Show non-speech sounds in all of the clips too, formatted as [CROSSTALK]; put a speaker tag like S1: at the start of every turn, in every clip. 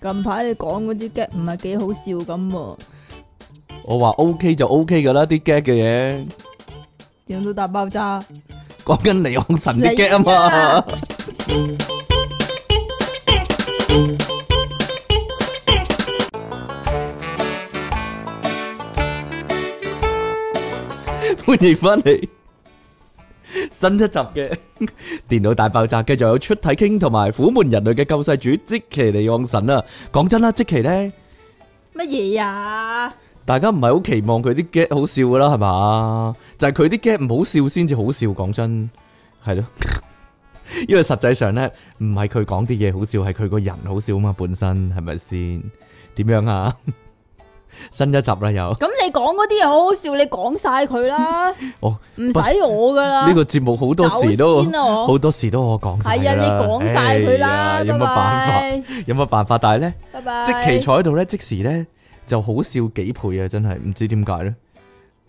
S1: 近排你講嗰啲 gag 唔係幾好笑咁喎，
S2: 我話 O K 就 O K 噶啦，啲 gag 嘅嘢，
S1: 點到大爆炸。
S2: 講緊離岸神啲
S1: 嚟
S2: gag 啊 [LAUGHS] 嘛。歡迎翻嚟新一集嘅電腦大爆炸，繼續有出體傾同埋虎門人類嘅救世主即其離岸神啊！講真啦，即其咧，
S1: 乜嘢啊？
S2: 大家唔係好期望佢啲 get 好笑噶啦，係嘛？就係佢啲 get 唔好笑先至好笑，講真係咯。 [LAUGHS] 因為實際上咧，唔係佢講啲嘢好笑，係佢個人好笑嘛，本身係咪先？點樣啊？ [LAUGHS] 新一集啦，又
S1: 咁你講嗰啲嘢好好笑，你講晒佢啦，
S2: [LAUGHS] 哦，
S1: 唔使我噶啦。
S2: 呢個節目好多時
S1: 啊走
S2: 都
S1: 先。啦我
S2: 好多時都我講晒
S1: 係啊，你
S2: 啦
S1: 講晒佢啦，
S2: 哎呀有
S1: 拜
S2: 乜辦
S1: 拜，
S2: 法？有乜辦法？但係咧，
S1: 拜拜。
S2: 即期坐喺度咧，即時咧就好笑幾倍啊！真係唔知點解咧，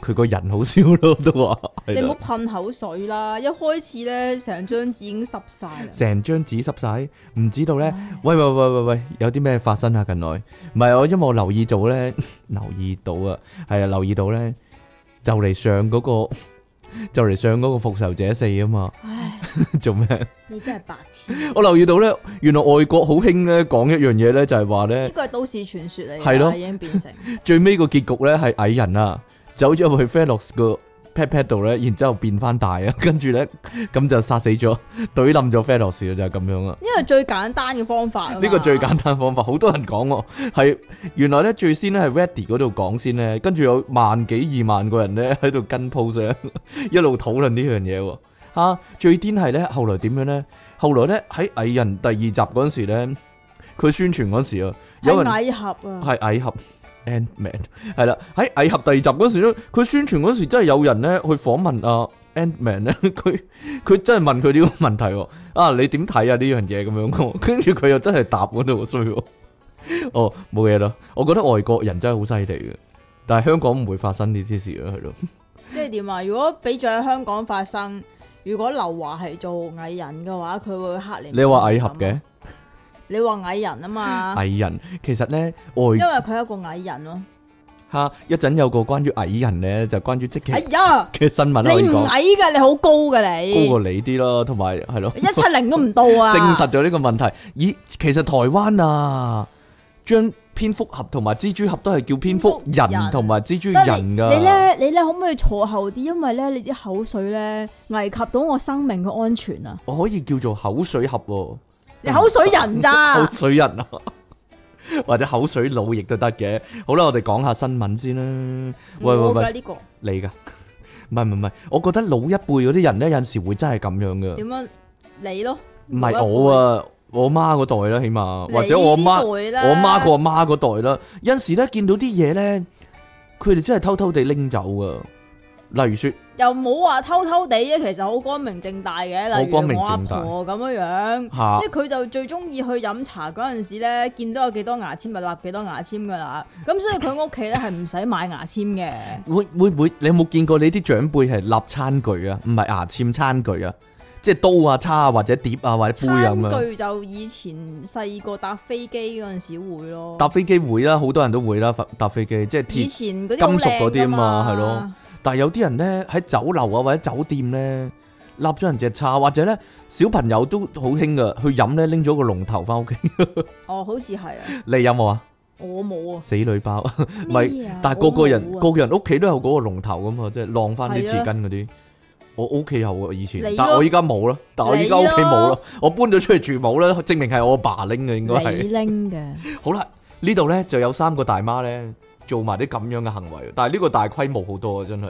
S2: 佢個人好笑咯，都話
S1: 你
S2: 係
S1: 唔
S2: 咯，
S1: 好噴口水啦！一開始咧，成張紙已經濕晒啦。
S2: 成張紙濕晒，唔知道咧。喂喂喂喂喂，有啲咩發生啊？近來唔係我，因為我留意到咧， [LAUGHS] 留意到啊，係啊，留意到咧，就嚟上嗰個， [LAUGHS] 就嚟上嗰個復仇者四啊嘛， [LAUGHS]
S1: 唉，
S2: 做咩？
S1: 你真係白
S2: [LAUGHS]
S1: 痴！呢
S2: 我留意到咧，原來外國好興咧講一樣嘢咧，就係話咧。
S1: 個係都市傳說嚟㗎，
S2: 係咯
S1: 已經變成。
S2: 最尾個結局咧係矮人啊，走咗入去 Felox 個 pat pat 度咧，然之後變翻大啊，跟住咧咁就殺死咗，懟冧咗 Felox 啦，就係咁樣啊。
S1: 呢個最簡單嘅方法啊嘛。
S2: 呢個最簡單方法，好多人講喎，係原來咧最先咧係 Ready 嗰度講先咧，跟住有萬幾二萬個人咧喺度跟 post 咧一路討論呢樣嘢喎。嚇、最癲係咧，後來點樣咧？後來咧喺蟻人第二集嗰陣時咧，佢宣傳嗰陣時啊，有
S1: 係
S2: 人。
S1: 蟻俠啊！
S2: 係蟻俠 Ant Man 係啦，喺蟻俠第二集嗰時咧，佢宣傳嗰時真係有人咧去訪問啊 Ant Man 咧，佢佢真係問佢呢個問題喎，啊你點睇啊呢樣嘢咁樣喎 [LAUGHS] 跟住 [LAUGHS] 佢又真係答嗰度衰喎，哦冇嘢啦，我覺得外國人真係好犀利嘅，但係香港唔會發生呢啲事咯，係咯，
S1: 即係點啊？如果俾咗喺香港發生，如果劉華係做藝人嘅話，佢會黑你。
S2: 你話蟻俠嘅？
S1: 啊你話藝人啊嘛，
S2: 蟻人，其實咧
S1: 因為
S2: 外
S1: 佢係一個藝人咯。
S2: 哈一陣有個關於蟻人咧，就關於即期
S1: 哎呀，
S2: 嘅新聞可以
S1: 你唔
S2: 講，
S1: 矮㗎，你好高㗎
S2: 高
S1: 你，
S2: 過你啲啦，同埋係咯。
S1: 一七零都唔到啊！
S2: 證實咗呢個問題。咦，其實台灣啊，將蝙蝠俠同埋蜘蛛俠都係叫蝙蝠
S1: 蝙蝠
S2: 人
S1: 人
S2: 同埋蜘
S1: 不
S2: 蛛
S1: 過你
S2: 人噶。
S1: 你咧，你咧可唔可以坐後啲？因為咧，你啲口水咧危及到我生命嘅安全啊！
S2: 我可以叫做口水俠喎、
S1: 你口水人咋
S2: [LAUGHS] 口？水人啊， [LAUGHS] 或者口水佬亦都得嘅。好啦，我哋講下新聞先啦。喂喂
S1: 我
S2: 喂
S1: 㗎，呢個
S2: 你噶？ [LAUGHS] 唔係唔係唔係，我覺得老一輩嗰啲人咧，有陣時會真係咁樣嘅。
S1: 點樣你咯？
S2: 唔係我啊，我媽嗰代啦，起碼或者我媽。
S1: 我
S2: 我媽個阿媽嗰代啦，有陣時咧見到啲嘢咧，佢哋真係偷偷地拎走噶。例如說，
S1: 又冇話偷偷地啫，其實好光明正大嘅。例
S2: 好光明
S1: 如我阿
S2: 正大啊
S1: 婆咁樣樣，
S2: 吓
S1: 即係佢就最中意去飲茶嗰陣時咧，見到有幾多牙籤就立幾多牙籤噶啦。咁所以佢屋企咧係唔使買牙籤嘅，
S2: 會會唔會？你有冇見過你啲長輩係立餐具啊？唔係牙籤餐具啊，即係刀啊、叉啊，或者碟啊，或者杯啊咁
S1: 餐
S2: 樣。
S1: 具就以前細個搭飛機嗰陣時會咯。
S2: 搭飛機會啦，好多人都會啦，搭搭飛機即係
S1: 以
S2: 鐵。
S1: 前嗰啲好
S2: 金屬嗰啲啊嘛
S1: 靚㗎
S2: 係咯。但係有啲人咧喺酒樓啊或者酒店咧，立咗人隻叉，或者咧小朋友都好興噶，去飲咧拎咗個龍頭翻屋企。 [LAUGHS]
S1: 哦，好似係啊，
S2: 你有冇啊？
S1: 我冇啊。
S2: 死女包。咪
S1: 咩啊
S2: 但係個個人
S1: 我冇啊
S2: 個個人屋企都有嗰個龍頭噶嘛，即係晾翻啲
S1: 係
S2: 匙
S1: 啊
S2: 羹嗰啲。我屋企有啊，以前
S1: 你，
S2: 但
S1: 咯
S2: 我依家冇啦。但我依家屋企冇啦，我搬咗出去住冇啦，證明係我阿爸拎嘅應該
S1: 你
S2: 係。
S1: 拎嘅，
S2: 好啦，呢度咧就有三個大媽咧做埋啲咁樣嘅行為，但係呢個大規模好多啊，真
S1: [LAUGHS]
S2: 係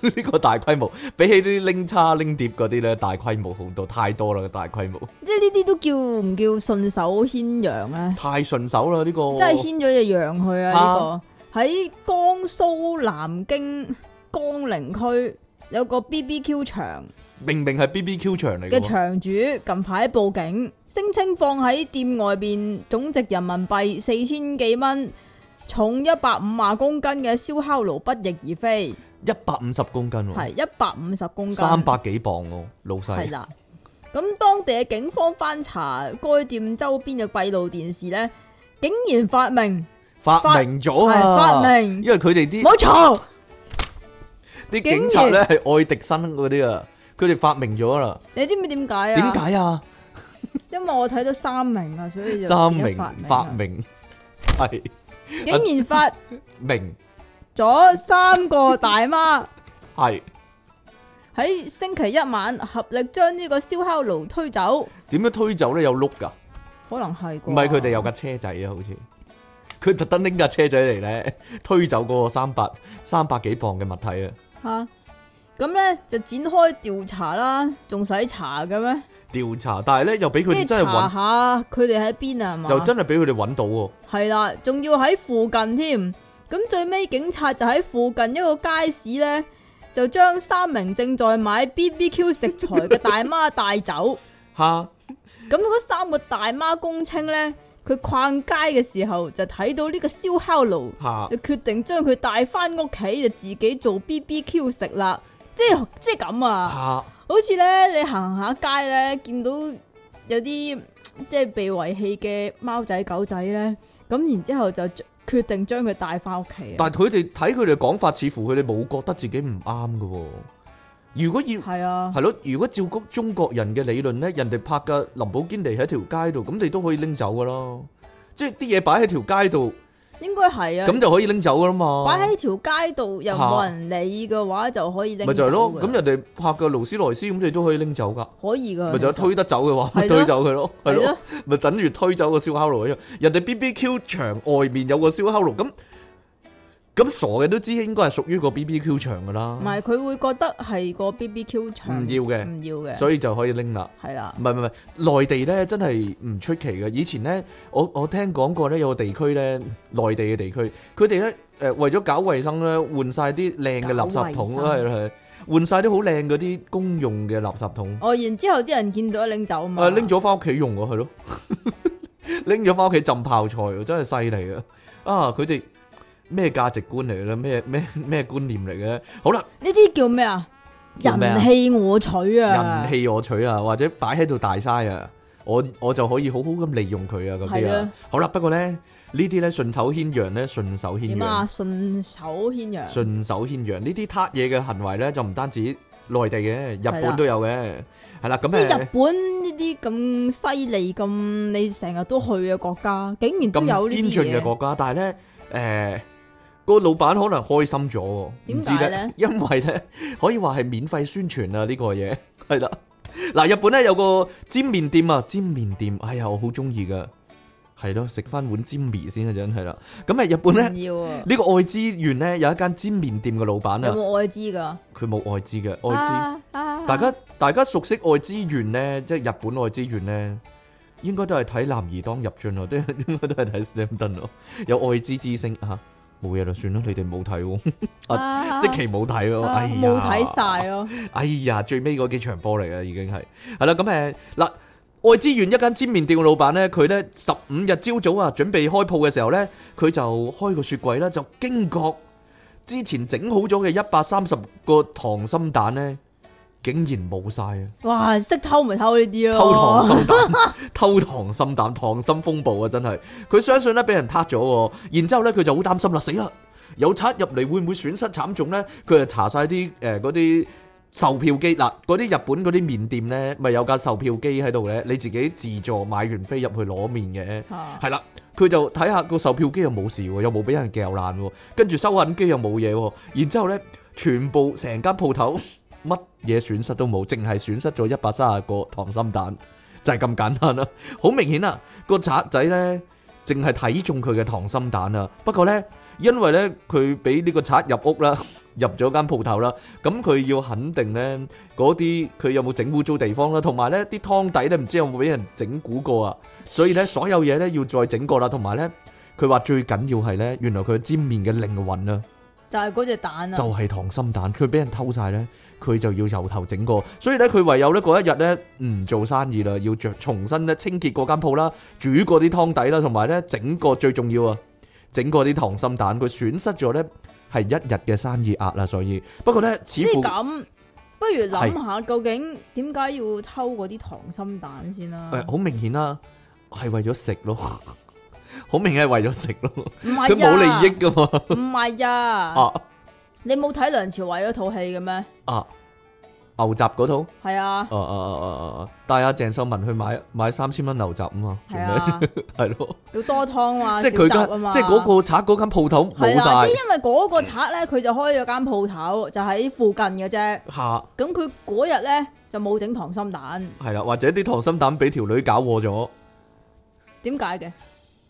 S2: 呢個大規模比起啲拎叉拎碟嗰啲咧，大規模好多，太多啦，大規模
S1: 即係呢啲都叫唔叫順手牽羊啊咧？
S2: 太順手啦呢個。
S1: 真係牽咗只羊去啊！
S2: 啊
S1: 呢、個喺江蘇南京江寧區有個 BBQ 場
S2: 明明係 B B Q 場嚟
S1: 嘅
S2: 嘅喎，
S1: 場主近排報警，聲稱放喺店外邊總值人民幣四千幾蚊、重一百五啊公斤嘅燒烤爐不翼而飛，
S2: 一百五十公斤喎，
S1: 係一百五十公斤，
S2: 哦三百幾磅喎，老細。
S1: 係啦。咁當地嘅警方翻查該店周邊嘅閉路電視呢，竟然發明，
S2: 發明咗
S1: 係
S2: 啊！
S1: 發明，
S2: 因為佢哋啲
S1: 冇錯，竟
S2: 啲警察
S1: 然
S2: 咧係愛迪生嗰啲啊，佢哋發明咗啦。
S1: 你知唔知點解啊？
S2: 點？解啊？
S1: 因為我睇到三明啊，所以就
S2: 三
S1: 變
S2: 明
S1: 咗發啊
S2: 發明係
S1: 竟然發
S2: 明
S1: 咗三個大媽。
S2: 係
S1: 喺星期一晚合力將呢個燒烤爐推走，
S2: 點樣推走咧？有碌㗎，
S1: 可能係啩
S2: 唔係佢哋有架車仔啊，好似佢特登拎架車仔嚟咧 [LAUGHS] 推走嗰個三百三百幾磅嘅物體啊！
S1: 吓，咁咧就展開調查啦，仲使查嘅咩？
S2: 調查，但係咧又俾佢
S1: 即
S2: 哋
S1: 係
S2: 真係
S1: 查
S2: 揾，
S1: 下佢哋喺邊啊係嘛？
S2: 就真係俾佢哋揾到喎。
S1: 係啦，仲要喺附近添。咁最尾警察就喺附近一個街市咧，就將三名正在買 BBQ 食材嘅大媽帶走。
S2: 嚇！
S1: 咁嗰三個大媽公稱咧，佢逛街嘅時候就睇到呢個燒烤爐。
S2: 吓
S1: 就決定將佢帶翻屋企，就自己做 B B Q 食啦。即係即係咁啊！
S2: 吓
S1: 好似咧，你行下街咧，見到有啲即係被遺棄嘅貓仔狗仔咧，咁然之後就決定將佢帶翻屋企啊。
S2: 但係佢哋睇佢哋講法，似乎佢哋冇覺得自己唔啱嘅喎。如果要
S1: 係啊，
S2: 係咯，如果照谷中國人嘅理論咧，人哋拍嘅林寶堅尼喺條街度，咁你都可以拎走噶咯。即係啲嘢擺喺條街度，
S1: 應該係啊。
S2: 咁就可以拎走噶啦嘛。
S1: 擺喺條街度又冇人理嘅話，就可以拎
S2: 咪就
S1: 係
S2: 係咯，咁人哋拍嘅勞斯萊斯，咁你都可以拎走噶。
S1: 可以噶。
S2: 咪就係
S1: 其實
S2: 推得走嘅話，咪
S1: 哦係咯
S2: 推走佢咯，係
S1: 係
S2: 咯
S1: 咯，
S2: 咪等於推走個燒烤爐一樣。人哋 BBQ 場外面有個燒烤爐，咁咁傻嘅都知應該係屬於個 BBQ 場噶啦
S1: 唔。係佢會覺得係個 B B Q 場
S2: 唔要嘅
S1: 唔要嘅，
S2: 所以就可以拎啦。
S1: 係啦
S2: 唔係唔係唔係，內地咧真係唔出奇嘅。以前咧，我我聽講過咧，有個地區咧，內地嘅地區，佢哋咧誒為咗搞衞生咧，換晒啲靚嘅垃圾桶，
S1: 搞
S2: 係
S1: 衞
S2: 係換晒啲好靚嗰啲公用嘅垃圾桶，
S1: 哦，然之後啲人見到拎走啊嘛，
S2: 誒拎咗翻屋企用喎，係咯， [LAUGHS] 拎咗翻屋企浸泡菜喎，真係犀利啊！啊，佢哋咩價值觀嚟嘅咧？咩咩咩觀念嚟嘅咧？好啦，
S1: 呢啲叫咩啊？
S2: 叫咩啊
S1: 人氣我取啊！
S2: 人氣我取啊，或者擺喺度大嘥啊，我我就可以好好咁利用佢啊，咁啲
S1: 係
S2: 啊
S1: 啊。
S2: 好啦，不過咧呢啲咧順手牽羊咧，順手牽
S1: 點啊？
S2: 羊，
S1: 順手牽羊，
S2: 順手牽羊呢啲撻嘢嘅行為咧，就唔單止內地嘅，日
S1: 係
S2: 本
S1: 啦
S2: 都有嘅，係啦。咁
S1: 即係
S2: 誒
S1: 日本呢啲咁犀利、咁你成日都去嘅國家，竟然都有
S2: 咁
S1: 呢
S2: 先
S1: 啲
S2: 進嘅
S1: 嘢。
S2: 國家，但係咧誒。個老闆可能開心咗喎，唔
S1: 點
S2: 知
S1: 解
S2: 咧
S1: 咧，
S2: 因為咧可以話係免費宣傳啊呢個嘢， [LAUGHS] 係啦。嗱，日本咧有個煎麵店啊，煎麵店，哎呀，我好中意噶，係咯，食翻碗煎麵先啊，真係啦。咁誒，日本咧
S1: 唔要啊！
S2: 呢個愛知縣咧有一間煎麵店嘅老闆
S1: 有
S2: 啊，
S1: 冇愛啊滋噶？
S2: 佢冇愛知嘅愛知。
S1: 愛滋
S2: 大家大家熟悉愛知縣咧，即係日本愛知縣咧，應該都係睇男兒當入樽咯，都 [LAUGHS] 應該都係睇 Slam Dunk 咯，有愛知之星嚇，冇嘢啦，算啦，你哋冇睇喎，啊即期冇睇喎，哎呀，
S1: 啊冇睇晒，咯，
S2: 哎呀，最尾嗰幾場波嚟嘅已經係，係啦，咁誒嗱。愛知縣一間煎麵店嘅老闆咧，佢咧十五日朝早啊，準備開鋪嘅時候咧，佢就開個雪櫃啦，就驚覺之前整好咗嘅一百三十個溏心蛋咧，竟然冇晒啊！
S1: 哇！識偷咪偷呢啲咯，
S2: 偷溏心蛋，偷溏心蛋，溏心風暴啊！真係，佢相信咧俾人挞咗喎，然之後咧佢就好擔心啦，死啦！有賊入嚟會唔會損失慘重咧？佢就查晒啲誒嗰啲售票機嗱，嗰啲日本嗰啲麵店咧，咪有架售票機喺度咧，你自己自助買完飛入去攞面嘅。
S1: 啊
S2: 係啦，佢就睇下個售票機又冇事喎，又冇俾人撬爛喎，跟住收銀機又冇嘢喎，然之後咧，全部成間鋪頭 [LAUGHS] 乜嘢損失都冇，淨係損失咗一百三十個溏心蛋，就係、咁簡單啦。好明顯啊，個賊仔咧淨係睇中佢嘅溏心蛋啊，不過咧。因為咧，佢俾呢個賊入屋啦， [LAUGHS] 入咗間鋪頭啦，咁佢要肯定咧嗰啲佢有冇整污糟地方啦，同埋咧啲湯底咧唔知有冇俾人整蠱過啊，所以咧所有嘢咧要再整過啦，同埋咧佢話最緊要係咧，原來佢煎麵嘅靈魂啊，
S1: 就係嗰隻蛋
S2: 就
S1: 啊！
S2: 係溏心蛋，佢俾人偷晒咧，佢就要由頭整過，所以咧佢唯有咧嗰一日咧唔做生意啦，要着重新咧清潔嗰間鋪啦，煮過啲湯底啦，同埋咧整個最重要啊，整過啲溏心蛋，佢損失咗咧係一日嘅生意額啦，所以不過咧似
S1: 即係
S2: 乎。
S1: 咁，不如諗下究竟點解要
S2: 哎
S1: 偷嗰啲溏心蛋先啦？
S2: 誒好、明顯啦，係為咗食咯，好 [LAUGHS] 好明顯係為咗食咯，
S1: 唔係啊
S2: 佢冇利益噶嘛。
S1: 益，唔係啊，
S2: [LAUGHS] 啊
S1: 你冇睇梁朝偉嗰套戲嘅咩？
S2: 啊，牛雜嗰套，
S1: 係啊，
S2: 啊啊啊啊啊，帶阿鄭秀文去買買三千蚊牛雜啊嘛，
S1: 係
S2: 全部
S1: 啊，
S2: [LAUGHS] 係咯，
S1: 要多湯啊，
S2: 即係
S1: 少
S2: 佢
S1: 汁啊
S2: 間
S1: 嘛，
S2: 即係嗰個賊嗰間鋪頭
S1: 係啊啦，
S2: 冇
S1: 即
S2: 晒
S1: 係因為嗰個賊咧，佢就開咗間鋪頭，就喺附近嘅啫。
S2: 嚇，
S1: 咁佢嗰日咧就冇整溏心蛋，
S2: 係啦，或者啲溏心蛋俾條女搞禍咗，
S1: 點解嘅？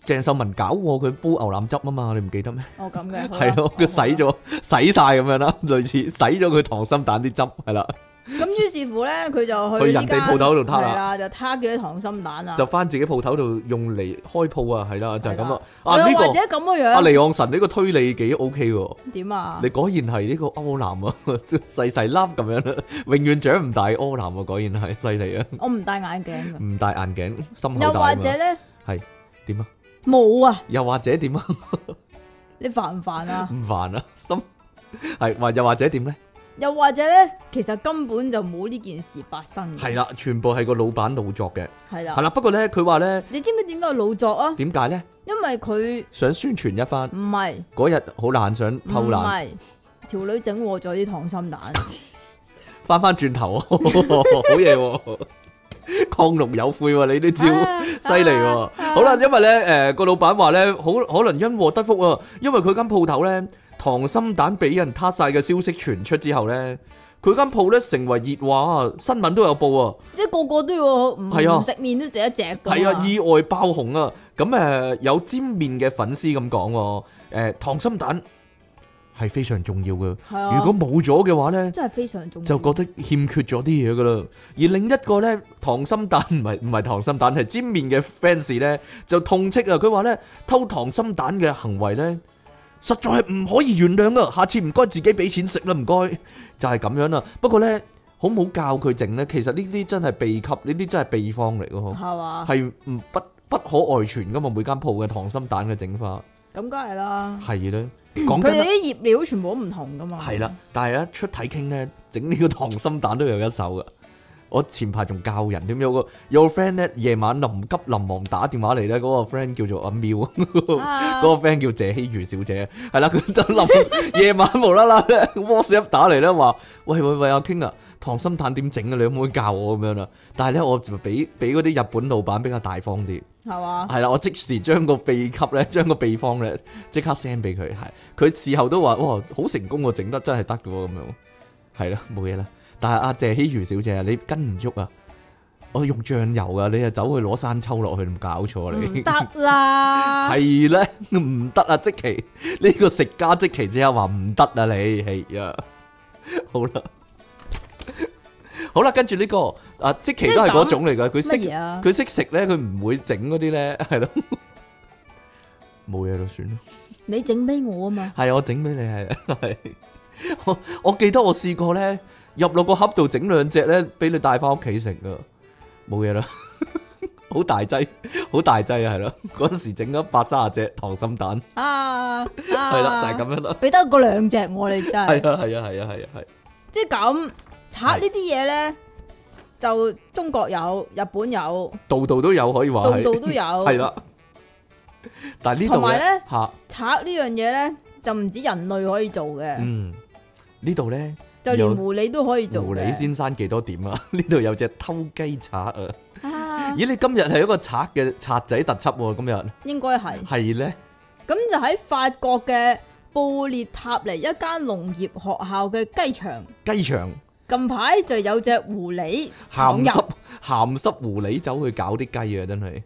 S2: 鄭秀文搞禍佢煲牛腩汁啊嘛，你唔記得咩？
S1: 哦咁
S2: [LAUGHS]
S1: 嘅，好啦
S2: 係咯，佢洗。
S1: 好啦
S2: 咗洗晒咁樣啦，類似洗咗佢溏心蛋啲汁係啦，
S1: 咁於是乎咧，佢就
S2: 去
S1: 去
S2: 人哋鋪頭度撻啦
S1: 係啦，就撻咗啲溏心蛋啊啦。
S2: 就翻自己鋪頭度用嚟開鋪啊，係啦，就係咁啦。啊
S1: 又
S2: 呢
S1: 或者
S2: 個
S1: 咁嘅
S2: 阿
S1: 樣，
S2: 離岸神呢個推理幾 OK 喎。
S1: 點啊
S2: 你？果然係呢個柯南啊， [LAUGHS] 細細粒咁樣啦， [LAUGHS] 永遠長唔大柯南啊，果然係 [LAUGHS] 犀利啊，
S1: 我唔戴眼鏡㗎
S2: 唔戴眼鏡，心口
S1: 又
S2: 大
S1: 或
S2: 啊
S1: 者
S2: 嘛，
S1: 咧
S2: 點啊？
S1: 冇啊？
S2: 又或者點啊？ [LAUGHS]
S1: 你煩唔煩啊？
S2: 唔煩啊，心 [LAUGHS] 係或又或者點咧？
S1: 又或者咧，其實根本就冇呢件事發生嘅。
S2: 係啦，全部係個老闆老作嘅，
S1: 係
S2: 係
S1: 啦。
S2: 啦。不過咧，佢話咧，
S1: 你知唔知點解老作啊？
S2: 點解咧？
S1: 因為佢
S2: 想宣傳一番，
S1: 唔係
S2: 嗰日好懶，想偷
S1: 唔
S2: 懶，
S1: 係條女整禍咗啲溏
S2: [LAUGHS]
S1: 心蛋，
S2: 翻翻轉頭， [LAUGHS] 好嘢喎， [LAUGHS] 亢龍有悔喎，你啲招。
S1: 啊
S2: 犀利喎！好啦，，因為咧，誒、個老闆話咧，好可能因禍得福啊，因為佢間鋪頭咧，溏心蛋俾人撻晒嘅消息傳出之後咧，佢間鋪咧成為熱話啊，新聞都有報啊，
S1: 即係個個都要唔
S2: 係啊
S1: 唔食麵都食一隻㗎嘛。
S2: 係啊，意外爆紅啊，咁誒、有尖面嘅粉絲咁講喎，誒、溏心蛋係非常重要嘅，
S1: 係啊
S2: 如果冇咗嘅話咧。
S1: 真係非常重要，
S2: 就覺得欠缺咗啲嘢噶啦。而另一個呢，溏心蛋唔係唔係溏心蛋，係尖面嘅 fans 呢，就痛斥啊！佢話呢，偷溏心蛋嘅行為呢，實在係唔可以原諒啊！下次唔該自己俾錢食啦，唔該就係、咁樣啦。不過呢，好唔好教佢整呢？其實呢啲真係秘笈，呢啲真係秘方嚟嘅
S1: 係
S2: 喎，
S1: 嘛？
S2: 係唔不不可外傳噶嘛。每間鋪嘅溏心蛋嘅整法
S1: [CLEARS THROAT] 咁梗係啦，
S2: 係咧，講
S1: 佢
S2: 真
S1: 哋
S2: 啦。
S1: 啲醃料全部都唔同噶嘛。
S2: 系啦，但係一出體傾咧，整呢個溏心蛋都有一手噶。我前排仲教人點有個有個 friend 咧，夜晚臨急臨忙打電話嚟咧，嗰、個 friend 叫做阿喵， [LAUGHS] 嗰
S1: 啊，
S2: 個 friend 叫謝希如小姐，係啦，佢就臨夜晚無啦啦咧 WhatsApp 打嚟咧話：喂喂喂，阿 King 啊，溏心蛋點整啊？你可唔可以教我咁樣啦？但係咧，我就俾俾嗰啲日本老闆比較大方啲。
S1: 係嘛？
S2: 係啦，我即時將個秘笈咧， [LAUGHS] 將個秘方咧，即刻 send 俾佢，係佢事後都話：哇，好成功喎，整得真係得嘅喎，咁樣係啦，冇嘢啦。但係阿謝希如小姐啊，你跟唔足啊！我用醬油啊，你就走去攞生抽落去，你唔搞錯啊
S1: 唔
S2: 你
S1: 得啦， [LAUGHS]
S2: 係咧，唔得啊！即期呢、個食家即期之後話唔得啊！你係啊，好啦，好啦，跟住呢、個啊，即期都係嗰種嚟㗎，佢識
S1: 乜。嘢啊？
S2: 佢識食咧，佢唔會整嗰啲咧， [LAUGHS] 係咯，冇嘢就算啦。
S1: 你整俾我啊嘛？
S2: 係我整俾你係係。我我記得我試過咧，入落個盒度整兩隻咧，俾你帶翻屋企食噶，冇嘢啦。 [LAUGHS] 好大劑，好大劑啊，係咯。嗰陣時整咗百三十隻溏心蛋，
S1: 啊，
S2: 係
S1: 係
S2: 啦，就係咁樣啦。
S1: 俾得嗰兩隻我你真係。
S2: 係啊，係啊，係啊，係啊，係。
S1: 即系咁拆呢啲嘢咧，就中國有、日本有、
S2: 度度都有可以話
S1: 度
S2: 係，
S1: 度都有。
S2: [LAUGHS] 係啦。但係呢
S1: 同
S2: 度
S1: 埋
S2: 咧
S1: 咧
S2: 嚇，
S1: 拆呢樣嘢咧，就唔止人類可以做嘅，
S2: 嗯，呢度咧。
S1: 就
S2: 有
S1: 連狐狸都可以做嘅。
S2: 狐狸先生幾多點啊？ [LAUGHS] 呢度有隻偷雞賊啊！
S1: 啊，
S2: 咦，你今日係一個賊嘅賊仔特輯喎、今日
S1: 應該係。
S2: 係咧，
S1: 咁就喺法國嘅布列塔尼一間農業學校嘅雞場，
S2: 雞場
S1: 近排就有隻狐狸闖
S2: 鹹濕
S1: 入，
S2: 鹹濕狐狸走去搞啲雞啊！真係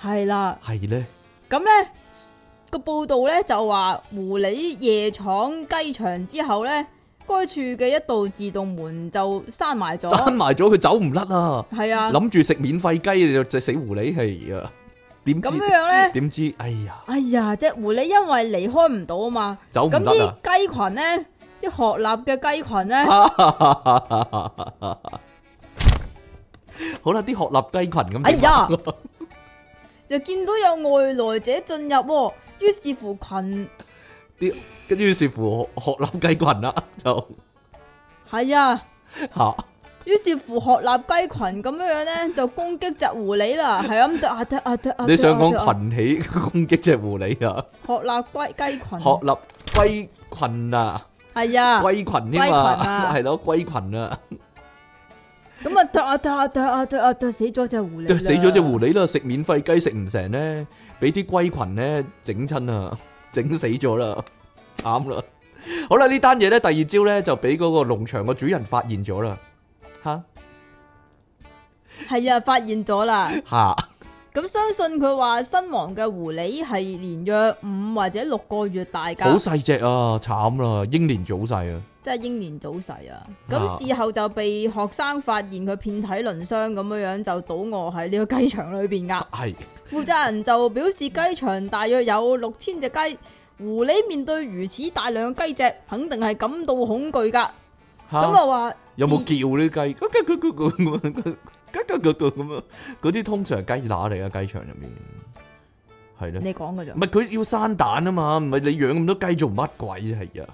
S1: 係啦。
S2: 係咧，
S1: 咁咧個報道咧就話狐狸夜闖雞場之後咧，該處嘅一道自動門就閂埋
S2: 閂
S1: 咗。
S2: 埋咗佢走唔甩啊！
S1: 係啊，
S2: 諗住食免費雞，你就隻死狐狸係啊！點知
S1: 咁樣樣咧，
S2: 點知？哎呀，
S1: 哎呀，只狐狸因為離開唔到啊嘛，
S2: 走唔
S1: 咁
S2: 甩
S1: 啲
S2: 啊！
S1: 雞群咧，啲鶴立嘅雞群咧，
S2: 好啦，啲鶴立雞群咁
S1: 哎
S2: 點啊， [LAUGHS]
S1: 呀，就見到有外來者進入喎，於是乎群
S2: 啲啊 [LAUGHS] 跟住於是乎鶴立雞群啦，就
S1: 係啊，
S2: 嚇。
S1: 於是乎鶴立雞群咁樣樣咧，就攻擊只狐狸啦，係咁啄啊啄啊啄啊。
S2: 你想
S1: 啄啊
S2: 講群起 [LAUGHS] 攻擊只狐狸啊？
S1: 啄啊鶴立雞雞群？
S2: 學立龜群啊，
S1: 係啊，
S2: 龜群添嘛，
S1: 龜群啊
S2: [LAUGHS] 係咯，龜群啊，
S1: 咁啊啄啊啄啊啄啊啄啊啄死咗只狐狸啦。
S2: 死咗只狐狸啦，食免費雞食唔成咧，俾啲龜群咧整親啊， [LAUGHS] 整死咗啦，慘啦！好啦，呢單嘢咧，第二朝咧就俾嗰個農場個主人發現咗啦，吓
S1: 係啊，發現咗啦。
S2: 吓，
S1: 咁相信佢話身亡嘅狐狸係年約五或者六個月大
S2: 好
S1: 㗎，
S2: 細隻啊，慘啦，英年早逝啊，
S1: 即係英年早逝啊！
S2: 啊
S1: 咁事後就被學生發現佢遍體鱗傷咁樣樣，就倒卧喺呢個雞場裏
S2: [LAUGHS]
S1: 邊噶。
S2: 係
S1: 負責人就表示雞場大約有六千隻雞，狐狸面對如此大量嘅雞隻，肯定係感到恐懼噶。
S2: 吓。
S1: 咁啊話
S2: 有冇叫呢雞？ [LAUGHS] 咕咕咕咕咕咁樣，咕咕咕咕咁樣，嗰啲通常係雞乸嚟啊噶，雞場入面係咧，
S1: 你講嘅咋
S2: 唔？係佢要生蛋啊嘛，唔係你養咁多雞做乜鬼啫？係啊，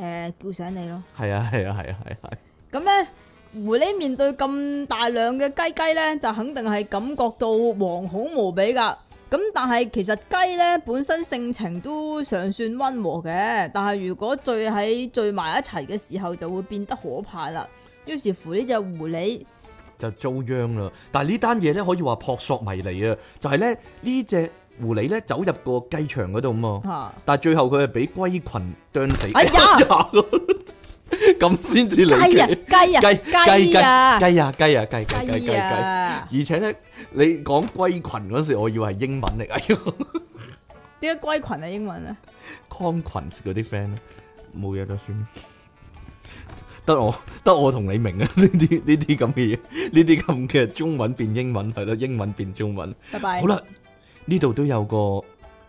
S1: 誒，叫醒你咯。
S2: 係啊，係啊，係啊，係啊，
S1: 咁咧，狐狸面對咁大量嘅雞雞咧，就肯定係感覺到惶恐無比噶。咁但係其實雞咧本身性情都尚算温和嘅，但係如果聚喺聚埋一齊嘅時候，就會變得可怕啦。於是乎呢只狐狸
S2: 就遭殃啦。但係呢單嘢咧，可以話撲朔迷離啊，就係咧呢只狐狸咧走入個雞場嗰度嘛，
S1: 嚇、
S2: 但係最後佢係俾龜群啄死，
S1: 哦
S2: [LAUGHS]
S1: 哎呀
S2: 咁先至離
S1: 雞啊
S2: 奇，
S1: 雞啊
S2: 雞雞
S1: 雞啊
S2: 雞啊雞啊雞雞雞雞
S1: 雞
S2: 雞。
S1: 啊！
S2: 而且咧，你講龜群嗰時，我以為係英文嚟，哎呀
S1: 點解龜群啊英文啊？
S2: ，conquest 嗰啲 friend 咧，冇嘢啦，算啦。 [LAUGHS] 得我得我同你明啊！ [LAUGHS] 呢啲呢啲咁嘅嘢，呢啲咁嘅中文變英文係咯，英文變中文。
S1: 拜拜
S2: 好。啦，呢度都有個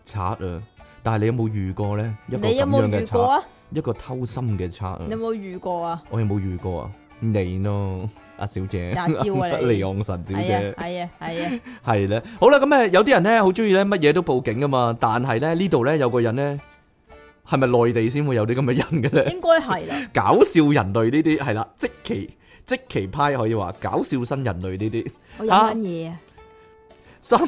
S2: 賊啊，但係你有冇遇過咧？一個
S1: 你
S2: 咁
S1: 有冇
S2: 樣嘅
S1: 遇過
S2: 賊，
S1: 啊？
S2: 一個偷心嘅賊啊
S1: 你！有冇遇過啊？
S2: 我有冇遇過啊？你咯，阿小姐，
S1: 廿招啊
S2: [LAUGHS]
S1: 你
S2: 離岸神小
S1: 係
S2: 姐
S1: 啊。係啊係啊！
S2: 系咧，好啦，咁诶，呃有啲人咧好中意咧乜嘢都報警噶嘛，但係咧呢度咧有個人咧，係咪內地先會有啲咁嘅人嘅咧？
S1: 應該係啦。
S2: 搞笑人類呢啲係啦，即其即其派可以話搞笑新人類呢啲 [LAUGHS]
S1: 我飲緊嘢啊！
S2: 三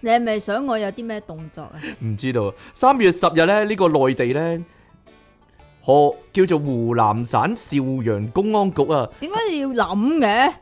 S1: 你係咪想我有啲咩動作
S2: [LAUGHS]
S1: 啊？
S2: 唔知道三月十日咧呢、個內地咧，河叫做湖南省邵陽公安局啊。
S1: 點解你要諗嘅？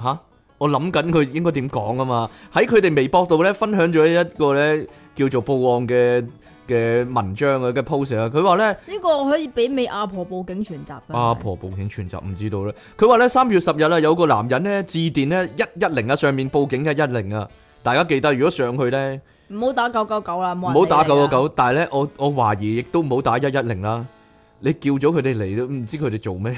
S2: 吓、我諗緊佢應該點講啊嘛。喺佢哋微博度咧，分享咗一個咧叫做報案嘅嘅文章啊嘅 post 啊。佢話咧
S1: 呢個可以俾美阿婆報警全集啊㗎。
S2: 阿婆報警全集唔知道咧。佢話咧三月十日啊，有個男人咧致電咧一一零啊，上面報警一一零啊。大家記得，如果上去咧，
S1: 唔好打九九九啦，
S2: 唔
S1: 唔
S2: 好打九九九，但係咧，我我懷疑亦都唔好打一一零啦。你叫咗佢哋嚟都唔知佢哋做咩，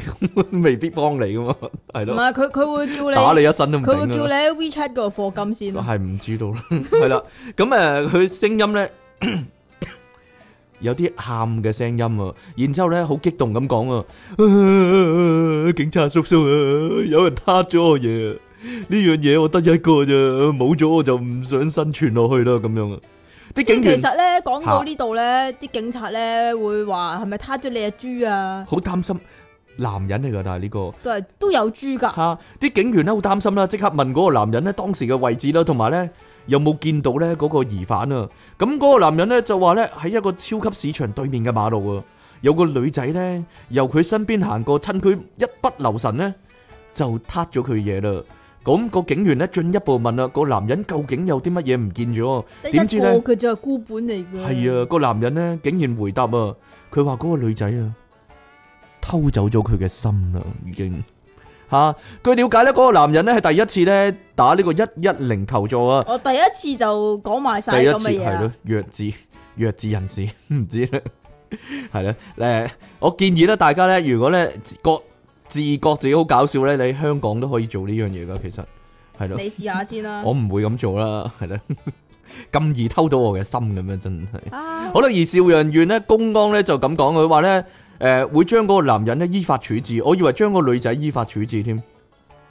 S2: 未必幫你噶嘛，係
S1: 唔
S2: 咯，
S1: 係佢佢會叫你，
S2: 打你一身都唔
S1: 佢會
S2: 頂
S1: 叫
S2: 啊
S1: 你！喺 WeChat 嗰度課金先咯。
S2: 系唔知道
S1: [LAUGHS]
S2: 啦，系啦，咁诶，佢聲音咧有啲喊嘅聲音啊，然之后咧好激動咁講啊， [LAUGHS] 啊警察叔叔啊，有人挞咗我嘢啊，呢樣嘢我得一個咋，冇咗我就唔想生存落去啦，咁樣啊，啲
S1: 咁
S2: 警員
S1: 其實咧講到呢度咧，啲警察咧會話係咪撻咗你只豬啊？
S2: 好擔心，男人嚟噶，但係呢個。
S1: 都係都有豬㗎。
S2: 吓，啲警員咧好擔心啦，即刻問嗰個男人咧當時嘅位置啦，同埋咧有冇見到咧嗰個疑犯啊？咁嗰個男人咧就話咧喺一個超級市場對面嘅馬路啊，有個女仔咧由佢身邊行過，趁佢一不留神咧就挞咗佢嘢啦。咁個警員咧進一步問啦，個男人究竟有啲乜嘢唔見咗？
S1: 得一
S2: 點知呢
S1: 個佢就係孤本嚟㗎。
S2: 係啊，個男人咧竟然回答啊，佢話嗰個女仔啊偷走咗佢嘅心啦，已經吓、啊據了解咧，嗰、個男人咧係第一次咧打呢個一一零求助啊，
S1: 我第一次就講埋晒
S2: 第一
S1: 咁
S2: 次
S1: 嘅嘢
S2: 係咯
S1: 啊。，
S2: 弱智弱智人 [LAUGHS] 士唔知咧，係咧誒，我建議咧大家咧，如果咧自覺自覺自己好搞笑咧，你香港都可以做呢樣嘢噶，其實係咯，
S1: 你試下先啦
S2: 我。唔會咁做啦，係 [LAUGHS] 咧，咁易偷到我嘅心咁樣真係。
S1: 啊
S2: 好啦，而邵陽縣咧公安咧就咁講，佢話咧誒會將嗰個男人咧依法處置，我以為將個女仔依法處置添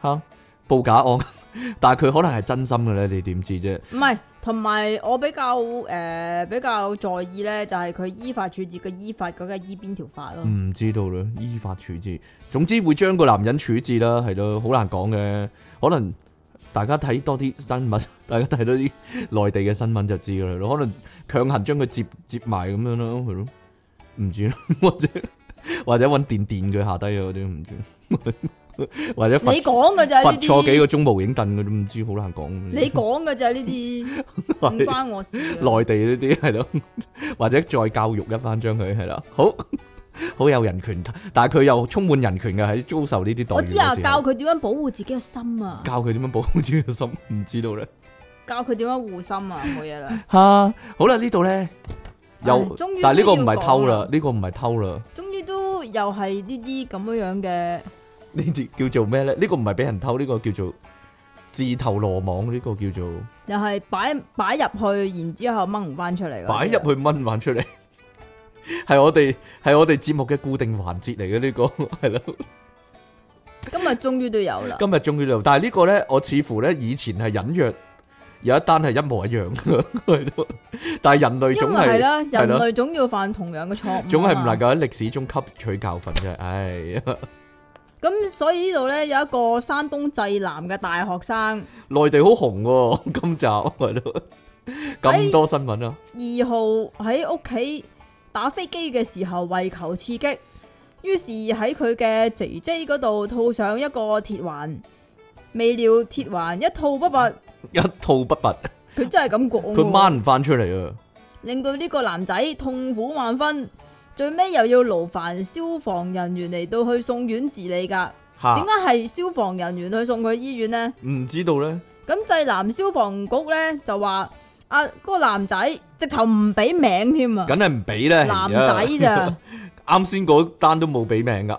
S2: 嚇，報假案 [LAUGHS] 但係佢可能係真心嘅咧，你點知啫？
S1: 唔係，同埋我比較诶、呃比較在意咧，就係佢依法處置嘅依法嗰個依邊條法咯。
S2: 唔知道啦，依法處置。總之會將個男人處置啦，係咯，好難講嘅。可能大家睇多啲新聞， [LAUGHS] 大家睇多啲內地嘅新聞就知㗎啦。可能強行將佢接接埋咁樣咯，係咯，唔知啦， [LAUGHS] 或者或者揾電電佢下低啊嗰啲唔知， [LAUGHS] 或者
S1: 你
S2: 罰
S1: 講嘅就係呢
S2: 罰坐幾
S1: 啲，
S2: 個鐘無影凳嗰啲，唔知好難講。
S1: 你講嘅就係呢啲，唔關我事啊
S2: [LAUGHS]
S1: 嘅。
S2: 內地呢啲係咯，或者再教育一番將佢係啦，好 [LAUGHS] 好有人權，但係佢又充滿人權嘅喺遭受呢啲待遇
S1: 我
S2: 嘅
S1: 知
S2: 時候
S1: 啊，教佢點樣保護自己嘅心
S2: [LAUGHS]
S1: 啊，
S2: 教佢點樣保護自己嘅心， [LAUGHS] 唔知道咧。
S1: 教佢點樣護心啊，冇嘢
S2: [LAUGHS]
S1: 啦。
S2: 吓、好啦，呢度咧
S1: 唉
S2: 又
S1: 終於，
S2: 但係呢個
S1: 都要
S2: 唔係偷
S1: 講
S2: 啦
S1: 啦，
S2: 呢個唔係偷啦， [LAUGHS]
S1: 終於都又係呢啲咁樣樣嘅，
S2: 呢啲叫做咩咧？呢、個唔係俾人偷，呢、個叫做自投羅網，呢、個叫做
S1: 又係擺擺入去，然之後掹唔翻出嚟嗰啲啊。
S2: 擺入去掹翻出嚟。 [LAUGHS] 係我哋係我哋節目嘅固定環節嚟嘅呢個係咯。
S1: 今日終於都有啦。
S2: 今日終於到，但係呢個咧，我似乎咧以前係隱約有一單係一模一樣 [LAUGHS] 嘅，係咯但係人類
S1: 因
S2: 總
S1: 為係
S2: 係
S1: 啦，人類總要犯同樣嘅錯誤啊嘛，
S2: 總係唔能夠喺歷史中吸取教訓嘅，唉， [LAUGHS]
S1: 咁所以呢度咧有一個山東濟南嘅大學生，
S2: 內地好紅喎， [LAUGHS] 今集係咯，
S1: 哎
S2: 咁多新聞啊，
S1: 二號喺屋企打飛機嘅時候為求刺激，於是喺佢嘅 J J 嗰度套上一個鐵環，未料鐵環一套不拔，
S2: 一套不拔，
S1: 佢真係咁講
S2: 佢
S1: 喎，
S2: 掹唔翻出嚟啊，
S1: 令到呢個男仔痛苦萬分，最尾又要勞煩消防人員嚟到去送院治理㗎。點
S2: 嚇，
S1: 解係消防人員去送佢醫院呢？
S2: 唔知道咧，
S1: 咁濟南消防局咧就話：啊，嗰、個男仔直頭唔俾名添啊，
S2: 梗係唔俾咧，
S1: 男
S2: 係啊
S1: 仔
S2: [LAUGHS]
S1: 咋？
S2: 啱先嗰單都冇俾 [LAUGHS] 名噶，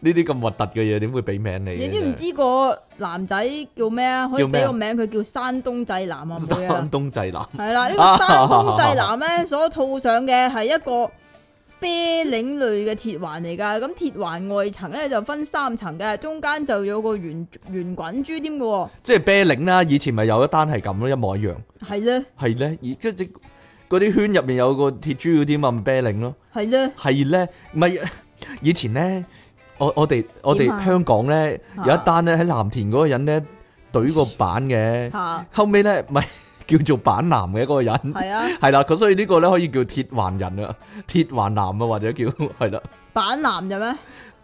S2: 呢啲咁核突嘅嘢點會俾名你嘅啫？
S1: 你知唔知個男仔叫咩啊？可以
S2: 叫咩
S1: 俾
S2: 啊
S1: 個名佢叫山東濟南啊，妹啊
S2: 山，東濟南？
S1: 係啦，呢個山東濟南
S2: [LAUGHS]
S1: 咧所套上嘅係一個啤領類嘅鐵環嚟㗎，咁鐵環外層咧就分三層嘅，中間就有個圓圓滾珠添嘅喎，
S2: 即係啤領啦，以前咪有一單係咁咯，一模一樣，
S1: 係咧，
S2: 係咧，而即係嗰啲圈入面有個鐵珠嗰啲嘛，咪啤領咯，
S1: 係咧，
S2: 係咧，唔係以前咧，我我哋我哋
S1: 點啊
S2: 香港咧
S1: 啊
S2: 有一單咧喺藍田嗰個人咧懟個板
S1: [LAUGHS]
S2: 嘅，
S1: 嚇，
S2: 後尾咧咪 [LAUGHS] 叫做板男嘅嗰
S1: [LAUGHS]
S2: 個人。
S1: 係啊，
S2: 係啦，咁所以呢個咧可以叫鐵環人啊，鐵環男啊，或者叫 [LAUGHS] 係啦，
S1: 板男咋咩？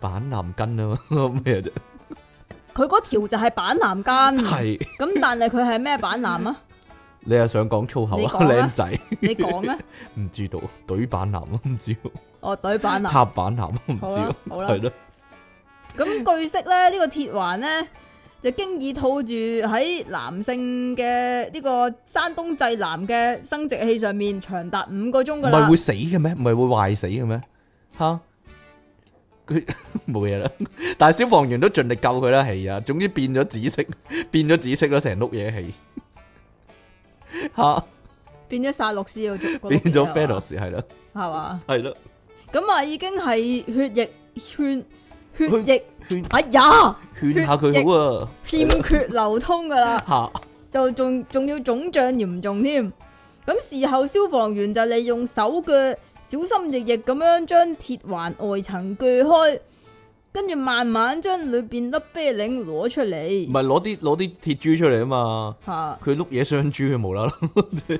S2: 板男根啊嘛， [LAUGHS] 咩啫？
S1: 佢嗰條就係板男間。
S2: [LAUGHS]
S1: [LAUGHS]
S2: 係
S1: 咁但係佢係咩版男
S2: [LAUGHS]
S1: 啊？
S2: 你又想講粗口
S1: 你
S2: 啊，
S1: 講啊
S2: 靚仔
S1: 你講啊！
S2: 唔知道，懟板男啊，唔知。
S1: 哦，隊版男。
S2: 插板男唔知
S1: 好啦
S2: 啊，
S1: 好啦
S2: 係咯，
S1: 咁據悉咧，呢、個鐵環咧就經已套住喺男性嘅呢個山東濟南嘅生殖器上面，長達五個鐘
S2: 唔
S1: 噶
S2: 係
S1: 啦
S2: 會。死嘅咩？唔係會壞死嘅咩？吓，佢 [LAUGHS] 冇嘢啦。但係消防員都盡力救佢啦，係啊。總之變咗紫色， [LAUGHS] 變咗紫色啦，成碌嘢係吓，
S1: 變咗殺戮師嗰
S2: [LAUGHS] 變咗 f e l
S1: Fedos
S2: o s 係啦，
S1: 啊係嘛？
S2: 係啦，
S1: 咁啊，已經係血液圈血
S2: 佢
S1: 液，
S2: 勸
S1: 哎
S2: [LAUGHS]
S1: 呀，
S2: 勸下佢啊好啊
S1: 欠缺流通噶啦。
S2: 吓。
S1: 就仲仲要腫脹嚴重添。咁事後消防員就利用手鋸小心翼翼咁樣將鐵環外層鋸開，跟住慢慢將裏邊粒啤領攞出
S2: 唔
S1: 嚟。
S2: 係攞啲攞啲鐵珠出嚟啊嘛，
S1: 吓，
S2: 佢碌嘢雙珠佢無啦啦，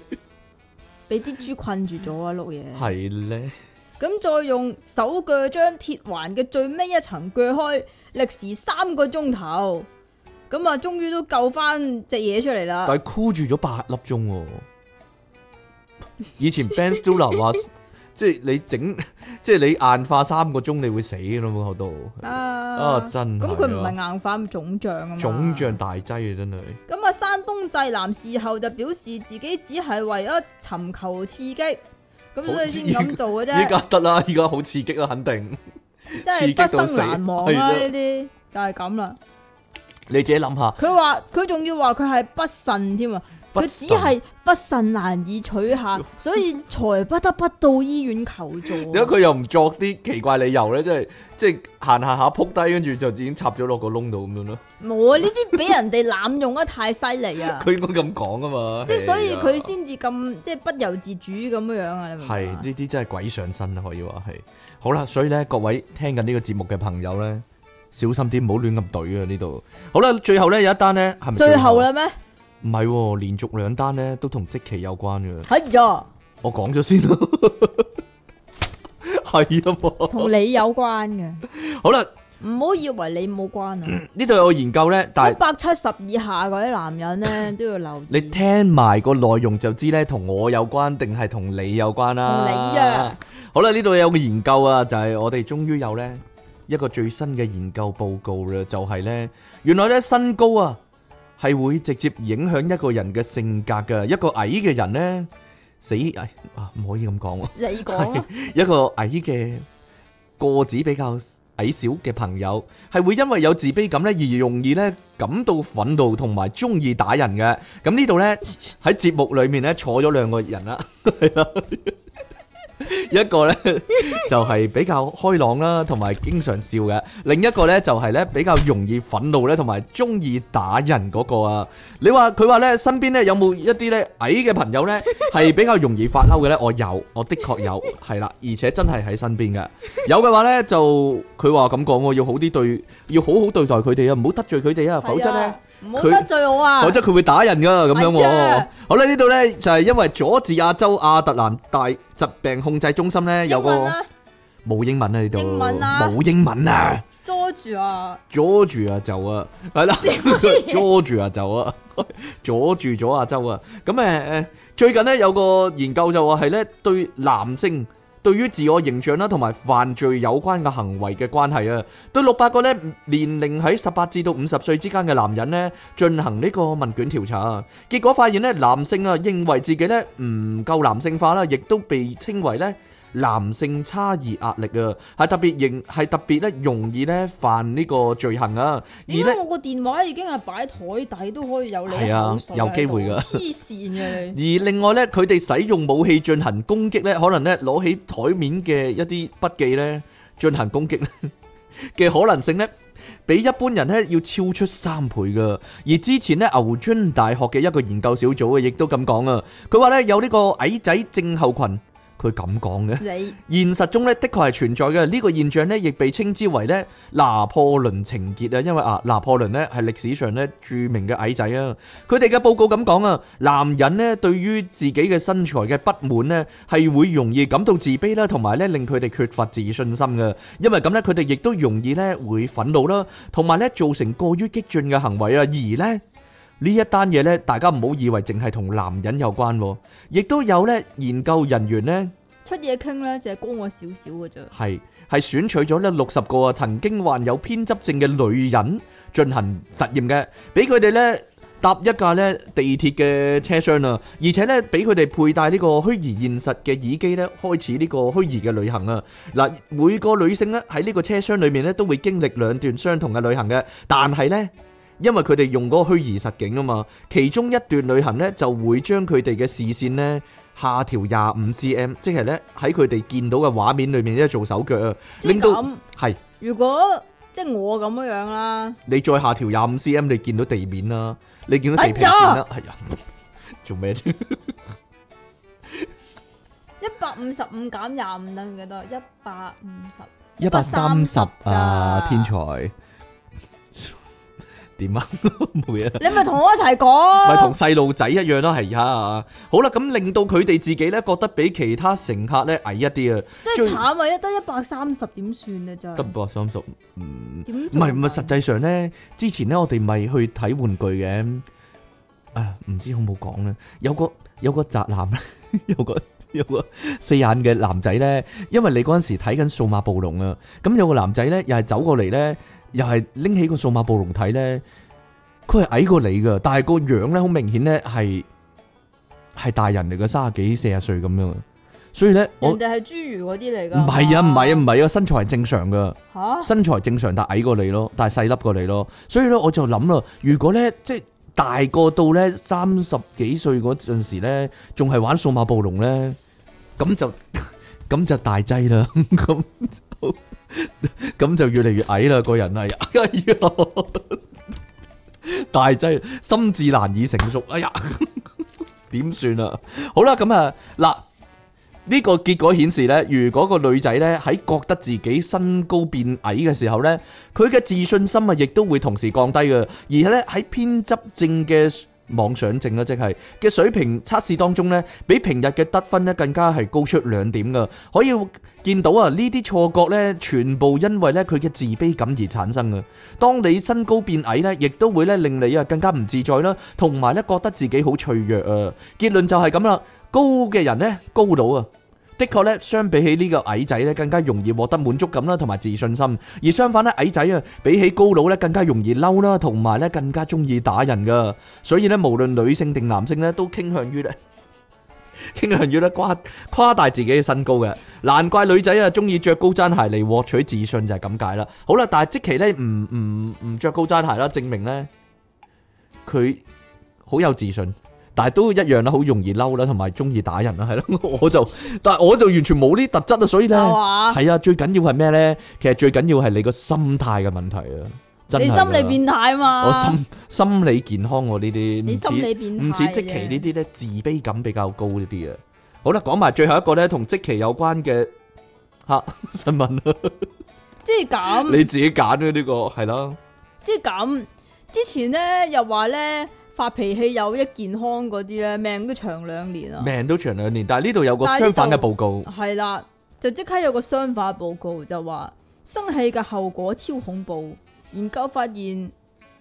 S1: 俾啲豬困住咗啊碌嘢。
S2: 嗯係咧，
S1: 咁再用手鋸將鐵環嘅最尾一層鋸開，歷時三個鐘頭。咁啊，終於都救翻隻嘢出嚟啦。
S2: 但係箍住咗八粒鐘喎。以前 Ben Stiller 話，即係你整， [LAUGHS] 即係你硬化三個鐘，你會死嘅咯，嗰度啊
S1: 啊
S2: 真係
S1: 咁
S2: 啊
S1: 佢唔係硬化，咁腫脹啊嘛。
S2: 腫脹大劑啊，真係
S1: 咁啊，山東濟南事後就表示自己只係為咗尋求刺激，咁所以先咁做嘅
S2: 依
S1: 啫，
S2: 家得啦，依家好刺激啦，肯定
S1: 真係畢生難忘啦！啊
S2: 刺激到死
S1: 呢啲就係咁啦。
S2: 你自己諗下，
S1: 佢話佢仲要話佢係不慎添啊！
S2: 不
S1: 佢
S2: 慎
S1: 只係不慎難以取下，所以才不得不到醫院求
S2: [LAUGHS]
S1: 助
S2: 點
S1: 啊。
S2: 解佢又唔作啲奇怪理由咧？即係即係行下下撲低，跟住就已經插咗落個窿度咁樣咯。
S1: 冇啊！呢啲俾人哋濫用得太犀利啊！
S2: [LAUGHS] 佢應該咁講啊嘛。
S1: 即係所以
S2: 係啊
S1: 佢先至咁即係不由自主咁樣樣啊！你明唔
S2: 係
S1: 明啊
S2: 呢？啲真係鬼上身啊，可以話係。好啦，所以咧，各位聽緊呢個節目嘅朋友咧，小心啲，唔好亂咁懟啊呢度。好啦，最後咧有一單咧，係咪
S1: 最後啦
S2: 咧？
S1: 咩？
S2: 唔係喎，連續兩單咧都同即期有關嘅。
S1: 哎呀，
S2: 我講咗先
S1: [LAUGHS]
S2: 咯，係啊嘛。
S1: 同你有關嘅，
S2: 好啦，
S1: 唔好以為你冇關啊！
S2: 呢度有個研究咧，嗯但
S1: 一
S2: 係
S1: 百七十以下嗰啲男人
S2: [LAUGHS]
S1: 咧都要留意。
S2: 你聽埋個內容就知咧，同我有關定係同你有關啦。
S1: 同你啊！
S2: 好啦，呢度有個研究啊，就係、我哋終於有咧一個最新嘅研究報告啦，就係、呢，咧原來咧身高啊係會直接影響一個人嘅性格嘅，一個矮嘅人咧死矮啊唔可以咁講喎。 [LAUGHS]
S1: 你講啊，
S2: 一個矮嘅個子比較矮小嘅朋友，係會因為有自卑感咧，而容易咧感到憤怒同埋中意打人嘅。咁呢度咧喺節目裏面咧坐咗兩個人啦， [LAUGHS] 係啦一個咧就係比較開朗啦，同埋經常笑嘅；另一個咧就係咧比較容易憤怒咧，同埋中意打人嗰個啊。你話佢話咧，身邊咧有冇一啲咧矮嘅朋友咧係比較容易發嬲嘅咧？我有，我的確有，係啦，而且真係喺身邊嘅。有嘅話咧，就佢話咁講喎，要好啲對，要好好對待佢哋啊，唔好得罪佢哋啊，否則
S1: 係
S2: 咧
S1: 啊。唔好
S2: 佢
S1: 得罪我啊！
S2: 否哦則佢會打人噶咁樣
S1: 係啊
S2: 喎。好啦，呢度呢，就係因為佐治亞州亞特蘭大疾病控制中心呢，有
S1: 英
S2: 個
S1: 文啦，
S2: 冇英文啊呢度，
S1: 英文啊
S2: 冇英文啊
S1: 捉住啊！
S2: ，Georgia 就啊，係啦 [LAUGHS] ，Georgia 就啊，阻住咗亞洲啊。咁誒誒，最近呢，有個研究就話係呢對男性。對於自我形象啦，同埋犯罪有關嘅行為嘅關係啊，對六百個咧年齡喺十八至到五十歲之間嘅男人呢，進行呢個問卷調查啊，結果發現呢，男性啊認為自己呢唔夠男性化啦，亦都被稱為呢男性差異壓力啊，係特別認係特別咧容易呢犯呢個罪行啊，而
S1: 點
S2: 呢
S1: 解。我個電話已經係擺台底都可以有你
S2: 係啊
S1: 口水喺度
S2: 有機會㗎
S1: 黐線
S2: [LAUGHS]
S1: 嘅你，
S2: 而另外咧，佢哋使用武器進行攻擊咧，可能咧攞起台面嘅一啲筆記咧進行攻擊咧嘅可能性咧，比一般人咧要超出三倍噶。而之前咧牛津大學嘅一個研究小組啊，亦都咁講啊，佢話咧有呢個矮仔症候群，佢咁講 [LAUGHS] 嘅。
S1: 你
S2: 現實中咧，的確係存在嘅。呢、個現象咧，亦被稱之為咧拿破崙情結啊。因為啊，拿破崙咧係歷史上咧著名嘅矮仔啊。佢哋嘅報告咁講啊，男人咧對於自己嘅身材嘅不滿咧，係會容易感到自卑啦，同埋咧令佢哋缺乏自信心嘅。因為咁咧，佢哋亦都容易咧會憤怒啦，同埋咧造成過於激進嘅行為啊。而咧呢一單嘢咧，大家唔好以為淨係同男人有關喎，亦都有咧研究人員咧。
S1: 出嘢傾咧，就係高我少少嘅啫。
S2: 係係選取咗呢六十個啊曾經患有偏執症嘅女人進行實驗嘅，俾佢哋呢搭一架呢地鐵嘅車廂啊，而且呢俾佢哋佩戴呢個虛擬現實嘅耳機呢開始呢個虛擬嘅旅行啊！嗱，每個女性呢喺呢個車廂裏面呢都會經歷兩段相同嘅旅行嘅，但係呢。因為佢哋用嗰個虛擬實境啊嘛，其中一段旅行呢就會將佢哋嘅視線呢下調廿五 cm，即係呢喺佢哋見到嘅畫面裏面咧做手腳啊，
S1: 即係
S2: 令到
S1: 咁，
S2: 係
S1: 如果即係我咁樣樣啦，
S2: 你再下調廿五 cm，你見到地面啦，你見到地平線啦，係啊，做咩啫？
S1: 一百五十五減廿五等於幾多？一百五十。
S2: 一百三十啊，
S1: 咋
S2: 天才 [LAUGHS] 點啊？ [LAUGHS] 冇嘢啦。
S1: 你咪同我一齊
S2: 咪同
S1: 講，
S2: 細路仔一樣咯，係啊！好啦，咁令到佢哋自己咧覺得比其他乘客咧矮一啲啊，
S1: 真
S2: 最
S1: 係慘啊！一得一百三十點算啊，真係
S2: 得唔得啊三十？唔
S1: 點啊唔
S2: 係唔係，實際上咧，之前咧我哋咪去睇玩具嘅，啊唔知好冇講咧，有個有個宅男咧， [LAUGHS] 有個有個四眼嘅男仔咧，因為你嗰陣時睇緊《數碼暴龍》啊，咁有個男仔咧又係走過嚟咧，又係拎起個數碼暴龍睇咧，佢係矮過你噶，但係個樣咧好明顯咧係係大人嚟嘅，三十幾四十歲咁樣啊，所以咧我
S1: 人
S2: 唔
S1: 哋係侏儒嗰啲嚟㗎。哦
S2: 係啊，唔係啊，唔係啊，身材係正常噶。
S1: 啊，吓
S2: 身材正常但矮過你咯，但係細粒過你咯，所以咧我就諗啦，如果咧即係大個到咧三十幾歲嗰陣時咧，仲係玩數碼暴龍咧，咁就 [LAUGHS] 咁就大劑啦， [LAUGHS] 咁就 [LAUGHS] 咁就越嚟越矮啦，個人係， [LAUGHS] 哎呀，大劑，心智難以成熟，哎呀， [LAUGHS] 點算啊？好啦，咁啊嗱。呢個結果顯示咧，如果個女仔咧喺覺得自己身高變矮嘅時候咧，佢嘅自信心啊，亦都會同時降低嘅。而咧喺偏執症嘅妄想症啦，即係嘅水平測試當中咧，比平日嘅得分咧更加係高出兩點噶。可以見到啊，呢啲錯覺咧，全部因為咧佢嘅自卑感而產生嘅。當你身高變矮咧，亦都會咧令你啊更加唔自在啦，同埋咧覺得自己好脆弱啊。結論就係咁啦。高嘅人呢，高佬啊，的確呢，相比起呢個矮仔呢，更加容易獲得滿足感啦，同埋自信心。而相反呢，矮仔啊，比起高佬呢，更加容易嬲啦，同埋呢，更加中意打人噶。所以呢，無論女性定男性呢，都傾向於呢， [LAUGHS] 傾向於呢誇誇大自己嘅身高嘅。難怪女仔啊，中意着高踭鞋嚟獲取自信就係咁解啦。好啦，但係即期呢，唔唔唔着高踭鞋啦，證明呢，佢好有自信。但係都一樣啦，好容易嬲啦，同埋中意打人啦，係咯，我就但係我就完全冇呢特質啊，所以咧
S1: 係嘛？
S2: 係啊，最緊要係咩咧？其實最緊要係你個心態嘅問題啊，真係
S1: 你
S2: 㗎
S1: 心理變態嘛？
S2: 我心心理健康我呢啲，
S1: 你
S2: 唔
S1: 心
S2: 止
S1: 理變態
S2: 唔止即期呢啲咧，自卑感比較高呢啲啊。好啦，講埋最後一個咧，同即期有關嘅吓 [LAUGHS] 新聞啦，
S1: 即係咁。
S2: 你自己揀嘅呢個係啦，
S1: 即係咁，之前咧又話咧發脾氣有益健康嗰啲咧，命都長兩年啊。
S2: 命都長兩年，但係呢度有個
S1: 但係呢
S2: 相反嘅
S1: 度啊
S2: 報告，
S1: 係啦，就即刻有個相反報告就話生氣嘅後果超恐怖。研究發現，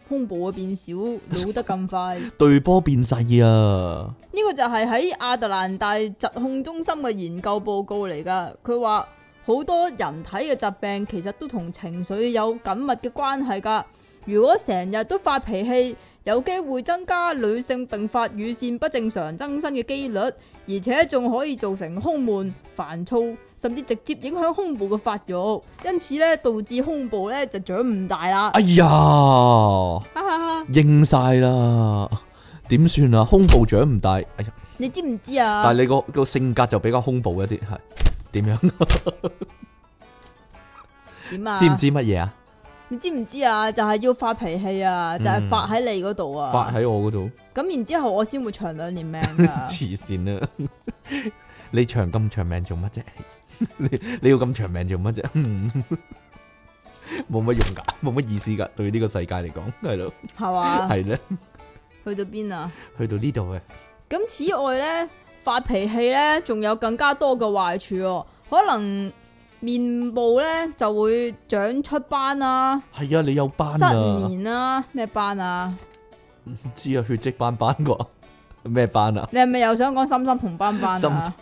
S1: 胸部會變小，老得咁快。呢
S2: 對波變細啊！
S1: 個就係喺亞特蘭大疾控中心嘅研究報告嚟噶。佢話好多人體嘅疾病其實都同情緒有緊密嘅關係噶。如果成日都發脾氣，有機會增加女性並發乳腺不正常增生嘅機率，而且仲可以造成胸悶、煩躁，甚至直接影響胸部嘅發育。因此咧，導致胸部咧就長唔大啦。
S2: 哎呀，
S1: 哈哈哈！
S2: 應晒啦，點算啊？胸部長唔大，哎呀，
S1: 你知唔知啊？
S2: 但係你個個性格就比較胸部一啲，係點樣？
S1: 點啊？
S2: 知唔知乜嘢啊？
S1: 你知唔知啊？就係、要發脾氣啊，就係、發喺你嗰度啊。
S2: 嗯發喺我嗰度，。
S1: 咁然之後，我先會長兩年命噶
S2: [LAUGHS] 慈善啊！你長咁長命做乜啫？ [LAUGHS] 你你要咁長命做乜啫？ [LAUGHS] 嗯冇乜用噶，冇乜意思噶，對呢個世界嚟講，係咯，
S1: 係嘛？
S2: 係咧，
S1: 去到邊啊？
S2: 去到呢度嘅，
S1: 咁此外咧，發脾氣咧，仲有更加多嘅壞處喎。可能面部咧就會長出斑啊、
S2: 係啊，你有斑
S1: 失
S2: 啊，
S1: 眠啊、咩斑啊？
S2: 唔知啊，血跡斑斑啩， [LAUGHS] 咩斑啊？
S1: 你係咪又想講心心同斑斑
S2: 心
S1: 啊？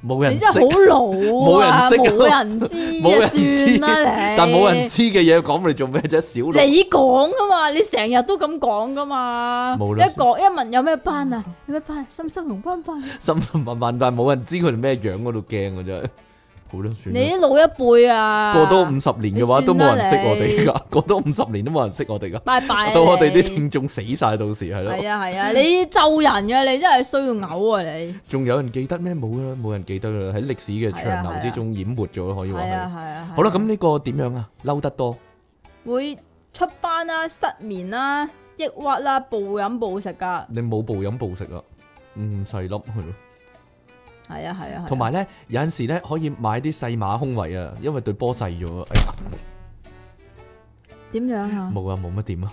S2: 冇
S1: 你
S2: 人
S1: 真係
S2: 識。
S1: 好老啊！
S2: 冇人識
S1: 冇
S2: 啊
S1: 人
S2: 冇人
S1: 知
S2: 知
S1: 啊，算啦你。
S2: 但冇人知嘅嘢講嚟做咩啫？小六
S1: 你講噶嘛？你成日都咁講噶嘛？
S2: 冇
S1: 一
S2: 啦
S1: 講一問有咩班啊？有咩班？心心同班班。
S2: 心心問問，但冇人知佢哋咩樣嗰度驚嘅啫。好啦，算
S1: 你
S2: 啦。
S1: 啲老一輩啊，
S2: 過多五十年嘅話，
S1: 你算啦
S2: 都冇人識我哋
S1: 你
S2: 噶。 [LAUGHS] 過多五十年都冇人識我哋噶。
S1: 拜拜啊
S2: 到我哋啲
S1: 你
S2: 聽眾死晒，到時係
S1: 係
S2: 咯。
S1: 啊係啊，你咒人嘅，你真係衰到嘔啊你！
S2: 仲有人記得咩？冇啦，冇人記得啦。喺歷史嘅長流之中淹沒咗，可以話
S1: 啊係啊
S2: 係。
S1: 係啊，
S2: 好啦，咁呢個點樣啊？嬲得多，
S1: 會出班啦、失眠啦、抑鬱啦、暴飲暴食噶，
S2: 你冇暴飲暴食啦，嗯，細粒係咯。
S1: 係啊係啊，
S2: 同埋咧，有陣時咧可以買啲細碼胸圍啊，因為對波細咗啊。哎呀，
S1: 點樣啊？
S2: 冇啊，冇乜點啊。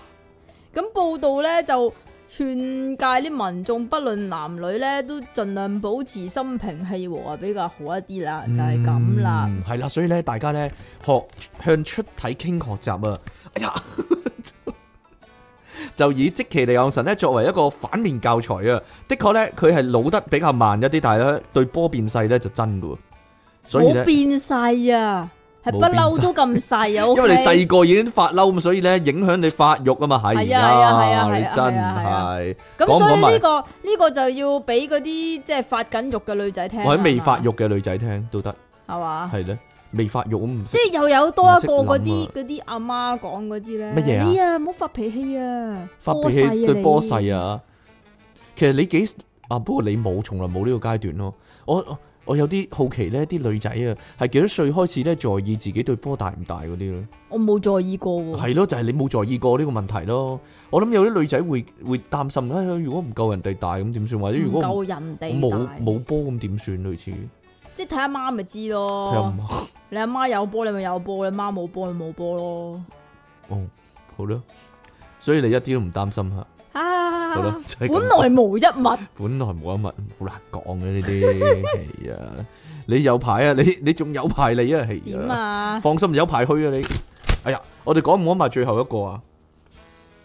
S1: 咁報道咧就勸戒啲民眾，不論男女咧，都盡量保持心平氣和啊，比較好一啲啦，就係咁啦。
S2: 嗯，係啦，所以咧，大家咧學向出體傾學習啊， [LAUGHS] 哎呀，就以即其利昂神咧作為一個反面教材啊，的確咧佢係老得比較慢一啲，但係咧對波變細咧就真噶，所以
S1: 冇
S2: 咧
S1: 變細啊，系不嬲都咁細啊，
S2: 因為你
S1: OK？
S2: 細個已經發嬲，咁所以咧影響你發育啊嘛，係
S1: 係啊係啊係啊係
S2: 啦，
S1: 啊
S2: 你真
S1: 係啊係啊
S2: 係。講
S1: 咁
S2: 唔
S1: 所以
S2: 講埋
S1: 呢個呢個就要俾嗰啲即係發緊育嘅女仔聽啦，啊
S2: 我喺未發
S1: 係
S2: 育嘅女仔聽都得，
S1: 嘛係嘛？
S2: 係咧，未發育我唔
S1: 即。
S2: 識
S1: 係又有多一個嗰
S2: 唔識諗
S1: 啲
S2: 啊
S1: 嗰啲阿媽講嗰啲咧，
S2: 乜嘢啊
S1: 你啊，唔好發脾氣啊，
S2: 發脾
S1: 細
S2: 氣
S1: 啊
S2: 對
S1: 你
S2: 波細啊！其實你幾啊？不過你冇，從來冇呢個階段咯。我我我有啲好奇呢啲女仔啊，係幾多歲開始咧在意自己對波大唔大嗰啲咧？
S1: 我冇在意過喎，
S2: 係咯，就係你冇在意過呢個問題咯。我諗有啲女仔會會擔心，哎呀，如果唔夠人哋大咁點算？或者如
S1: 唔
S2: 果唔
S1: 夠人
S2: 我
S1: 哋
S2: 冇
S1: 大
S2: 冇波咁點算？類似
S1: 即係睇阿媽咪知
S2: 睇下
S1: 咯
S2: 唔。好
S1: 你阿媽有波，你咪有波；你阿媽冇波，你冇波咯。
S2: 好啦。所以你一啲都唔擔心吓，
S1: 啊，
S2: 好啦，
S1: 本
S2: 就係咁
S1: 來無一物，
S2: 本來冇一物，好難講嘅呢 [LAUGHS] 啲，係啊，你有排啊，你你仲有排你啊，係
S1: 點啊？
S2: 放心有排去啊你，哎呀，我哋講唔講埋最後一個啊？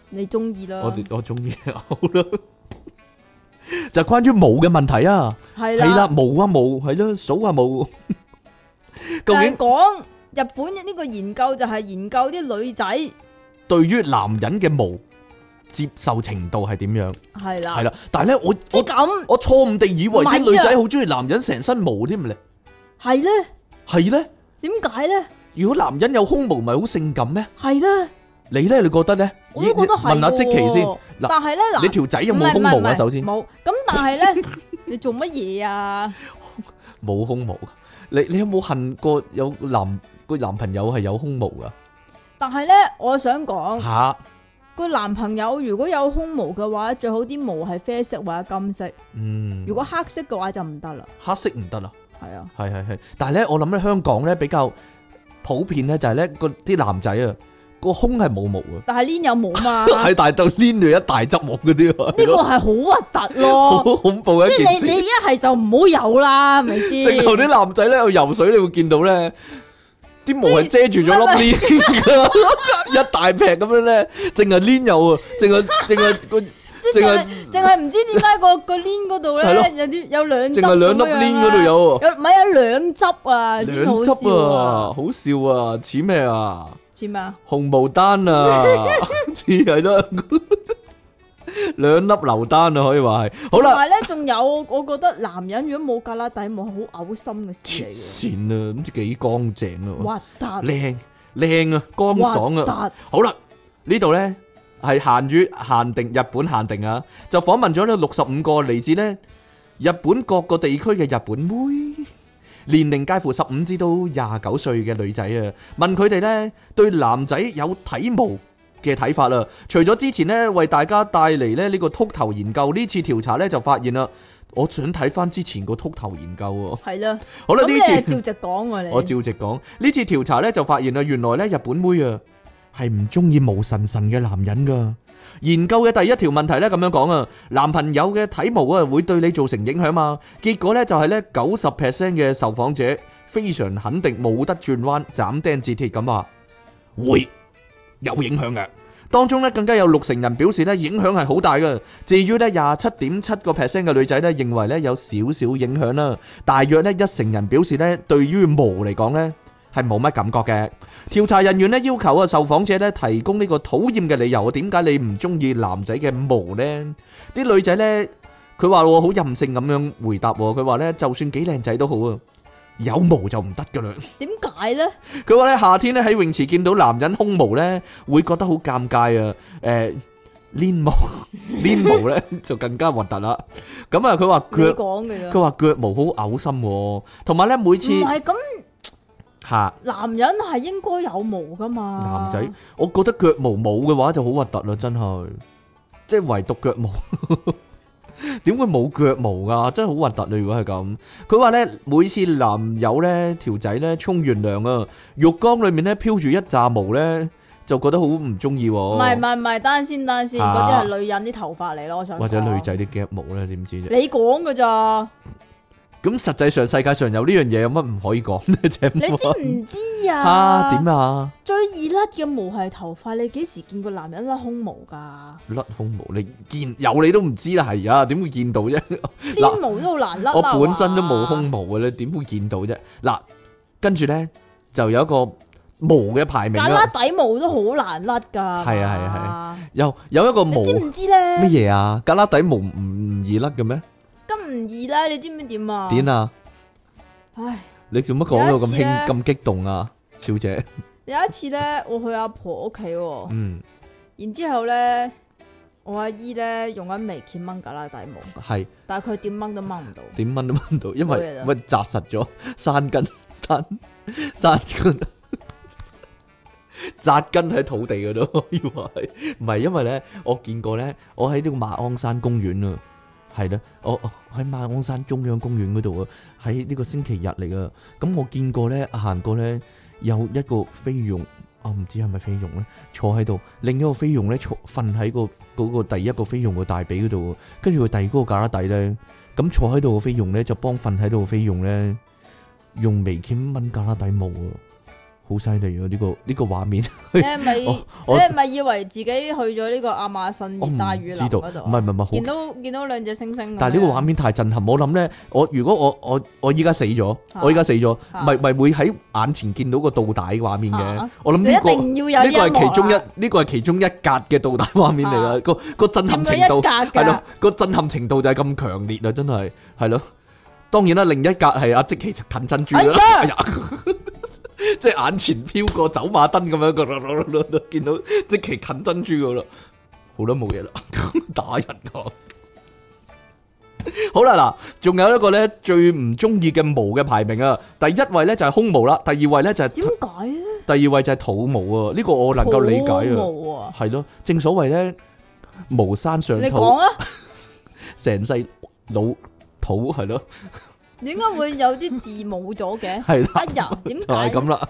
S1: 你中意啦
S2: 我，哋我中意好啦， [LAUGHS] 就係關於冇嘅問題啊，
S1: 係
S2: 係啦，
S1: 啦，
S2: 冇啊冇，係咯，數下冇，
S1: 就
S2: 究
S1: 係
S2: 竟
S1: 講日本呢個研究就係研究啲女仔
S2: 對於男人嘅冇接受程度係點樣？
S1: 係
S2: 係
S1: 啦，
S2: 啦，但係咧我
S1: 即係
S2: 我
S1: 咁
S2: 我錯誤地以為
S1: 唔係
S2: 啲
S1: 啊
S2: 女仔好中意男人成身毛添咧，
S1: 係咧，
S2: 係咧，
S1: 點解咧？
S2: 如果男人有胸毛咪好性感咩？
S1: 係咧，
S2: 你咧，你覺得咧？
S1: 我都覺得係喎。
S2: 問下即奇先，嗱
S1: 但係咧嗱，
S2: 你條仔有
S1: 唔
S2: 冇
S1: 係
S2: 胸
S1: 唔
S2: 毛
S1: 係
S2: 啊？
S1: 唔係
S2: 首先
S1: 冇。咁但
S2: [LAUGHS]
S1: 係咧，你做乜嘢啊？
S2: 冇胸毛，你你有冇恨過有男個男朋友係有胸毛噶？
S1: 但係咧，我想講
S2: 吓，
S1: 個男朋友如果有胸毛嘅話，最好啲毛係啡色或者金色。
S2: 嗯，
S1: 如果黑色嘅話就唔得啦，
S2: 黑色唔得啦，
S1: 係啊，
S2: 係係係。但係咧，我諗咧香港咧比較普遍咧就係咧個啲男仔啊個胸係冇毛啊，
S1: 但係呢有冇嘛？
S2: [LAUGHS] 係大到黏住一大執毛嗰啲啊，
S1: 呢個係好核突
S2: [LAUGHS] 好
S1: 咯，
S2: 恐怖嘅
S1: 即
S2: 一件
S1: 係你你
S2: 事。
S1: 一係就唔好有啦，係
S2: [LAUGHS]
S1: 咪
S2: 直頭啲
S1: 先？
S2: 男仔咧去游水，你會見到咧。啲毛係遮住咗粒黏㗎， [LAUGHS] 一大劈咁樣咧，淨係黏有啊，淨係淨係個
S1: 即係淨係
S2: 淨
S1: 淨係唔知點解
S2: [LAUGHS]
S1: 個個鏈嗰度
S2: 係
S1: 咧
S2: 咯
S1: 有啲有兩
S2: 淨係兩粒
S1: 鏈
S2: 黏嗰度有喎，
S1: 啊有唔係有兩執啊先
S2: 兩
S1: 好
S2: 執
S1: 笑
S2: 啊
S1: 啊？，
S2: 好笑啊，似咩啊？
S1: [LAUGHS] 似咩啊？
S2: 紅毛丹啊，似係啦，兩粒流丹啊，可以話係。好
S1: 同
S2: 啦，
S1: 埋咧，仲有我覺得男人如果冇格拉底毛係好嘔心嘅事
S2: 黐
S1: 嚟
S2: 線啊，唔知幾乾淨啊，
S1: 嘅，核突，
S2: 靚靚啊，乾爽啊。
S1: 核突，
S2: 好啦，呢度呢係限於限定日本限定啊，就訪問咗呢六十五個嚟自呢日本各個地區嘅日本妹，年齡介乎十五至到廿九歲嘅女仔啊，問佢哋呢對男仔有體毛嘅睇法啦。除咗之前呢為大家帶嚟呢呢個秃頭研究，呢次調查呢就發現啦，我想睇翻之前個秃頭研究喎。
S1: 係啦。
S2: 好啦，
S1: 咁
S2: 呢
S1: 你
S2: 次
S1: 係。照直講啊喎你。
S2: 我照直講，呢次調查咧就發現啦，原來咧日本妹啊係唔中意毛神神嘅男人噶。研究嘅第一條問題咧咁樣講啊，男朋友嘅體毛啊會對你造成影響嘛？結果咧就係咧九十 percent 嘅受訪者非常肯定冇得轉彎，斬釘截鐵咁話會有影響嘅。當中咧更加有六成人表示咧影響係好大嘅。至於咧廿七點七個 percent 嘅女仔咧認為咧有少少影響啦。 [LAUGHS] 大約咧一成人表示咧，對於毛嚟講咧係冇乜感覺嘅。調查人員咧要求啊受訪者咧提供呢個討厭嘅理由，點解你唔中意男仔嘅毛呢？啲女仔咧，佢話我好任性咁樣回答喎，佢話咧就算幾靚仔都好啊，有毛 [LAUGHS] 就唔得噶啦。
S1: 點解咧？
S2: 佢話咧夏天咧喺泳池見到男人胸毛咧，會覺得好尷尬啊！誒、黏毛黏毛咧就更加核突啦。咁啊，佢話
S1: 你
S2: 腳。
S1: 講嘅啫。
S2: 佢話腳毛好嘔心喎，同埋咧每次
S1: 唔係咁，
S2: 嚇
S1: 男人係應該有毛噶嘛。
S2: 男仔，我覺得腳毛冇嘅話就好核突啦，真係，即係唯獨腳毛。 [LAUGHS] 點會冇腳毛啊？真係好核突啊！如果係咁，佢話咧每次男友咧條仔咧沖完涼啊，浴缸裏面咧飄住一紮毛咧，就覺得好唔中意
S1: 唔係唔
S2: 喎。
S1: 係唔係，等陣先等陣先，
S2: 啊
S1: 嗰啲係女人啲頭髮嚟咯，我想講
S2: 或者女。仔啲夾毛咧，點知啫？
S1: 你講嘅
S2: [LAUGHS]
S1: 咋？
S2: 咁實際上世界上有呢樣嘢，有乜唔可以 [LAUGHS] 講咧？姐
S1: 你
S2: 妹
S1: 知唔知
S2: [LAUGHS]
S1: 啊？
S2: 啊？點啊？
S1: 最易甩嘅毛係頭髮，你幾時見過男人甩胸毛㗎？
S2: 甩胸毛，你見有你都唔知啦，係啊，點會見到啫？
S1: 啲毛都好難甩啦
S2: 我本身都冇
S1: 係
S2: 胸啊
S1: 嘛
S2: 毛嘅，你點會見到啫？嗱，跟住咧，就有一個毛嘅排名
S1: 架甩
S2: 啦，
S1: 底毛都好難甩㗎。
S2: 係啊係啊有有一個毛
S1: 你知唔知咧？
S2: 乜嘢啊？格拉底毛唔唔易甩嘅咩？
S1: 咁唔易啦，你知唔知點啊？
S2: 點啊？
S1: 唉，
S2: 你做乜講到咁
S1: 有一次呢
S2: 興咁激動啊，小姐？
S1: 有一次咧，我去阿婆屋企喎。
S2: 嗯，
S1: 然之後咧，我阿姨咧用緊微鉗掹架拉底毛，
S2: 係
S1: 但係佢點掹都掹唔
S2: [LAUGHS]
S1: 到。
S2: 點掹都掹唔到，因
S1: 冇嘢
S2: 為
S1: 啦
S2: 喂扎實咗，山根山山根扎根喺土地嗰度，以為唔係因為咧，我見過咧，我喺呢個馬鞍山公園啊，係啦，我我喺馬鞍山中央公園嗰度啊，喺呢個星期日嚟噶，咁我見過咧，行過咧有一個菲佣，我唔知係咪菲佣咧，坐喺度，另一個菲佣咧坐瞓喺個嗰個第一個菲佣個大髀嗰度， [LAUGHS] 跟住佢第二個架底咧。咁坐喺度嘅菲佣咧，就幫瞓喺度嘅菲佣咧，用眉鉗掹架拉底毛啊，好犀利啊！呢、個呢、個畫面，
S1: 你係咪
S2: 哎我
S1: 你
S2: 我
S1: 係咪以為自己去咗呢個亞馬遜
S2: 我唔
S1: 熱帶嗯雨林
S2: 知道，
S1: 嗰度
S2: 唔
S1: 啊？
S2: 係唔係唔係好
S1: 見到見到兩隻星星咁樣。
S2: 但係呢個畫面太震撼，我諗咧，我如果我我我依家死咗，
S1: 啊
S2: 我依家死咗，
S1: 啊
S2: 咪咪會喺眼前見到個倒帶畫面嘅
S1: 啊。
S2: 我諗
S1: 你
S2: 呢個
S1: 一定要有
S2: 呢個
S1: 個
S2: 係其中一呢個係其中一格嘅倒帶畫面嚟
S1: 啊
S2: 噶，個個震撼程
S1: 一格
S2: 度係咯
S1: 㗎，，
S2: 個震撼程度就係咁強烈啊，真係係咯。當然啦，另一格係阿即其近珍珠啦，
S1: 哎呀
S2: 哎呀 [LAUGHS] 即係眼前飄過走馬燈咁樣，個見到即其近珍珠噶啦，好啦，冇 [LAUGHS] 嘢啦，打人噶。好啦，嗱，仲有一個咧最唔中意嘅毛嘅排名啊，第一位咧就係胸毛啦，第二位咧就係
S1: 點解咧？
S2: 第二位就係肚毛啊，呢個我能夠理解啊，
S1: 冇啊！
S2: 係咯，正所謂咧無山上
S1: 你
S2: 肚
S1: 講。啊，
S2: 成世老土
S1: [LAUGHS]
S2: 係咯，
S1: 點解會有啲字冇咗
S2: [LAUGHS]
S1: 嘅？
S2: 係啦，
S1: 哎呀，點
S2: 就
S1: 解
S2: 係？咁啦，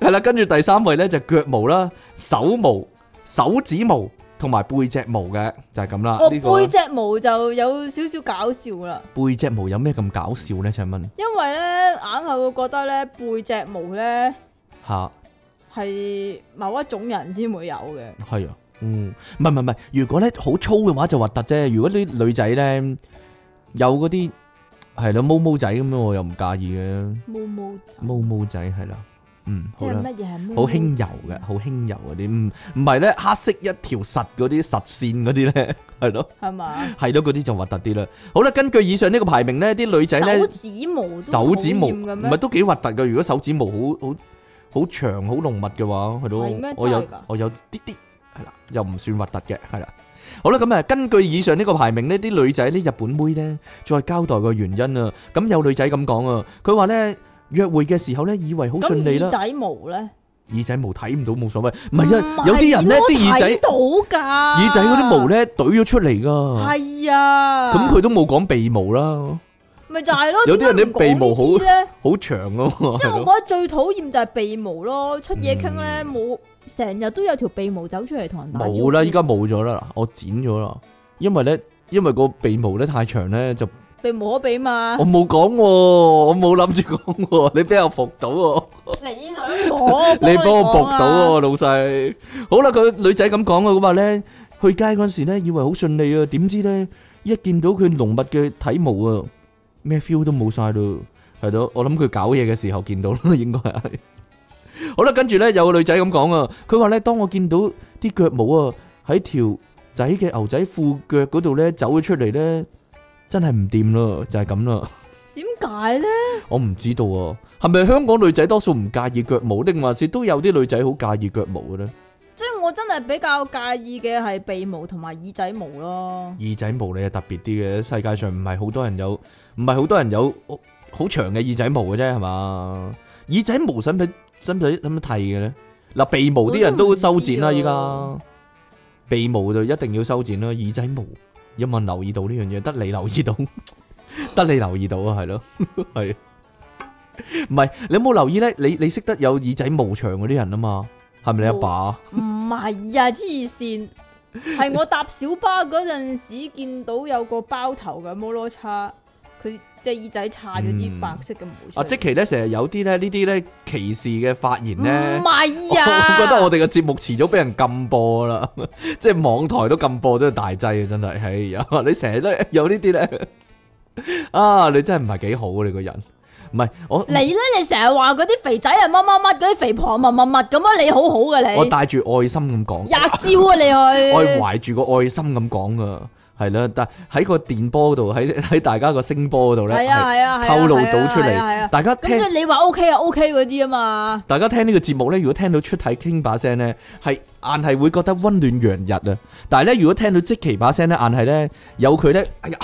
S2: 係啦，跟住第三位咧就腳毛啦、手毛、手指毛同埋背脊毛嘅，就係咁啦。
S1: 我
S2: 啊呢個
S1: 哦背脊毛就有少少搞笑啦，
S2: 背脊毛有咩咁搞笑咧？請問
S1: 因為咧硬係會覺得咧背脊毛咧。
S2: 吓
S1: 系某一種人先會有嘅。
S2: 係啊，嗯，唔係唔係唔係，如果咧好粗嘅話就核突啫。如果啲女仔咧有嗰啲係咯毛毛仔咁樣，我又唔介意嘅。
S1: 毛毛仔，
S2: 毛毛仔係啦，嗯，
S1: 即
S2: 好
S1: 係
S2: 啦。
S1: 乜嘢係毛毛？
S2: 好輕柔嘅，好輕柔嗰啲，唔唔係咧黑色一條實嗰啲實線嗰啲咧， [LAUGHS] 係咯，
S1: 係嘛？
S2: 係咯，嗰啲就核突啲啦。好啦，根據以上呢個排名咧，啲女仔咧
S1: 手指毛都
S2: 手指毛
S1: 討厭嘅
S2: 唔
S1: 咩
S2: 係都幾核突嘅。如果手指毛好好好長好濃密嘅話，係
S1: 係
S2: 咯
S1: 咩，
S2: 我
S1: 真係
S2: 有
S1: 㗎
S2: 我有啲啲係啦，又唔算核突嘅，係啦。好啦，咁啊，根據以上呢個排名呢啲女仔呢，日本妹呢，再交代個原因啊。咁有女仔咁講啊，佢話呢，約會嘅時候呢，以為好順利
S1: 咁
S2: 啦
S1: 耳。仔毛咧？
S2: 耳仔毛睇唔到冇所謂，唔係啊，有
S1: 唔係
S2: 啲人咧
S1: 咯
S2: 啲耳仔
S1: 睇到㗎，
S2: 耳
S1: 耳
S2: 仔嗰啲毛。咧懟咗出嚟噶，
S1: 係啊，
S2: 咁佢都冇講鼻毛啦，
S1: 咪就係咯。
S2: 有啲人
S1: 點解唔
S2: 啲鼻毛好
S1: 講呢啲
S2: [LAUGHS]
S1: 咧，
S2: 好長啊嘛，
S1: 即係
S2: 係
S1: 我
S2: 咯，
S1: 覺得最討厭就係鼻毛咯。出嘢傾咧，
S2: 嗯
S1: 冇成日都有條鼻毛走出嚟同人打招呼
S2: [LAUGHS] 冇啦，依家冇咗啦，我剪咗啦，因為咧，因為個鼻毛咧太長咧，就
S1: 鼻無可比嘛
S2: 我。冇講喎，我冇諗住講喎，你俾我服到喎。
S1: 你想講，
S2: [LAUGHS] 你幫我
S1: 講
S2: 搏
S1: 啊
S2: 到啊，老細。好啦，佢女仔咁講啊，佢話咧去街嗰陣時咧，以為好順利啊，點知咧一見到佢濃密嘅體毛啊，咩 feel 都冇晒咯，係咯。我諗佢搞嘢嘅時候見到啦，應該係。好啦，跟住咧有個女仔咁講啊，佢話咧當我見到啲腳毛啊喺條仔嘅牛仔褲腳嗰度咧走咗出嚟咧，真係唔掂咯，就係咁啦。
S1: 點解咧？
S2: 我唔知道啊，係咪香港女仔多數唔介意腳毛，定還是都有啲女仔好介意腳毛嘅咧？
S1: 即系我真係比較介意嘅係鼻毛同埋耳仔毛咯。
S2: 耳仔毛你係特別啲嘅，世界上唔係好多人有，唔係好多人有好好長嘅耳仔毛嘅啫，係嘛？耳仔毛使唔使使唔使使唔使剃嘅咧？嗱，鼻毛啲人都修剪啦，
S1: 我都唔
S2: 依
S1: 知啊
S2: 家鼻毛就一定要修剪啦，耳仔毛有冇人留意到呢樣嘢？得你留意到， [LAUGHS] 得你留意到啊，係咯， [LAUGHS] 係。唔係你有冇留意咧？你你識得有耳仔毛長嗰啲人啊嘛？係咪你阿爸？
S1: 唔係啊，黐線！係我搭小巴嗰陣時見到有個包頭嘅摩羅叉，佢隻耳仔叉咗
S2: 嗯
S1: 啲白色嘅毛出嚟。
S2: 啊，即其咧成日有啲咧呢啲咧歧視嘅發言
S1: 唔
S2: 咧。
S1: 係啊！
S2: [LAUGHS] 我覺得我哋嘅節目遲早俾人禁播啦， [LAUGHS] 即係網台都禁播，真係大劑啊！真 [LAUGHS] 係，哎呀，你成日都有呢啲咧，啊，你真係唔係幾好啊！你個人唔係我
S1: [LAUGHS] 你咧，你成日話嗰啲肥仔係啊乜乜乜，嗰啲肥婆乜乜乜咁啊，你好好嘅
S2: 我
S1: 你，
S2: 帶住愛心咁講。
S1: 廿招啊你
S2: 我係
S1: 去，
S2: 懷住個愛心咁講噶，係啦，但喺個電波度，喺 [LAUGHS] 喺大家個聲波度咧，
S1: 係啊
S2: 係
S1: 係啊，係啊
S2: 透露到出
S1: 係啊係
S2: 嚟。
S1: 啊，
S2: 大家
S1: 咁
S2: 聽
S1: 所，以你話 O K 啊 O K 嗰啲啊
S2: [LAUGHS]
S1: 嘛，
S2: 大家聽呢個節目咧，如果聽到出體傾把聲咧，係硬係會覺得温暖洋溢啊！但係咧，如果聽到即奇把聲咧，硬係咧有佢咧，哎呀，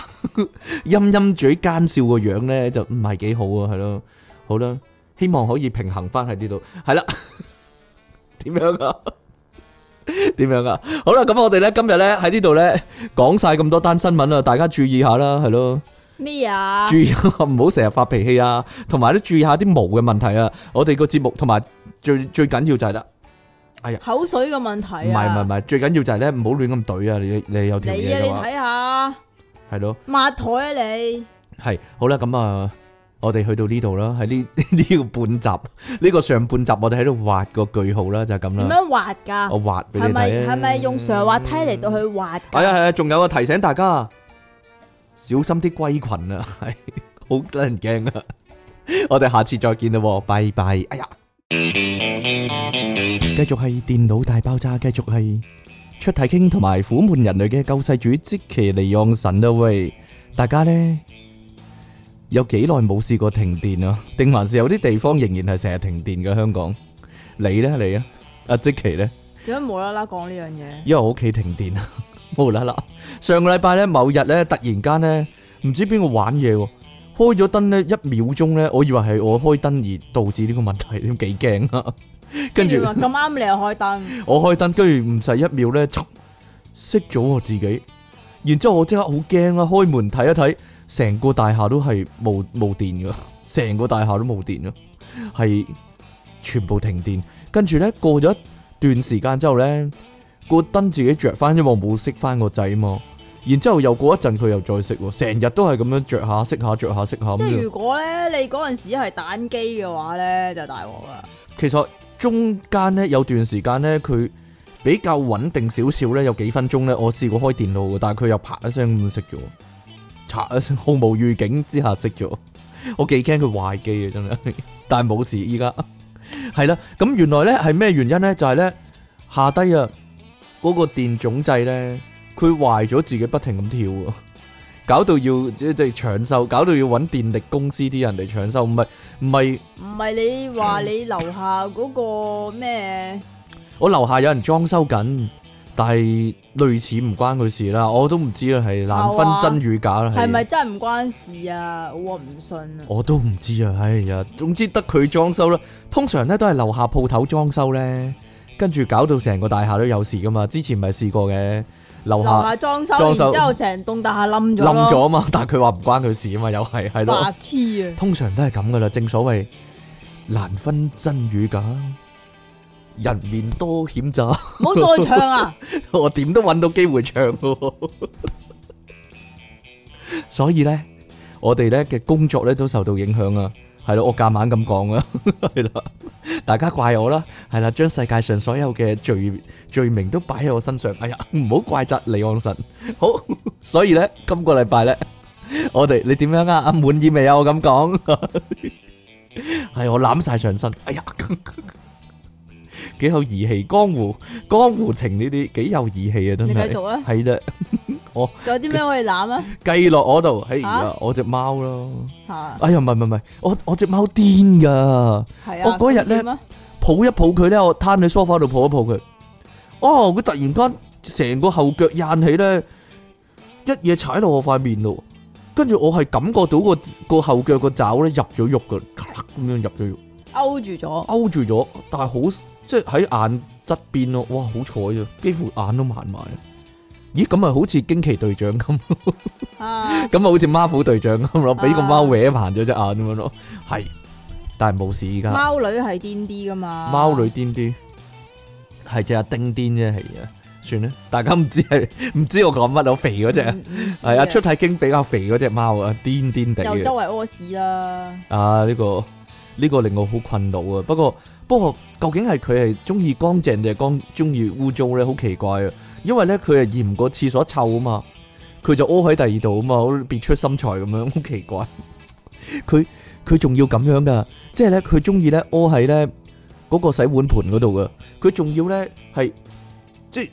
S2: 陰陰嘴奸笑個樣咧，就唔係幾好啊，係咯，好啦，希望可以平衡翻喺呢度，係啦， [LAUGHS] 點樣啊？ [LAUGHS] 點樣啊？好啦，咁我哋咧今日咧喺呢度咧講晒咁多單新聞啦，大家注意下啦，係咯。
S1: 咩啊？
S2: 注意 [LAUGHS] 唔好成日發脾氣啊，同埋都注意下啲毛嘅問題啊。我哋個節目同埋最最緊要就係啦，
S1: 口水嘅問
S2: 唔
S1: 題
S2: 係唔係
S1: 啊
S2: 唔，係，最緊要就係咧唔好亂咁懟啊！你你有條
S1: 你啊
S2: 嘢
S1: 你
S2: 嘅話，
S1: 睇下
S2: 係咯，
S1: 抹台啊你，
S2: 係好啦，咁啊，我哋去到呢度啦，喺呢 [LAUGHS] 呢個半集，呢個上半集我哋喺度畫個句號啦，就係咁
S1: 點
S2: 啦，
S1: 樣滑噶？
S2: 我畫嗯俾你
S1: 係咪
S2: 睇啊
S1: 係咪用上滑梯嚟到去滑
S2: 係啊
S1: 㗎？
S2: 係啊，仲有啊，提醒大家小心啲龜群啊， [LAUGHS] 係好得人驚啊！ [LAUGHS] 我哋下次再見啦喎，拜拜！哎呀，繼續係電腦大爆炸，繼續係出體傾同埋苦悶人類嘅救世主即其離岸神啦喂！大家呢，有幾耐冇試過停電啊？定還是有啲地方仍然係成日停電嘅香港？你呢？你啊？阿即其呢？
S1: 點解無啦啦講呢樣嘢？
S2: 因為我屋企停電啊， [LAUGHS] 無啦啦。上個禮拜咧，某日咧，突然間咧，唔知邊個玩嘢喎，開咗燈咧，一秒鐘咧，我以為係我開燈而導致呢個問題，都幾驚啊！跟住
S1: 你話咁啱你又開燈，
S2: 我開燈，跟住唔使一秒咧，嚓熄咗我自己。然之後我即刻好驚啦，開門睇一睇，成個大廈都係冇冇電噶， [LAUGHS] 成個大廈都冇電咯，係全部停電。跟住咧過咗一段時間之後咧，個燈自己着翻，因為我冇熄翻個掣嘛。然之後又過一陣佢又再熄喎，成日都係咁樣着下熄下着下熄下咁
S1: 即係
S2: 樣。
S1: 如果咧你嗰陣時係蛋機嘅話咧，就大鑊啦。
S2: 其實中間咧有段時間咧，佢比較穩定少少咧，有幾分鐘咧，我試過開電腦嘅，但係佢又啪一聲咁熄咗，嚓一聲毫無預警之下熄咗， [LAUGHS] 我幾驚佢壞機啊，真係，但係冇事依家係啦。咁原來咧係咩原因咧？就係咧下低啊嗰個電總掣咧，佢壞咗自己不停咁跳啊，搞到要即係搶修，搞到要揾電力公司啲人嚟搶修，唔係唔係。
S1: 唔係你話你樓下嗰個咩？
S2: 我樓下有人裝修緊，但係類似唔關佢事啦，我都唔知啦，啊係難分真與假啦，
S1: 哦係咪真係唔關事啊？我唔信啊！
S2: 我都唔知啊，哎呀，總之得佢裝修啦。通常咧都係樓下鋪頭裝修咧，跟住搞到成個大廈都有事噶嘛。之前咪試過嘅，樓
S1: 樓
S2: 下
S1: 下裝修，
S2: 裝
S1: 然
S2: 修
S1: 之後成棟大廈冧咗咯
S2: 冧咗啊嘛， [LAUGHS] 但係佢話唔關佢事啊嘛，又係係咯
S1: 白。痴啊！
S2: 通常都係咁噶啦，正所謂難分真與假，人面多險詐。
S1: 唔
S2: [LAUGHS]
S1: 好再唱啊！
S2: 我點都揾到機會唱喎。所以咧，我哋咧嘅工作咧都受到影響啊。係咯，我夾硬咁講啊， [LAUGHS] 係啦，大家怪我啦，係啦，將世界上所有嘅罪罪名都擺喺我身上。哎呀，唔好怪責離岸神。好，所以咧，今個禮拜咧，我哋你點樣啊？啊滿意未啊？我咁講， [LAUGHS] 係我攬晒上身。哎呀， [LAUGHS] 幾有義氣，江湖江湖情呢啲幾有義氣啊，真
S1: 你繼
S2: 係。
S1: 續啊！
S2: 係啦，
S1: 仲有啲咩可以攬
S2: [LAUGHS]
S1: 啊？
S2: 計落我度，哎呀
S1: 啊，
S2: 我只貓咯，
S1: 吓
S2: 哎呀，唔係唔係唔係，我我只貓癲噶，
S1: 係啊！
S2: 我嗰日呢
S1: 咁點啊
S2: 抱一抱佢咧，我攤喺梳化度抱一抱佢，哦，佢突然間成個後腳掗起咧，一嘢踩落我塊面度，跟住我係感覺到個個後腳個爪咧入咗肉噶，咔啦咁樣入咗肉，
S1: 勾住咗，
S2: 勾住咗，但係好即係喺眼側邊咯，哇，好彩啫，幾乎眼都盲埋，啊咦，咁咪好似驚奇隊長咁。 [LAUGHS]
S1: 啊
S2: 咁啊，好似 Marvel 隊長咁咯，俾個
S1: 啊
S2: 貓搲盲咗隻眼咁樣咯，係，但係冇事依家，
S1: 貓女係癲啲噶嘛？
S2: 貓女癲啲，係只阿丁癲啫，係啊，算啦，大家唔知係唔知我講乜，我肥嗰隻，
S1: 唔唔知
S2: 係啊，出體經比較肥嗰隻貓啊，癲癲地
S1: 又
S2: 嘅
S1: 周，圍屙屎啦，
S2: 啊呢個呢個令我好困擾啊，不過不過究竟係佢係中意乾淨定係乾中意污糟咧，好奇怪啊，因為咧佢係嫌個廁 [LAUGHS] 所臭啊嘛。佢就屙喺第二度啊嘛，好似別出心裁咁樣，好奇怪。佢佢仲要咁樣噶，即係咧佢中意咧屙喺咧嗰個洗碗盤嗰度噶，佢仲要咧係即係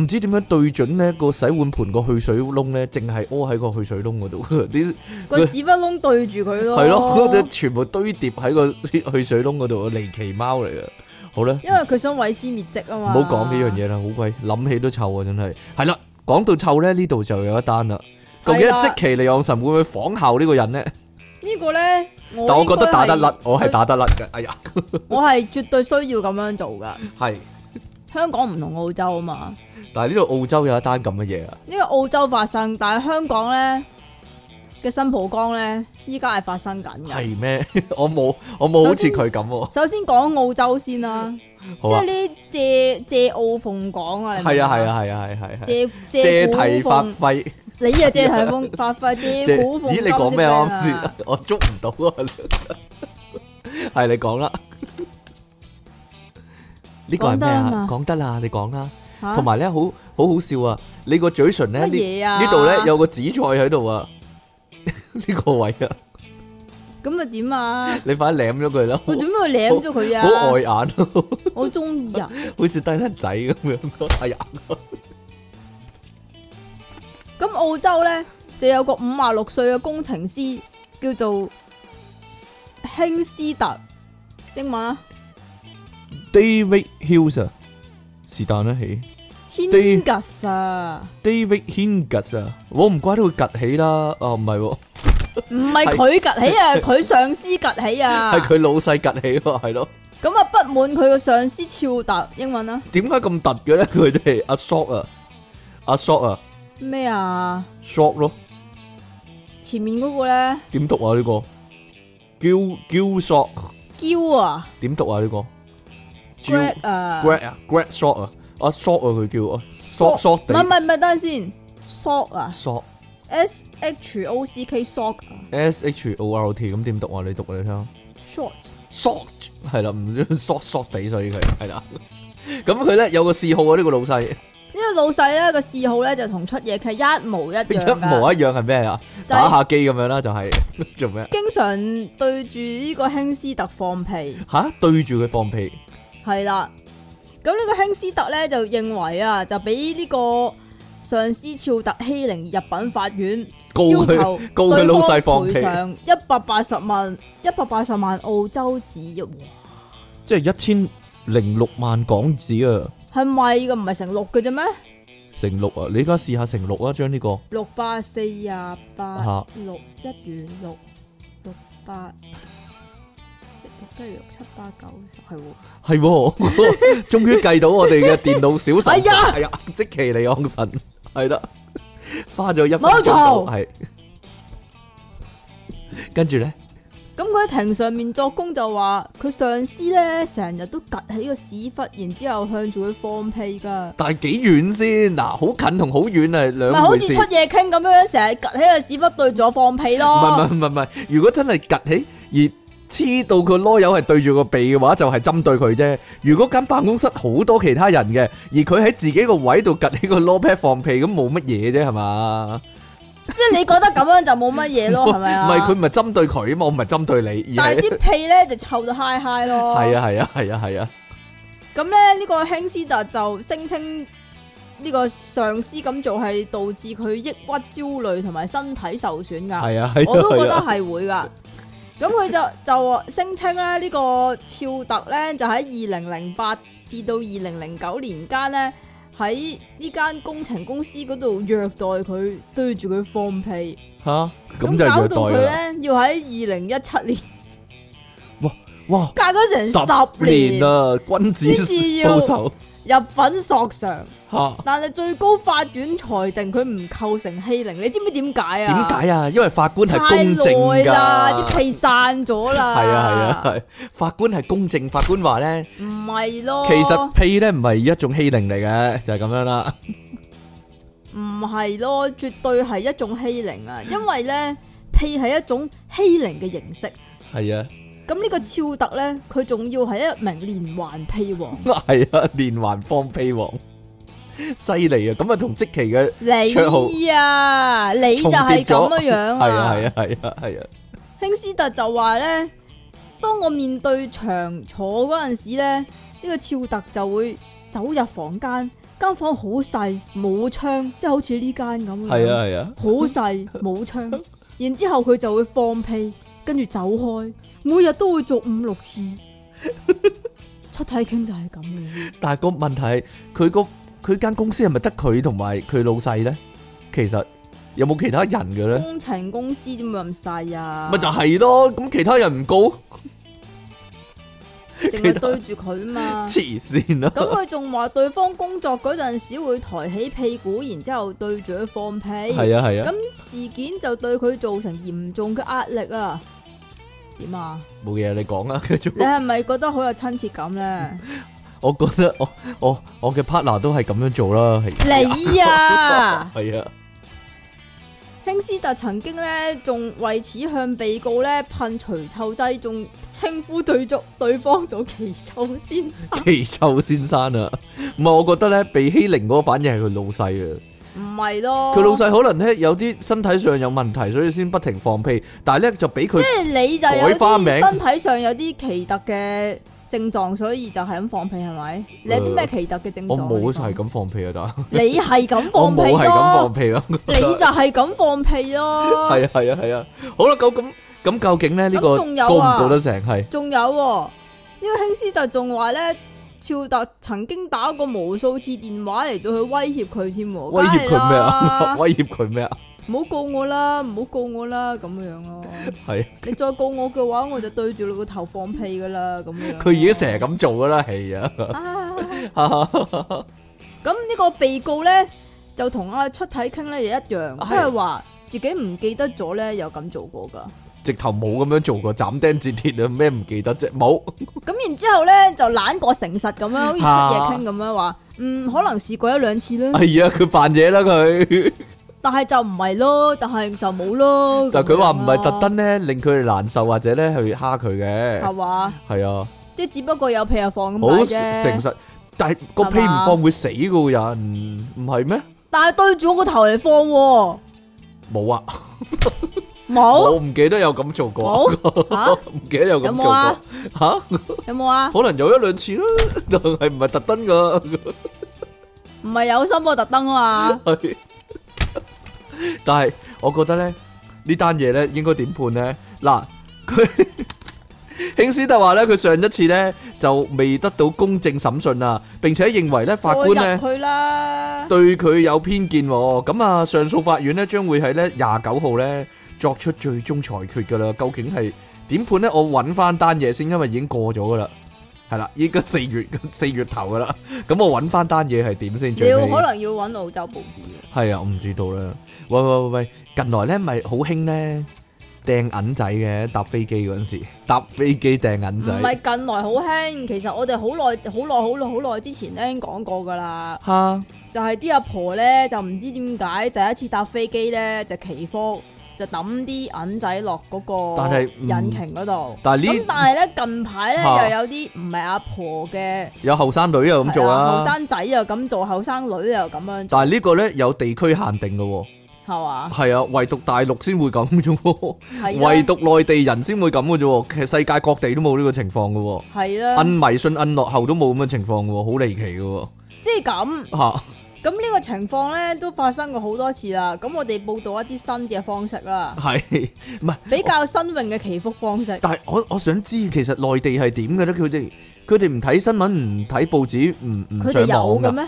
S2: 唔知點樣對準咧個洗碗盤個去水窿咧，淨係屙喺個去水窿嗰度， [LAUGHS] 啲
S1: 個屎忽窿對住佢咯。
S2: 係咯，啲全部堆疊喺個 [LAUGHS] 去水窿嗰度，離奇貓嚟噶。好啦，
S1: 因為佢想毀屍滅跡啊
S2: 唔
S1: 嘛。
S2: 好講呢樣。嘢啦，好鬼諗起都臭啊，真係。係啦，講到臭咧，呢度就有一單啦。究
S1: 係
S2: 竟
S1: 啦
S2: 即其利昂神會唔會仿效呢個人咧？
S1: 呢個咧，
S2: 但我覺得打得
S1: 應該
S2: 甩
S1: 係，
S2: 我係，打得甩嘅。哎呀，
S1: 我係絕對需要咁樣做噶。
S2: 係，
S1: 香港唔同澳洲啊嘛，
S2: 但係呢度澳洲有一單咁嘅嘢啊，
S1: 呢個澳洲發生，但係香港咧嘅新蒲崗咧，依家係發生緊嘅。
S2: 係咩？ [LAUGHS] 我冇，我冇好似佢咁喎。
S1: 首先講澳洲先啦，
S2: 好
S1: 即
S2: 啊
S1: 係，呢啲借借澳奉港啊，你明唔
S2: 係
S1: 明
S2: 啊，係，啊，係啊，係係係。
S1: 借
S2: 借
S1: 借古
S2: 題發
S1: 奉，
S2: 揮，
S1: 你又借題奉發揮，借
S2: 借
S1: 古奉
S2: 咦？你
S1: 講
S2: 講咩啊啱先？我捉唔到啊！ [LAUGHS] 係你講啦，呢個係咩
S1: 講得
S2: 啊
S1: 啊嘛？
S2: 講得啦，你講啦。
S1: 嚇
S2: 同埋咧，好好好笑啊！你個嘴唇咧，
S1: 乜
S2: 呢
S1: 嘢啊？
S2: 呢度咧有個紫菜喺度 [LAUGHS] 啊，呢個位啊，
S1: 咁啊點啊？
S2: 你快舐咗佢啦！
S1: 我做咩會舐咗佢啊？
S2: 好碍眼 [LAUGHS] 啊，
S1: 我中意啊！
S2: 好似低粒仔 [LAUGHS] 咁樣。哎呀，
S1: 咁澳洲咧就有個五啊六歲嘅工程師叫做興斯特，英文啊
S2: David Hughes 啊，是但啦起 Dave-
S1: Hingus 咋？
S2: David Hughes 啊，我唔怪得佢趌起啦，啊唔係喎，
S1: 唔係佢趌起啊，佢上司趌起啊
S2: 係。佢老細趌起喎，係咯，
S1: 咁啊，不滿佢個上司超特，英文啊
S2: 點解咁突嘅咧？佢哋阿 Short 啊，阿 Short 啊
S1: 咩啊？
S2: ，Short 咯，
S1: 前面嗰個咧
S2: 點讀啊呢個？Gil Gil Short
S1: 嬌啊
S2: 點讀啊呢個？Gil
S1: ，Greg 啊
S2: Greg 啊，Greg Short 啊，阿 Short 啊佢叫啊，Short
S1: 唔係唔
S2: Short 地
S1: 係唔係，等陣先，sock 啊
S2: Short
S1: ，S H O C K sock 啊
S2: S H O R T 咁點讀啊？你讀啊你聽。
S1: ，short
S2: short 系啦，唔知 [LAUGHS] short short 地，所以佢係啦。咁佢咧有個嗜好啊，呢、個老細
S1: 呢個老細咧個嗜好咧就同出嘢劇一模一樣
S2: 一
S1: 㗎
S2: 模一樣係咩啊？
S1: 就係
S2: 打下機咁樣啦，就係 [LAUGHS] 做咩？
S1: 經常對住呢個興斯特放屁，
S2: 吓對住佢放屁，
S1: 係啦。咁呢個興斯特咧就認為啊，就俾呢個上司肖特欺凌入稟法院，
S2: 告
S1: 要
S2: 佢
S1: 求
S2: 告佢
S1: 對
S2: 老
S1: 方
S2: 細放
S1: 賠
S2: 屁，
S1: 償一百八十萬一百八十萬澳洲紙，哇
S2: 即係一千零六萬港紙啊，
S1: 係咪㗎？唔係成六嘅啫咩？
S2: 乘六啊！你而家試下乘六啊，將呢、個
S1: 六八四廿八
S2: 嚇
S1: 六一元六六八，跟住六七八九十係喎。
S2: 係喎， [LAUGHS] 終於計到我哋嘅電腦小神，
S1: 哎呀
S2: 哎呀，即其利昂神係啦，花咗一分
S1: 冇
S2: 鐘
S1: 嘈
S2: 到係，跟住咧。
S1: 咁佢喺庭上面作供就話，佢上司咧成日都趌起個屎忽，然之後向住佢放屁噶，
S2: 但係幾遠先？嗱，好近同好遠係
S1: 唔係
S2: 兩
S1: 好
S2: 回
S1: 似
S2: 事。
S1: 出嘢傾咁樣，成日趌起個屎忽對住我放屁
S2: 唔係
S1: 咯。
S2: 唔係唔係唔係，如果真係趌起而黐到個啰柚係對住個鼻嘅話，就係、針對佢啫。如果間辦公室好多其他人嘅，而佢喺自己個位度趌起個啰 pad 放屁，咁冇乜嘢啫，係嘛？
S1: 即係你覺得咁樣就冇乜嘢咯，係咪啊？
S2: 唔係佢唔係針對佢啊嘛，我唔係針對你，而
S1: 但係
S2: 係
S1: 啲屁咧就臭到嗨嗨咯。
S2: 係。啊係啊係啊係啊，
S1: 咁咧呢個興斯特就聲稱呢個上司咁做係導致佢抑鬱、焦慮同埋身體受損㗎。
S2: 係啊係啊，
S1: 我都覺
S2: 係
S1: 得
S2: 啊
S1: 係會噶。咁佢就就聲稱咧，呢、個肖特咧就喺二零零八至到二零零九年間咧，喺呢間工程公司嗰度虐待佢，對住佢放屁，
S2: 吓咁
S1: 咁
S2: 就
S1: 搞
S2: 虐
S1: 到佢
S2: 待啦。
S1: 咧要喺二零一七年 [LAUGHS]
S2: 哇，
S1: 隔咗成
S2: 十
S1: 十年
S2: 年啊，君子
S1: 先至要
S2: 報仇
S1: 入稟索償，
S2: 嚇。
S1: 但係啊最高法院裁定佢唔構成欺凌，你知唔知點解
S2: 點
S1: 啊？
S2: 解啊？因為法官係
S1: 太
S2: 公正
S1: 耐
S2: 㗎，
S1: 啦，啲屁散咗啦，
S2: 係啊係啊係，法官係公正，法官話咧，
S1: 係，唔係咯？
S2: 其實屁咧唔係一種欺凌嚟嘅，就係咁樣啦。
S1: 唔係咯，絕對係一種欺凌啊！因為咧，屁係一種欺凌嘅形式。
S2: 係啊，，
S1: 咁呢個超特咧，佢仲要係一名連環屁王
S2: 係啊，連環放屁王，犀利啊！咁啊，同即期嘅
S1: 你啊，你就
S2: 重疊
S1: 係
S2: 咗
S1: 咁樣樣
S2: 係啊係啊係啊係啊，
S1: 興斯特就話咧，當我面對牆坐嗰陣時咧，呢、個超特就會走入房間，間房好細，冇窗，即係好似呢間咁。
S2: 係啊，係啊，
S1: 好細冇窗，
S2: [LAUGHS]
S1: 然之後佢就會放屁，跟住走開，每日都會做五六次。出體傾就係咁
S2: [LAUGHS]
S1: 嘅，
S2: 但係個問題係佢個佢間公司係咪得佢同埋佢老細咧？其實有冇其他人嘅咧？
S1: 工程公司點會咁細啊？
S2: 咪就係咯，咁其他人唔告，
S1: 淨係對住佢嘛。
S2: 黐線 [LAUGHS] 啦！
S1: 咁佢仲話對方工作嗰陣時會抬起屁股，然之後對住佢放屁。
S2: 係啊係啊，
S1: 咁事件就對佢造成嚴重嘅壓力啊！點
S2: [LAUGHS]
S1: 啊？
S2: 冇嘢你講啦，繼續
S1: 你。係咪覺得好有親切感咧？
S2: 我覺得我我我嘅 partner 都係咁樣做啦， [LAUGHS] 係
S1: 你啊！ [LAUGHS]
S2: 係啊，
S1: 興斯特曾經咧，仲為此向被告咧噴除臭劑，仲稱呼對足對方做奇臭先生，
S2: 奇臭先生啊，唔係我覺得咧被欺凌嗰個反應係佢老細啊，
S1: 唔係咯？
S2: 佢老細可能咧有啲身體上有問題，所以先不停放屁，但係咧就俾佢
S1: 即係你就有
S2: 改花
S1: 啲
S2: 名
S1: 身體上有啲奇特嘅症狀，所以就係咁放屁係咪？你有啲咩奇特嘅症狀？
S2: 呃我冇係
S1: 你講，
S2: 咁放屁啊，但係
S1: 你係咁
S2: 我
S1: 放
S2: 冇
S1: 屁
S2: 係咁放
S1: 咯，
S2: 屁啊，
S1: 你就係咁放屁咯。
S2: [LAUGHS] 係啊係啊係啊，好啦，咁咁咁究竟咧呢個
S1: 咁
S2: 告
S1: 仲
S2: 唔
S1: 有啊
S2: 告得成係？
S1: 仲有喎、呢個興斯特仲話咧，肖特曾經打過無數次電話嚟到去威脅佢添喎，
S2: 威脅佢
S1: 梗係
S2: 咩 [LAUGHS] 啊？
S1: 啦
S2: 威脅佢咩啊？
S1: 唔好告我啦，唔好告我啦，咁樣咯。
S2: 係
S1: 你再告我嘅話，我就對住你個頭放屁噶啦，咁樣。
S2: 佢已經成日咁做噶啦，係啊。
S1: [LAUGHS] 啊。咁呢個被告咧，就同阿出體傾咧又一樣，
S2: 係
S1: 即係話自己唔記得咗咧，有咁做過噶。
S2: 直頭冇咁樣做過，斬釘截鐵啊！咩唔記得啫？冇， [LAUGHS]
S1: 咁然之後咧就懶過誠實咁樣，好似出
S2: 啊
S1: 嘢傾咁樣話，嗯，可能試過一兩次啦。
S2: 係啊，佢扮嘢啦
S1: [LAUGHS]
S2: 佢，
S1: 但係就唔係咯，但係就冇咯。
S2: 但係佢話唔係
S1: 咁樣
S2: 特
S1: 咯，
S2: 登咧令佢哋難受或者咧去蝦佢
S1: 係
S2: 嘅，
S1: 嘛？
S2: 係啊，
S1: 即係只不過有屁又放
S2: 好
S1: 咁解啫
S2: 誠。實。但係個屁
S1: 係
S2: 唔
S1: 嘛
S2: 放會死嘅喎人，唔係咩？
S1: 但係對住我個頭嚟放喎，
S2: 冇啊，
S1: 冇
S2: 我唔記得有咁做過，
S1: 冇吓
S2: [LAUGHS] 唔記得有咁做
S1: 有冇啊
S2: 過嚇，
S1: 有冇啊？
S2: 可能有一兩次啦， [LAUGHS] 但係唔係特登噶。
S1: 唔係有心我特登啊
S2: [LAUGHS]
S1: 嘛，
S2: 係但系我覺得咧呢單嘢咧應該點判咧？嗱，佢 [LAUGHS] 興斯特話咧，佢上一次咧就未得到公正審訊啊，並且認為咧法官
S1: 再
S2: 咧
S1: 入。去啦。
S2: 對佢有偏見喎，咁啊上訴法院咧將會喺咧廿九號咧作出最終裁決噶啦，究竟係點判咧？我揾翻單嘢先，因為已經過咗噶啦，係啦，依家四月四月頭噶啦，咁我揾翻單嘢係點先
S1: 你
S2: 最
S1: 要
S2: 尾？
S1: 可能要揾澳洲報紙嘅，
S2: 係啊，我唔知道啦。喂喂喂喂，近來咧咪好興咧掟銀仔嘅，搭飛機嗰陣時，搭飛機掟銀
S1: 唔
S2: 仔。
S1: 係近來好興，其實我哋好耐、好耐、好耐、好耐之前咧已經講過噶啦，
S2: 嚇，
S1: 就係啲阿婆咧就唔知點解第一次搭飛機咧就祈福，就抌啲銀仔落嗰
S2: 但
S1: 個
S2: 係唔
S1: 引擎嗰度。
S2: 但係
S1: 咁
S2: 呢
S1: 但係咧近排
S2: 嚇
S1: 咧又有啲唔係阿婆嘅
S2: 有後生女又咁做
S1: 係後
S2: 啊，
S1: 生仔又咁做，後生女又咁樣做，
S2: 但係呢個咧有地區限定嘅喎，
S1: 係嘛？
S2: 係啊，唯獨大陸先會咁啫喎，
S1: 係啊啦
S2: 唯獨內地人先會咁嘅啫喎，其實世界各地都冇呢個情況嘅喎，
S1: 係啊啦
S2: 摁，迷信摁落後都冇咁嘅情況嘅喎，好離奇嘅喎
S1: 即係咁。
S2: 嚇，
S1: 咁呢個情況咧都發生過好多次啦。咁我哋報道一啲新嘅方式啦，
S2: 係唔係？
S1: 比較新穎嘅祈福方式。
S2: 但係我我想知其實內地係點嘅咧？佢哋佢哋唔睇新聞，唔睇報紙，唔唔
S1: 佢哋
S2: 上
S1: 有嘅
S2: 網噶。
S1: 咩？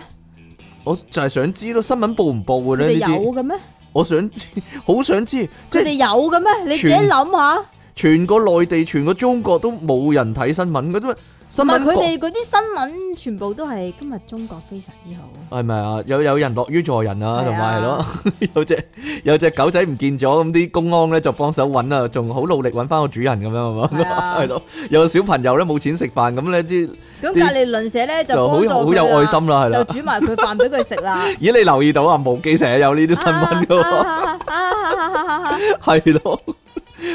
S2: 我就係想知咯，新聞報唔報嘅
S1: 佢
S2: 咧
S1: 哋
S2: 呢啲？
S1: 有嘅咩？
S2: 我想知， [LAUGHS] 好想知，即
S1: 佢
S2: 係
S1: 哋有嘅咩？你自己
S2: 全
S1: 諗下，唔
S2: 全個內地、全個中國都冇人睇新聞嘅啫。新
S1: 係
S2: 聞
S1: 佢
S2: 講
S1: 哋嗰啲新聞全部都係今日中國非常之好。
S2: 係咪啊？有有人樂於助人啊，
S1: 係
S2: 同埋係
S1: 啊
S2: 咯， [LAUGHS] 有隻有隻狗仔唔見咗，咁啲公安咧就幫手揾啊，仲好努力揾翻個主人咁樣係嘛？
S1: 係啊
S2: [LAUGHS] 係咯，有個小朋友咧冇錢食飯，咁咧啲
S1: 咁隔
S2: 啲
S1: 離鄰舍咧
S2: 就好
S1: 幫助
S2: 好有
S1: 佢啊啦
S2: 愛，心啦，係啦
S1: 就。煮埋佢飯俾佢食啦。
S2: 咦，你留意到啊？無記成日有呢啲新聞噶喎，
S1: 啊啊啊啊啊啊
S2: 係咯、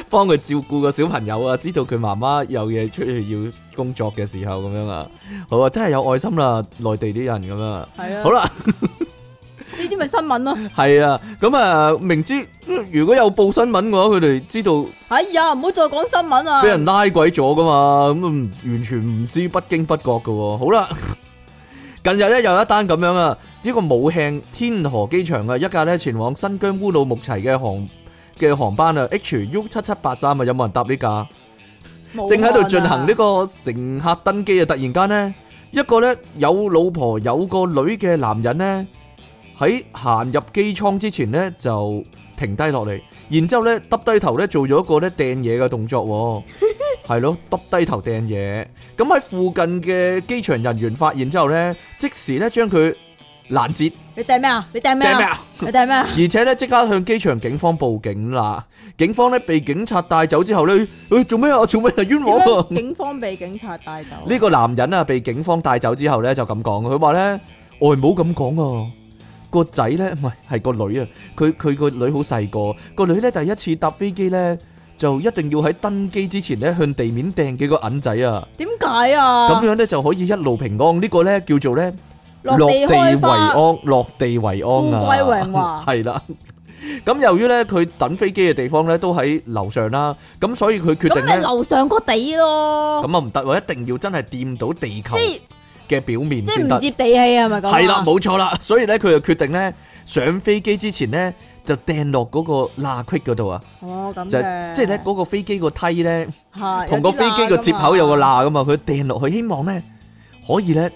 S2: 幫佢照顧個小朋友啊，知道佢媽媽有嘢出去要工作嘅時候咁樣啊，好啊，真係有愛心啦，內地啲人咁樣啊，
S1: 係啊，
S2: 好啦，
S1: 呢啲咪咪新聞咯。
S2: 系啊，咁啊，明知如果有報新聞嘅話，佢哋知道
S1: 哎呀，唔好再講新聞啊
S2: 俾！人拉鬼咗噶嘛，咁唔完全唔知不經不覺噶喎。好啦， [LAUGHS] 近日咧有一單咁樣啊，呢個武慶天河機場啊，一架咧前往新疆烏魯木齊嘅航嘅航班啊，HU 七七八三啊，有冇人搭呢架？
S1: 冇
S2: 正喺度
S1: 可能啊
S2: 進行呢個乘客登機啊！突然間呢，一個呢有老婆有個女嘅男人呢，喺行入機艙之前呢就停低落嚟，然之後呢耷低頭呢做咗一個呢掟嘢嘅
S1: [LAUGHS]
S2: 動作喎，係咯，耷低頭掟嘢。咁喺附近嘅機場人員發現之後呢，即時呢將佢攔截，
S1: 你掟咩啊？你掟咩
S2: 掟咩
S1: 啊？
S2: 啊？
S1: 你掟咩啊？
S2: 而且咧即刻向機場警方報警啦。警方咧被警察帶走之後咧，誒做咩啊？做咩啊？冤
S1: [LAUGHS] 點
S2: 枉 [LAUGHS] 啊！
S1: 解警方被警察帶走？
S2: 呢個男人啊，被警方帶走之後呢，就咁講，佢話呢，外母咁講啊，個仔呢，唔係係個女啊，佢佢個女好細個，個女呢，第一次搭飛機呢，就一定要喺登機之前呢，向地面掟幾個銀仔啊，
S1: 點解啊？
S2: 咁樣呢，就可以一路平安。呢、個呢，叫做呢，
S1: 落地
S2: 為
S1: 開花
S2: 安，落地為安啊，
S1: 富貴榮
S2: [LAUGHS]
S1: 華
S2: 係啦。咁由於呢，佢等飛機嘅地方呢，都喺樓上啦，咁所以佢決定
S1: 咁你
S2: 呢，
S1: 樓上個地咯，
S2: 咁啊唔得喎，一定要真係掂到地球
S1: 即。係
S2: 嘅表面
S1: 即係
S2: 先
S1: 唔
S2: 得。
S1: 接地氣係咪咁啊？
S2: 係啦，冇錯啦， [LAUGHS] 所以咧佢就決定咧上飛機之前咧就掟落嗰個罅隙嗰度啊，
S1: 哦咁
S2: 就
S1: 嘅，啊
S2: 即係咧嗰個飛機個梯咧
S1: 係
S2: 同個飛機個接口有
S1: [LAUGHS]
S2: 個，罅噶嘛，佢掟落去希望咧可以咧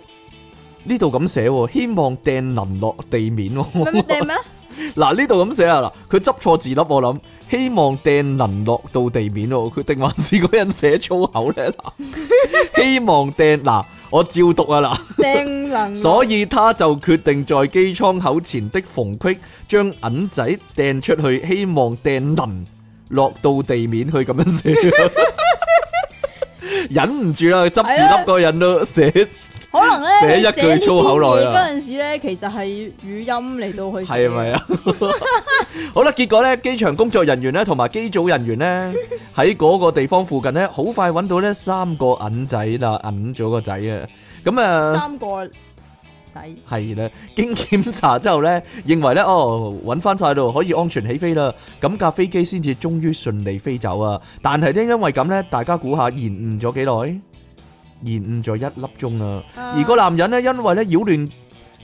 S2: 呢度咁寫喎，希望掟能落地面
S1: 有啲罅㗎嘛咩
S2: 喎。
S1: 咩咩？
S2: [LAUGHS] 嗱呢度咁寫啊，嗱佢執錯字粒我諗，希望掟能落到地面喎，佢定還是嗰人寫粗口咧嗱， [LAUGHS] 希望掟嗱我照讀啊嗱。
S1: 正能
S2: 所以他就決定在機艙口前的縫隙將銀仔掟出去，希望掟能落到地面去咁樣 [LAUGHS] 寫。忍唔住啦，執字粒嗰個人都寫，
S1: 可能咧，
S2: 寫一句粗口落去
S1: 去
S2: 啊
S1: 嗰陣時咧，其實係語音嚟到去寫
S2: 係咪？啊？ [LAUGHS] 好啦，結果呢，機場工作人員呢，同埋機組人員呢，喺嗰個地方附近呢，好快揾到呢三個銀仔啦，銀咗個仔啊！咁啊。
S1: 三個仔
S2: 係啦，經檢查之後呢，認為呢，哦，揾翻晒度可以安全起飛啦，咁架飛機先至終於順利飛走啊！但係呢，因為咁呢，大家估下延誤咗幾耐？延誤咗一粒鐘啊！而個男人呢，因為呢擾亂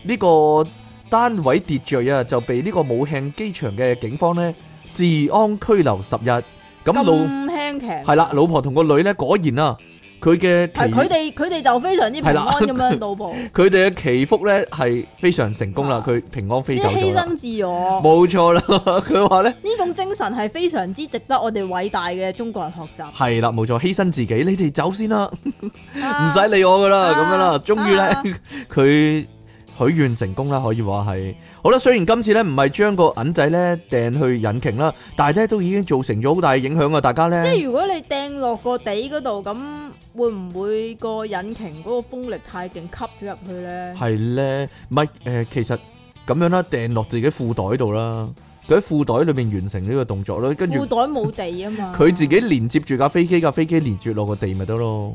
S2: 呢個單位秩序啊，就被呢個武慶機場嘅警方呢治安拘留十日。咁
S1: 咁
S2: 老
S1: 輕騎
S2: 係啦，老婆同個女呢，果然啊，佢嘅
S1: 係
S2: 其
S1: 佢哋佢哋就非常之平
S2: 係
S1: 安
S2: 啦
S1: 咁樣到步，呢
S2: 佢哋嘅祈福呢係非常成功啦
S1: 啊，
S2: 佢平 [LAUGHS] 安飛
S1: 啲
S2: 走
S1: 犧
S2: 咗啦。
S1: 牲自我
S2: 冇
S1: [LAUGHS]
S2: 錯啦，佢話咧
S1: 呢種精神係非常之值得我哋偉大嘅中國人學習。
S2: 係啦，冇錯，犧牲自己，你哋走先啦，唔
S1: 唔
S2: 使理我噶啦，
S1: 啊
S2: 咁樣啦，終於
S1: 啊
S2: 咧 [LAUGHS] 佢許願成功啦，可以話係。好啦，雖然今次咧唔係將個銀仔咧掟去引擎啦，但係咧都已經造成咗好大嘅影響啊！大家
S1: 即
S2: 咧
S1: 係如果你掟落個地嗰度，咁會唔會個引擎嗰個風力太勁吸咗入去咧？
S2: 係咧，唔係誒，其實咁樣啦，掟落自己褲袋度啦，佢喺褲袋裏面完成呢個動作啦，跟住
S1: 褲。袋冇地啊嘛，
S2: [LAUGHS] 佢自己連接住架飛機，架飛機連接落個地咪得咯。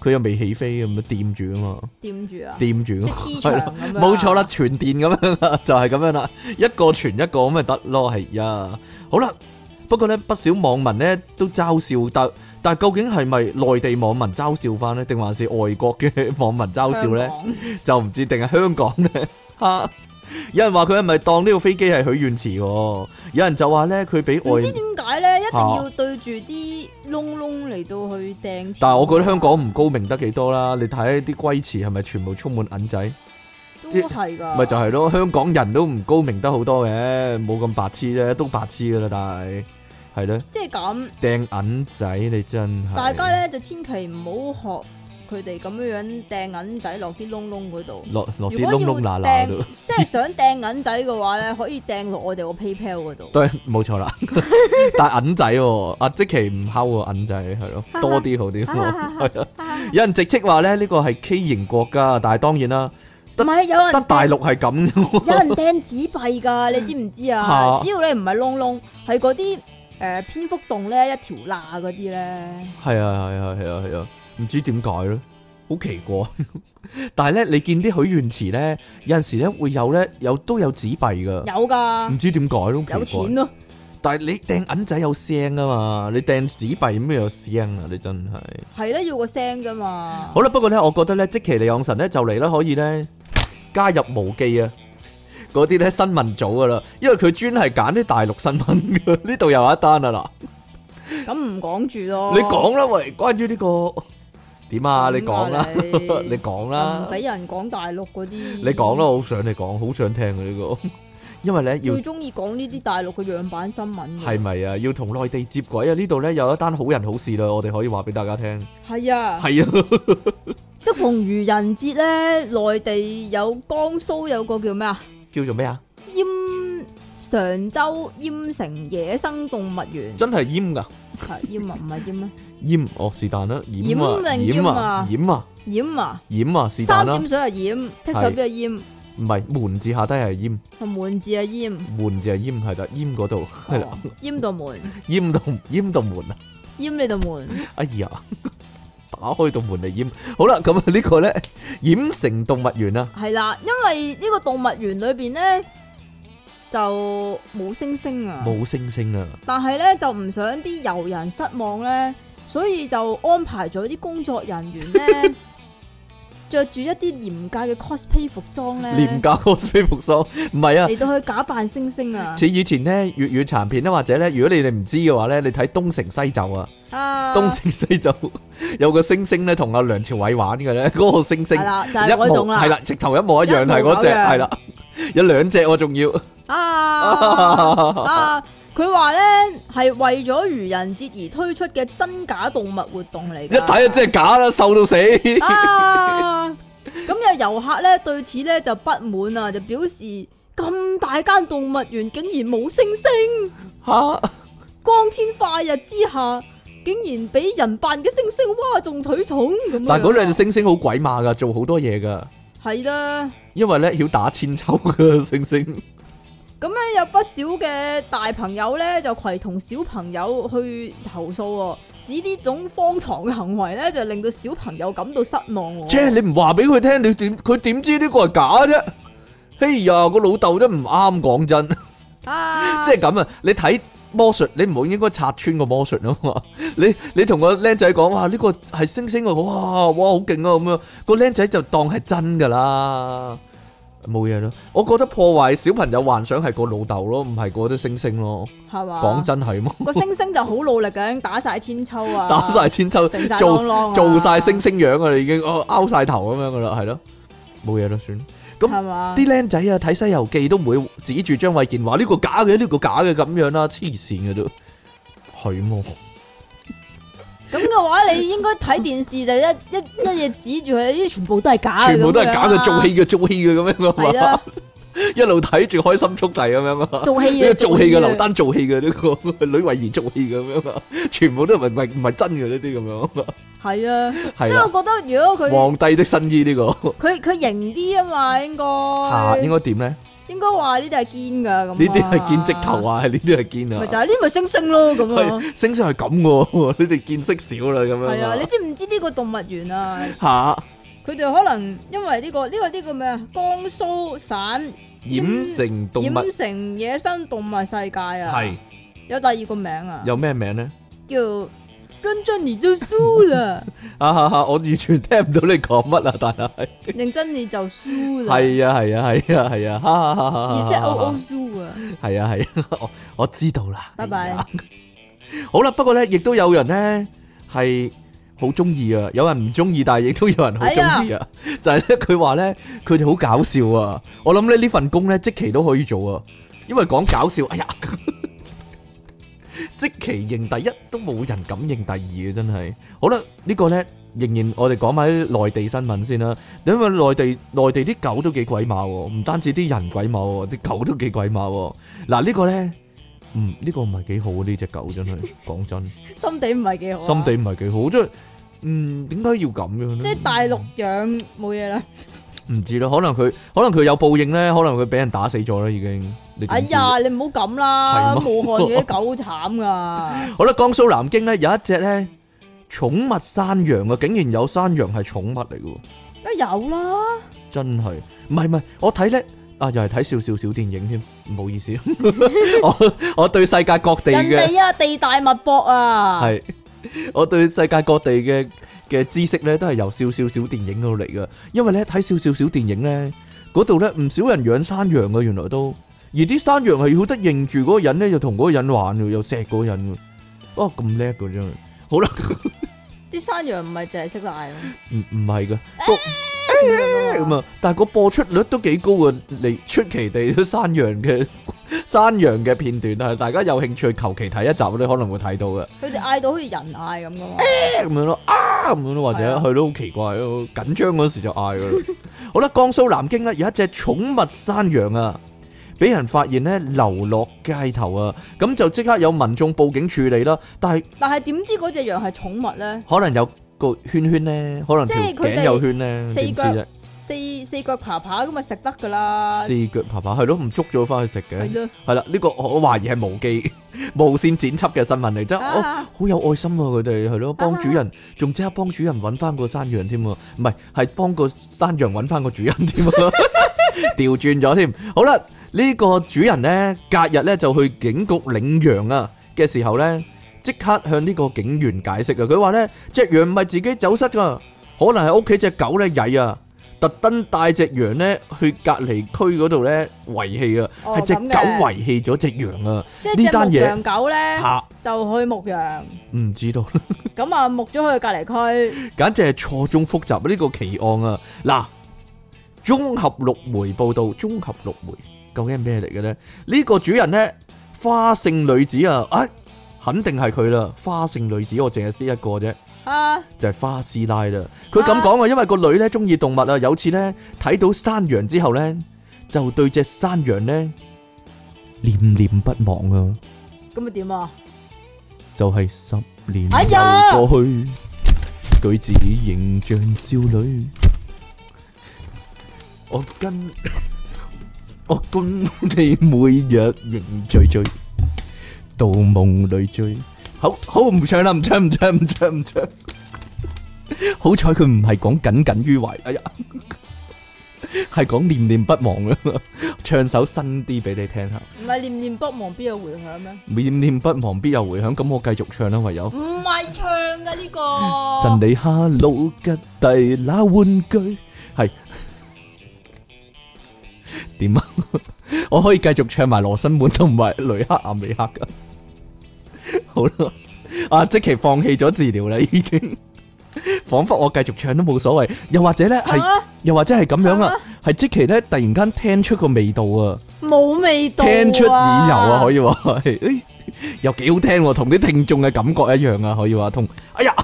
S2: 佢又未起飛咁，掂住啊嘛，
S1: 掂住啊，
S2: 掂住
S1: 即
S2: 啊
S1: 係黐
S2: 嘛，係
S1: 牆咁
S2: 啦
S1: 樣。
S2: 冇錯啦，，傳電咁樣啦，就係咁樣啦，一個傳一個咁咪得咯，係呀。好啦，不過呢，不少網民呢都嘲笑，但但究竟係咪內地網民嘲笑翻呢？定還是外國嘅網民嘲笑呢？
S1: 香港
S2: 就唔知定係香港呢？嚇！有人話佢係咪當呢個飛機係許願池喎？有人就話呢，佢俾
S1: 唔
S2: 外
S1: 知點解咧，一定
S2: 啊
S1: 要對住啲窿窿嚟到去掟。
S2: 但係我覺得香港唔高明得幾多啦，你睇啲龜池係咪全部充滿銀仔？咪、
S1: 都係㗎，
S2: 就係咯，香港人都唔高明得好多嘅，冇咁白痴啫，都白痴噶啦，但係係咯，
S1: 即係咁，
S2: 掟銀仔你真係
S1: 大家咧就千祈唔好學佢哋咁樣樣掟銀仔落啲窿窿嗰度。
S2: 落落啲
S1: 如果
S2: 窿
S1: 要
S2: 窿罅罅度， [LAUGHS]
S1: 即係想掟銀仔嘅話咧，可以掟落我哋個 PayPal 嗰度。
S2: 都係冇
S1: [LAUGHS]
S2: 錯啦。但係銀仔喎，阿即奇唔睺喎銀仔係咯，多啲好啲喎。 [LAUGHS] 係啊有人直斥話咧，呢個係畸形國家，但係當
S1: [LAUGHS]
S2: 然啦，
S1: 唔係有人
S2: 得大
S1: 掟
S2: 陸係咁啫喎。
S1: 有人掟紙幣
S2: [LAUGHS]
S1: 㗎，你知唔知啊
S2: 嚇？
S1: 只要你唔係窿窿，係嗰啲誒蝙蝠洞咧一條罅嗰啲咧，
S2: 係啊係啊係啊係啊，唔知點解咧。好奇怪。 [LAUGHS] 但係咧，你見啲許願池咧，有陣時咧會有咧有都有紙幣噶，
S1: 有噶
S2: 唔，知點解咯，
S1: 有
S2: 嗯奇怪
S1: 錢。咯，
S2: 但係你掟銀仔有聲啊嘛，你掟紙幣咩有聲啊？你真係。
S1: 係咧要個聲噶嘛
S2: 好。啦，不過咧，我覺得咧，即其利昂神咧就嚟啦，可以咧加入無記啊嗰啲咧新聞組噶啦，因為佢專係揀啲大陸新聞嘅，呢度又有一單啊嗱。
S1: 咁唔講住咯。
S2: 你講啦，喂，關於呢個點啊？你講啦，
S1: 咁啊你
S2: 你講
S1: 唔
S2: 啦，
S1: 俾人講大陸嗰啲。
S2: [LAUGHS] 你講啦，。我好想你講，好想聽嘅呢 [LAUGHS] 個，因為咧要
S1: 最中意講呢啲大陸嘅樣板新聞嘅。
S2: 係咪啊？要同內地接軌啊！呢度咧有一單好人好事啦，我哋可以話俾大家聽。
S1: 係啊。
S2: [LAUGHS] 係啊，
S1: 適逢愚人節咧，內地有江蘇有個叫咩啊？
S2: 叫做咩啊？
S1: 鄢常州鄢城野生動物
S2: [LAUGHS]
S1: 園，
S2: 真係淹噶
S1: 係鄢啊，唔係鄢咩？
S2: 淹哦，是但啦，淹啊，
S1: 淹
S2: 淹
S1: 泳
S2: 啊，淹啊，
S1: 鄢啊，
S2: 淹啊，是但
S1: 三
S2: 啦，
S1: 點水係鄢，剔手邊係鄢，
S2: 唔係門字下低係淹，
S1: 同門字係鄢，
S2: 門字係淹係啦，淹嗰度係啦，
S1: 哦鄢度門，
S2: 淹到淹到門啊！
S1: 鄢你度門，
S2: 哎 [LAUGHS] 呀，打開道門嚟淹。好啦，咁啊呢個咧淹城動物園啊，
S1: 係啦，因為呢個動物園裏邊咧就冇星星啊，
S2: 冇星星啊，
S1: 但係咧就唔想啲遊人失望咧，所以就安排咗啲工作人員
S2: [LAUGHS]
S1: 咧着住一啲廉價嘅 cosplay 服裝咧，
S2: 廉價 cosplay 服裝，唔係啊。
S1: 嚟到去假扮星星啊！
S2: [LAUGHS] 似以前咧粵語殘片啦，啊或者咧，如果你哋唔知嘅話咧，你睇《東成西就》啊，
S1: 啊，
S2: 東成西就》 [LAUGHS] 有個星星咧，同阿梁朝偉玩嘅咧，嗰、個星星
S1: 係啦，就係
S2: 一模
S1: 嗰種啦，
S2: 係啦，直頭一模一樣，
S1: 一模
S2: 係嗰只，
S1: 一樣
S2: 係啦，有兩隻我仲要， [LAUGHS]
S1: 啊啊！佢話咧係為咗愚人節而推出嘅真假動物活動嚟㗎，
S2: 一睇就真係假啦，
S1: [LAUGHS]
S2: 瘦到死，
S1: 啊！咁有遊客咧對此咧就不滿啊，就表示咁大間動物園竟然冇星星，
S2: 吓
S1: 光天化日之下竟然俾人扮嘅星星，嘩眾取寵咁樣。
S2: 但係嗰兩隻星星好鬼馬噶，做好多嘢噶。
S1: 係啦。
S2: 因为咧要打千秋嘅星星，
S1: 咁咧有不少嘅大朋友咧就攜同小朋友去投訴喎、指呢種荒唐嘅行為咧就令到小朋友感到失望喎、
S2: 即系你唔话俾佢听，你点佢点知呢个系假啫？哎呀，个老豆都唔啱，讲真，
S1: 啊，
S2: 即系咁啊！你睇魔术，你唔好应该拆穿个魔术啊嘛！你你同个僆仔讲，哇，呢、個个系星星啊，哇哇好劲啊咁样，个僆仔就当系真噶啦，冇嘢咯。我觉得破坏小朋友幻想系个老豆咯，唔系嗰啲星星咯。
S1: 係嘛？
S2: 讲真系嘛， [LAUGHS]
S1: 個星星就好努力咁打晒千秋啊，
S2: 打晒
S1: [LAUGHS]
S2: 千秋
S1: 定晒
S2: 做
S1: 啷啷啊
S2: 做晒星星樣噶啦，已經哦拗晒頭咁樣噶啦，係咯，冇嘢啦，算。咁
S1: 係嘛？
S2: 啲僆仔啊，睇《西遊記》都唔會指住張衛健話呢個假嘅，呢個假嘅咁樣啦，黐線嘅都係麼？
S1: 咁嘅話，你應該睇電視就一一一嘢指住佢，呢啲全部都係假嘅，
S2: 全部都係假
S1: 咁樣
S2: 嘅，
S1: 啊
S2: 做戲嘅，做戲嘅咁樣
S1: 係
S2: 啊
S1: 啦
S2: 嘛，， [LAUGHS] 一路睇住開心速遞咁樣啊。
S1: 做戲
S2: [LAUGHS] 呢個
S1: 嘅，
S2: 做戲嘅
S1: 嘅
S2: 劉丹做戲嘅呢個 [LAUGHS] 女慧儀做戲嘅咁樣啊，全部都唔係唔係唔係真嘅呢啲咁樣啊，
S1: 係啊，即
S2: 係
S1: 係
S2: 啦，
S1: 我覺得如果佢
S2: 皇帝的新衣呢個
S1: 佢佢型啲啊嘛，應
S2: 嚇
S1: 該
S2: 應該點咧？
S1: 應該話呢啲係堅噶咁啊。
S2: 呢啲係見直
S1: [LAUGHS]
S2: 頭啊，係呢啲係見
S1: 咪
S2: 啊
S1: 就。係呢咪星星咯咁
S2: 係，
S1: 啊！
S2: 星星係咁嘅喎， [LAUGHS] 你哋見識少啦，咁樣啊。
S1: 係啊，你知唔知呢個動物園啊？
S2: 嚇，
S1: 佢哋可能因為呢、個呢、個呢、個咩啊？江蘇省
S2: 染成動物，
S1: 染城野生動物世界啊，有第二個名啊，
S2: 係，有咩名呢？啊，哈哈，我完全聽唔到你講乜啊，
S1: 叫 Run Johnny 就輸啦，[LAUGHS]
S2: [LAUGHS] 啊但係。
S1: 認真你就輸啦，
S2: 係啊，係啊，係啊，係啊，哈哈哈哈哈哈。
S1: 而且 O O 輸啊，
S2: 係啊，係啊，我- [LAUGHS] 我知道啦，哎
S1: 拜拜。
S2: 哎呀。好啦，不過呢，亦都有人呢，係好鍾意啊，有人唔鍾意，但係亦都有人好鍾意啊。 [LAUGHS] 就係呢，佢話呢，佢哋好搞笑啊。我諗呢，呢份工呢，即期都可以做啊，因為講搞笑，哎呀。即期認第一，都冇人敢認第二啊，真係。好啦，呢個呢，仍然我哋講埋啲內地新聞先啦。因為內地-內地啲狗都幾鬼馬喎，唔單止啲人鬼馬喎，啲狗都幾鬼馬喎。嗱，呢個呢，嗯，
S1: [LAUGHS]
S2: 呢個唔係幾好啊，呢隻狗真係，講真。
S1: 心地唔係幾好啊，
S2: 心地唔係幾好，即係嗯點解要咁樣咧？
S1: 即係大陸養冇嘢啦，
S2: 唔知啦，可能佢可能佢有報應咧，可能佢俾人打死咗啦已經。你
S1: 哎
S2: 點知？
S1: 呀你唔好咁啦，
S2: 係嗎
S1: 武漢嗰啲狗好慘噶，
S2: 好啦，江蘇南京咧有一隻咧寵物山羊啊，竟然有山羊係寵物嚟嘅喎。
S1: 梗係有啦，
S2: 真係，唔係唔係，我睇咧啊，又係睇少少小電影添，唔好意
S1: [LAUGHS]
S2: 思，我我對世界各地
S1: 人
S2: 嘅
S1: 哋啊地大物博啊，
S2: 係， [LAUGHS] 我對世界各地嘅嘅知識咧，都係由少少小電影嗰度嚟噶，因為咧睇少少小電影咧，嗰度咧唔少人養山羊嘅，原來都，而啲山羊係要得認住嗰個人咧，又同嗰個人玩嘅，又錫嗰個人嘅，哦咁叻嘅真係，好啦，
S1: 啲山羊唔係淨係識大咯，
S2: [LAUGHS] 唔唔係嘅，不。咁啊，但係個播出率都幾高啊！嚟出奇地都山羊嘅 [LAUGHS] 山羊嘅片段啊，大家有興趣求其睇一集，你可能會睇到嘅，
S1: 佢哋嗌到好似人嗌咁噶嘛，
S2: 咁樣咯，啊咁樣咯，或
S1: 係
S2: 者
S1: 啊
S2: 去到好奇怪咯，緊張嗰時就嗌 [LAUGHS] 噶啦。好啦，江蘇南京咧有一隻寵物山羊啊，俾人發現咧流落街頭啊，咁就即刻有民眾報警處理啦。但係
S1: 但係點知嗰只羊係寵物咧？
S2: 可能有個圈圈咧，可能
S1: 即
S2: 條
S1: 係佢哋
S2: 頸有圈咧，
S1: 四
S2: 點知
S1: 腳
S2: 啫？
S1: 四四腳爬爬咁咪食得噶啦，
S2: 四腳爬爬係咯，唔捉咗翻去食嘅。
S1: 係咯，
S2: 系啦，呢、個我懷疑係無記 [LAUGHS] 無線剪輯嘅新聞嚟，真係哦
S1: 啊
S2: 好有愛心啊！佢哋係咯，
S1: [LAUGHS]
S2: 幫
S1: 啊
S2: 主人，仲即刻幫主人揾翻個山羊添喎，唔係係幫個山羊揾翻個主人添啊，調轉咗添。好啦，呢、個主人呢，隔日呢就去警局領羊啊嘅時候呢，即刻向呢個警員解釋啊，佢話呢隻羊唔係自己走失噶，可能係屋企只狗呢曳啊。特登帶只羊呢去隔離區嗰度呢遺棄啊，
S1: 哦
S2: 係只
S1: 咁嘅
S2: 狗遺棄咗只羊啊，
S1: 即係
S2: 呢
S1: 只
S2: 單
S1: 牧
S2: 嘢
S1: 羊狗咧
S2: 嚇
S1: 就去牧羊，
S2: 唔知道。
S1: 咁啊牧咗去隔離區，
S2: 簡直係錯綜複雜呢、個奇案啊！嗱，綜合六媒報道，綜合六媒究竟係咩嚟嘅呢？呢、個主人呢，花姓女子啊，啊，肯定係佢啦。花姓女子我淨係識一個啫，
S1: 啊
S2: 就係、花師奶啦。佢咁講啊，因為個女呢中意動物啊，有次呢，睇到山羊之後呢，就對只山羊呢念念不忘啊，
S1: 咁啊點啊？
S2: 就係、十年
S1: 哎呀
S2: 流過去，舉止形象少女。我跟我跟你每日凝聚聚，到夢裏追。好好唔唱啦，唔唱唔唱唔唱唔唱。好彩佢唔係講耿耿於懷，哎呀，係講念念不忘啊！唱首新啲俾你聽下，
S1: 唔係念念不忘必有回響咩？
S2: 念念不忘必有回響，咁我繼續唱啦，唯有。
S1: 唔係唱嘅呢個，
S2: [LAUGHS] 真理哈魯吉蒂那玩具係 [LAUGHS] 點啊？ [LAUGHS] 我可以繼續唱埋羅生門同埋雷克雅未克噶。 [LAUGHS] 好啦，阿即其放棄咗治療啦，已經。 [LAUGHS] 彷彿我繼續唱都冇所謂，又或者咧係，
S1: 嚇
S2: 又或者係咁樣
S1: 唱
S2: 啊
S1: 啊，
S2: 係即其咧突然間聽出個味道啊！
S1: 冇味道，
S2: 聽出耳油啊，可
S1: 以。
S2: 以話係，誒又幾好聽喎，同啲聽眾嘅感覺一樣啊，可以話同，哎呀，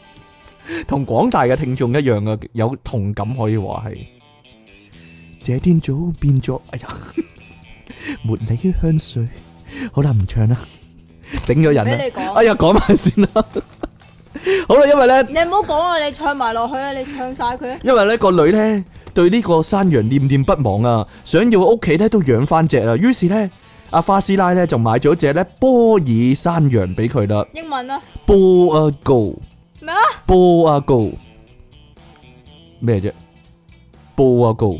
S2: [LAUGHS] 同廣大嘅聽眾一樣啊，有同感可以話係。這天早變咗，哎呀， [LAUGHS] 茉莉香水，好啦，唔唱啦，頂咗人
S1: 俾
S2: 啦，
S1: 你講
S2: 哎，呀，講埋先啦， [LAUGHS] 好啦，因為咧。
S1: 你唔好講啊！你唱埋落去啊！你唱晒佢啊！
S2: 因为咧个女咧对呢个山羊念念不忘啊，想要屋企咧都养翻只啊，于是咧阿花师奶咧就买咗只咧波尔山羊俾佢啦，
S1: 英文啊，
S2: 波啊高，
S1: 咩啊？
S2: 波啊高，咩啫？波啊高，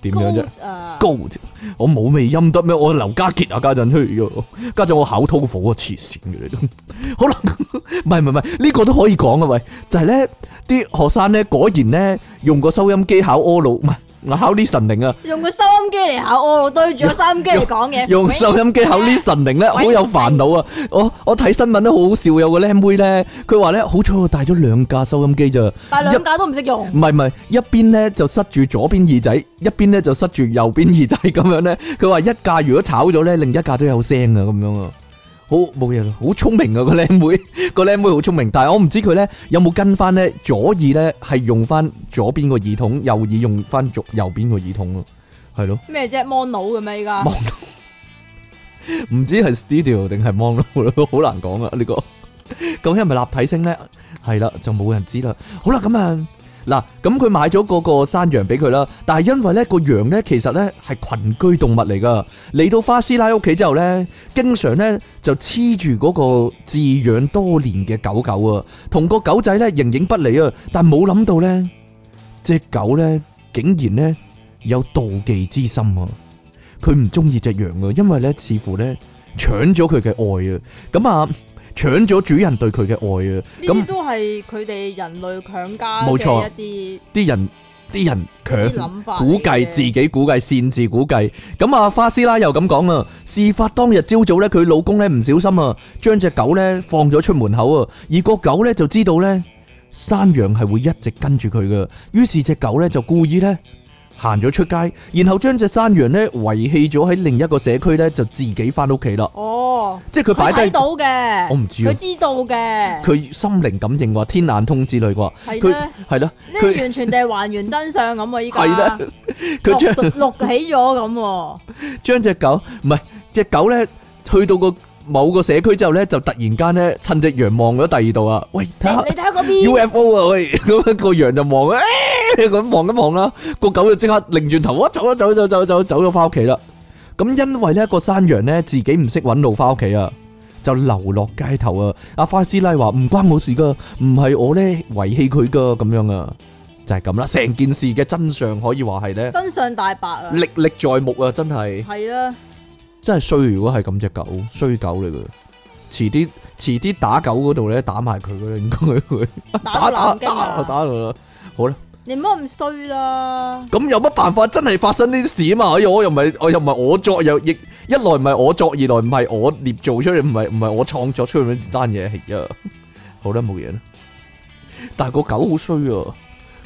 S2: 点样啫？
S1: Goat 啊，
S2: 高啫，我冇尾音得咩？我劉家傑啊，家陣去，家陣我考 TOEFL 啊，黐線嘅你都。好啦，唔係唔係唔係，呢個都可以講啊喂，就係咧啲學生咧，果然咧用個收音機考 O 魯，唔係我考呢神靈啊，
S1: 用個收音機嚟考我，對住個收音機嚟講嘢。
S2: [LAUGHS] 用收音機考呢神靈咧，好有煩惱啊！我我睇新聞都好好笑，有個靚妹咧，佢話咧好彩我帶咗兩架收音機咋，
S1: 但
S2: 一
S1: 兩架都唔識
S2: [LAUGHS]
S1: 用，
S2: 唔係唔係，一邊咧就塞住左邊耳仔，一邊咧就塞住右邊耳仔咁樣咧。佢話一架如果炒咗咧，另一架都有聲啊咁樣啊。好冇嘢啦，好聰明啊個靚妹，個靚妹好聰明，但係我唔知佢咧有冇跟翻咧左耳咧係用翻左邊個耳筒，右耳用翻左右邊個耳筒咯，係咯，
S1: 咩啫？mono 嘅咩？依家
S2: 望到唔知係 studio 定係 mono 咯，好難講啊呢個。究竟係咪立體聲咧？係啦，就冇人知啦。好啦，咁啊，嗱，咁佢買咗嗰個山羊俾佢啦，但係因為呢個羊呢，其實呢係群居動物嚟噶，嚟到花師奶屋企之後呢，經常呢就黐住嗰個飼養多年嘅狗狗啊，同個狗仔呢形影不離啊，但冇諗到呢只狗呢竟然呢有妒忌之心啊！佢唔中意只羊啊，因為呢似乎呢搶咗佢嘅愛啊，咁啊搶咗主人對佢嘅愛啊，
S1: 呢
S2: 咁
S1: 啲都係佢哋人類強加
S2: 冇錯
S1: 嘅一
S2: 啲人啲人
S1: 啲
S2: 強
S1: 啲。諗法嚟嘅，
S2: 估計自己估計擅自估計，咁啊花師奶又咁講啊，事發當日朝早咧，佢老公咧唔小心啊，將只狗咧放咗出門口啊，而個狗咧就知道咧山羊係會一直跟住佢嘅，於是只狗咧就故意咧行咗出街，然後將只山羊咧遺棄咗喺另一個社區咧，就自己翻屋企啦，
S1: 哦，
S2: 即係佢
S1: 佢
S2: 擺
S1: 睇
S2: 低，
S1: 到嘅，
S2: 我唔知啊
S1: 佢知道嘅，
S2: 佢心靈感應話天眼通之類啩，
S1: 係
S2: 佢
S1: 咧。
S2: 係啦，
S1: 呢
S2: 佢
S1: 完全地係還原真相咁啊！依家 [LAUGHS]
S2: 係啦，佢將。
S1: 錄錄起咗咁喎，
S2: 将只狗唔系只狗咧，去到個某個社區之後咧，就突然間咧，趁只羊望咗第二度啊，喂，
S1: 你
S2: 睇下
S1: 你睇下嗰邊
S2: UFO 啊，喂， [LAUGHS] 咁樣個羊就望啊，欸咁望一望啦，個狗就即刻擰轉頭啊，走啦，走啦走啦走啦走啦走咗翻屋企啦。咁因為呢個山羊咧自己唔識揾路翻屋企啊，就流落街頭啊。阿花師奶話唔關我事噶，唔係我咧遺棄佢噶，咁樣啊，就係咁啦。成件事嘅真相可以話係咧
S1: 真相大白啊！
S2: 歷歷在目啊，真係。
S1: 係啦，
S2: 真係衰，如果係咁只狗，衰狗嚟嘅。遲啲遲啲打狗嗰度咧，打埋佢嘅啦，應該會
S1: 打到南京
S2: 打
S1: 啊！
S2: 打啦。好啦，
S1: 你唔好咁衰啦，
S2: 咁有乜辦法？真係發生呢啲事啊嘛！哎呀，我又唔係我又唔係我作，又亦一來唔係我作，二來唔係我捏造出嚟，唔係唔係我創作出嚟呢單嘢係啊。好啦，冇嘢啦。但係個狗好衰啊！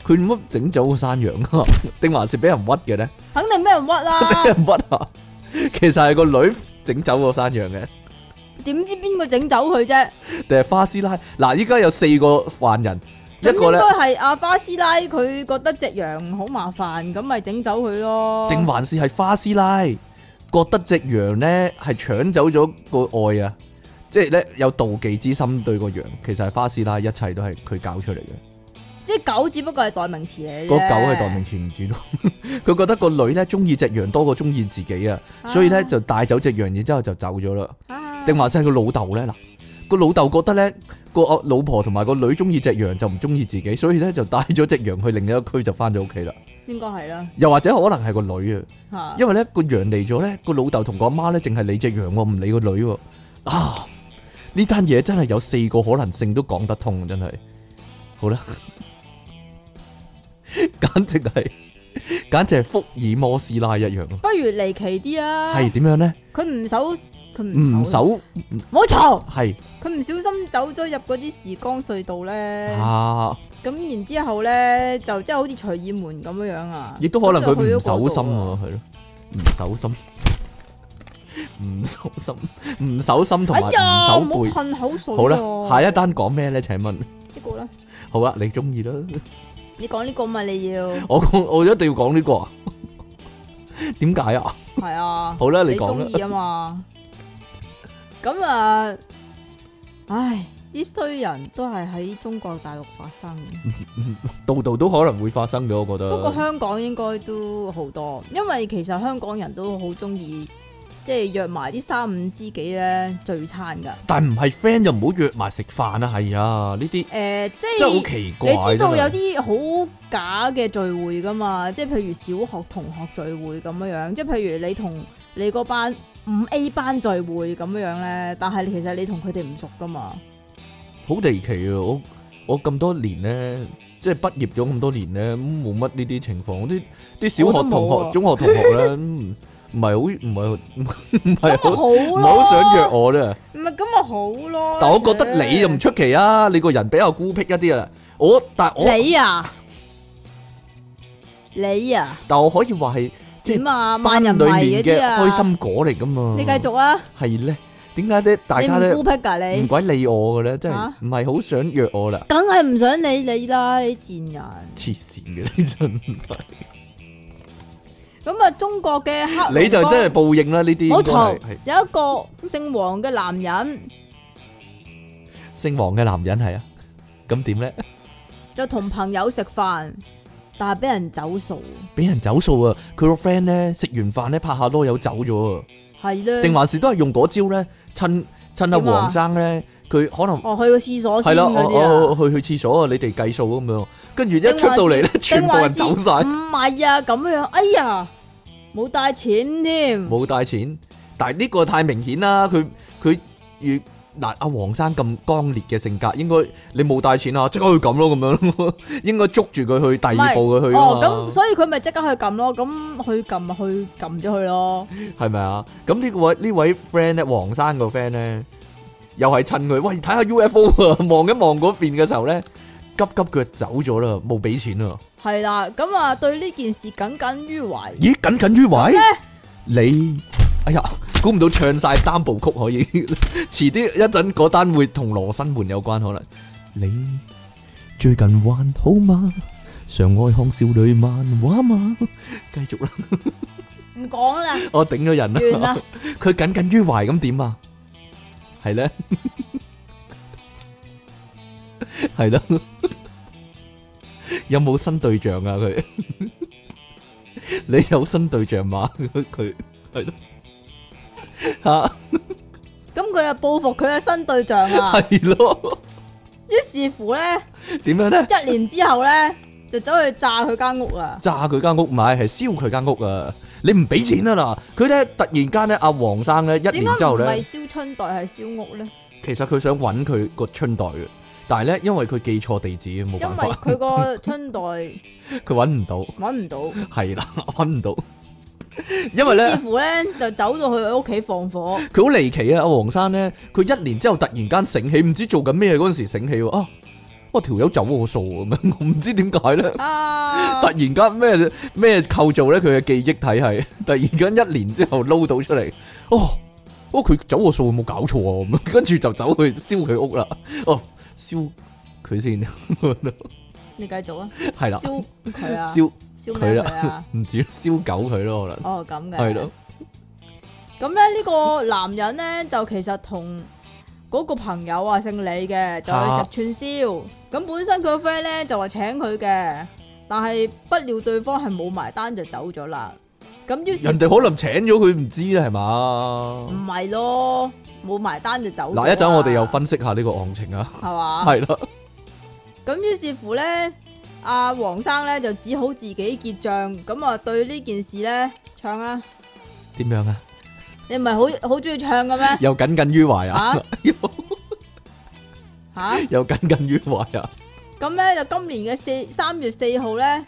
S2: 佢乜整走個山羊啊？ [LAUGHS] 定還是俾人屈嘅咧？
S1: 肯定俾人屈
S2: [LAUGHS]
S1: 啦
S2: 俾。人屈啊！其實係個女整走個山羊嘅。
S1: 點知邊個整走佢啫？
S2: 定係花師奶？嗱，依家有四個犯人，一
S1: 咁
S2: 個
S1: 應
S2: 咧
S1: 該係阿花師奶佢覺得只羊好麻煩，咁咪整走佢咯。
S2: 定還是係花師奶覺得只羊咧係搶走咗個愛啊，即係咧有妒忌之心對個羊，其實係花師奶一切都係佢搞出嚟嘅。
S1: 即係狗，只不過係代名詞嚟嘅啫。
S2: 個狗係代名詞唔主動， [LAUGHS] 佢覺得個女咧中意只羊多過中意自己啊，所以咧就帶走只羊，然之後就走咗啦。
S1: 啊。
S2: 定還是係個老豆咧嗱？個老豆覺得咧個老婆同埋個女中意只羊就唔中意自己，所以咧就帶咗只羊去另一個區就翻咗屋企啦。
S1: 應該係啦，
S2: 又或者可能係個女啊，
S1: 嚇。
S2: 因為咧個羊嚟咗咧，個老豆同個阿媽咧淨係理只羊喎，唔理個女喎。啊，呢單嘢真係有四個可能性都講得通，真係。好啦， [LAUGHS] 簡直係，簡直係福爾摩斯拉一樣。
S1: 不如離奇啲啊！
S2: 係點樣咧？
S1: 佢唔守，佢
S2: 唔
S1: 唔守，
S2: 守
S1: 冇錯，
S2: 係
S1: 佢唔小心走咗入嗰啲時光隧道咧，
S2: 啊，
S1: 咁然之後咧就即係好似隨意門咁樣樣啊，
S2: 亦都可能
S1: 咁就去
S2: 佢
S1: 咗
S2: 唔守心
S1: 嗰度
S2: 啊，係咯，唔守心，唔守心，唔守心同
S1: 哎
S2: 埋唔
S1: 呀，
S2: 守
S1: 唔好
S2: 背。
S1: 噴口水喎。啊
S2: 好啦，下一單講咩咧？請問？
S1: 呢個啦，
S2: 好啊，你中意啦。
S1: 你講呢個嘛，你要
S2: 我講，我一定要講呢個啊。點解啊？
S1: 係啊，
S2: [LAUGHS] 好啦，你
S1: 你
S2: 講
S1: 中意
S2: 啦。
S1: 啊嘛，咁啊，唉，呢衰人都係喺中國大陸發生嘅。
S2: 嗯度度都可能會發生嘅，我覺
S1: 不過
S2: 得。
S1: 香港應該都好多，因為其實香港人都好中意即係約埋啲三五知己咧聚餐噶。
S2: 但唔係 friend 就唔好約埋食飯啊！係啊，呢啲
S1: 誒、即
S2: 真係好
S1: 係
S2: 奇怪。
S1: 你知道有
S2: 真係
S1: 啲好假嘅聚會噶嘛？即係譬如小學同學聚會咁樣樣，即係譬如你同你嗰班五 A 班聚會咁樣樣咧，但係其實你同佢哋唔熟噶嘛。
S2: 好離奇啊！我我咁多年咧，即係畢業咗咁多年咧，咁冇乜呢啲情況。啲啲
S1: 我
S2: 小
S1: 都
S2: 學同
S1: 冇
S2: 學、
S1: 啊
S2: 中學同學咧，唔唔係好 [LAUGHS] 唔係唔係
S1: 咁咪
S2: 好
S1: 好咯，
S2: 唔係好想約我咧。
S1: 唔係咁咪好咯。
S2: 但我覺得你又唔出奇啊！你個人比較孤僻一啲啊。我但我
S1: 你啊，你啊。
S2: 但我可以話係即
S1: 點
S2: 係
S1: 啊？萬
S2: 班
S1: 人迷
S2: 裡面
S1: 嗰
S2: 嘅
S1: 啲啊，
S2: 開心果嚟噶嘛。
S1: 你繼續啊，
S2: 係咧？點解咧？大
S1: 你
S2: 家
S1: 唔
S2: 咧
S1: 孤僻㗎
S2: 唔
S1: 你，
S2: 鬼理我嘅咧，真係
S1: 啊
S2: 唔係好想約我啦。
S1: 梗係唔想理你啦，你賤人。
S2: 黐線嘅
S1: [LAUGHS]
S2: 你真係，
S1: 咁啊，中國嘅黑龍江
S2: 你就真係報應啦！呢啲
S1: 冇
S2: 應該係
S1: 錯
S2: 係，
S1: 有一個姓黃嘅男人，
S2: 姓黃嘅男人係啊。咁點咧？
S1: 就同朋友食飯，但係俾人走數，
S2: 俾人走數啊！佢個 friend 咧食完飯咧拍下啰柚走咗啊！
S1: 係咧
S2: 定，還是都係用嗰招咧，趁趁阿
S1: 點啊
S2: 黃生咧，佢可能
S1: 哦去個廁所
S2: 係哦
S1: 先
S2: 啦，
S1: 嗰啲啊
S2: 我我去去廁所啊，你哋計數咁樣，跟住一
S1: 定
S2: 出到嚟咧，
S1: 還是
S2: 全部人走晒
S1: 定還是，唔係啊，咁樣，哎呀，冇帶錢添，
S2: 冇帶錢。但係呢個太明顯啦，佢佢越嗱阿黃生咁剛烈嘅性格，應該你冇帶錢啊，即刻去撳咯咁 [LAUGHS] 樣咯，應該捉住佢去第二步佢去
S1: 哦，
S2: 啊
S1: 咁
S2: 嘛，
S1: 所以佢咪即刻去撳咯，咁去撳咪去撳咗佢咯，
S2: 係咪啊？咁呢個位呢位 friend 咧，黃生個 friend 咧，又係趁佢喂睇下 UFO 啊， [LAUGHS] 望一望嗰邊嘅時候咧，急急腳走咗啦，冇俾錢啊！
S1: 係啦，咁啊對呢件事耿耿於懷，
S2: 咦，耿耿於懷？你，哎呀，估唔到唱晒三部曲可以，遲啲一陣嗰單會同羅生門有關可能。 [LAUGHS] 你最近還好嗎？常愛看少女漫畫嗎？繼續啦，
S1: 唔講
S2: [LAUGHS]
S1: 啦，
S2: 我頂咗人
S1: 完
S2: 啦
S1: 啦。，
S2: 佢耿耿於懷咁點啊？係咧，係啦，有冇新對象啊？佢，你有新對象嘛？佢係咯，吓
S1: 咁佢又報復佢嘅新對象啊，
S2: [LAUGHS] 係咯，
S1: 於是乎咧。
S2: 點樣咧？
S1: 一年之後咧，就走去炸佢間屋啦。
S2: 炸佢間屋，唔係係燒佢間屋啊！你唔俾錢啊啦！佢咧突然間咧，阿黃生咧一
S1: 點
S2: 年
S1: 解
S2: 之後
S1: 唔
S2: 咧。
S1: 係燒春袋，係燒屋咧？
S2: 其實佢想揾佢個春袋嘅，但係咧因為佢記錯地址，冇
S1: 因為
S2: 辦法，
S1: 佢個春袋
S2: 佢揾唔到，
S1: 揾唔到，
S2: 係啦， [LAUGHS] 揾唔到。因為
S1: 於
S2: 咧
S1: 是，乎咧就走到去佢屋企放火。
S2: [LAUGHS] 佢好離奇啊！阿黃生咧，佢一年之後突然間醒起，唔知做緊咩嗰陣時醒起喎啊！我條友走我數咁樣， [LAUGHS] 我唔知點解咧。
S1: 啊
S2: 突！然間咩咩構造咧，佢嘅記憶體系突 [LAUGHS] 然間一年之後撈到出嚟，哦，哦佢走個數有冇搞錯啊？咁 [LAUGHS] 跟住就走去燒佢屋啦，哦燒佢先，
S1: 你繼續啊，
S2: 係啦，
S1: 燒佢啊，
S2: 燒
S1: 燒
S2: 佢
S1: 咩
S2: 啦
S1: 佢
S2: [LAUGHS]
S1: 啊？
S2: 唔止燒狗佢咯，可
S1: 哦，咁嘅
S2: 能係咯。，
S1: 咁咧呢個男人咧就其實同嗰個朋友啊，姓李嘅，
S2: 啊
S1: 就去食串燒。咁本身佢個 friend 咧就話請佢嘅，但係不料對方係冇埋單就走咗啦。咁於是
S2: 人哋可能請咗佢唔知啊咧，係嘛
S1: 唔？係咯，冇埋單就走咗啦。
S2: 哦嗱，一陣我哋又分析下呢個案情啊，
S1: 係嘛？
S2: 係啦，
S1: 咁於是乎咧，阿黃生咧就只好自己結帳，咁啊對呢件事咧唱啊，
S2: 點樣啊？
S1: 你唔係好好中意唱嘅
S2: [LAUGHS]
S1: 咩？
S2: 又耿耿於懷啊，
S1: 吓
S2: [LAUGHS] 又耿耿於懷啊，
S1: 咁咧就今年嘅四三月四號咧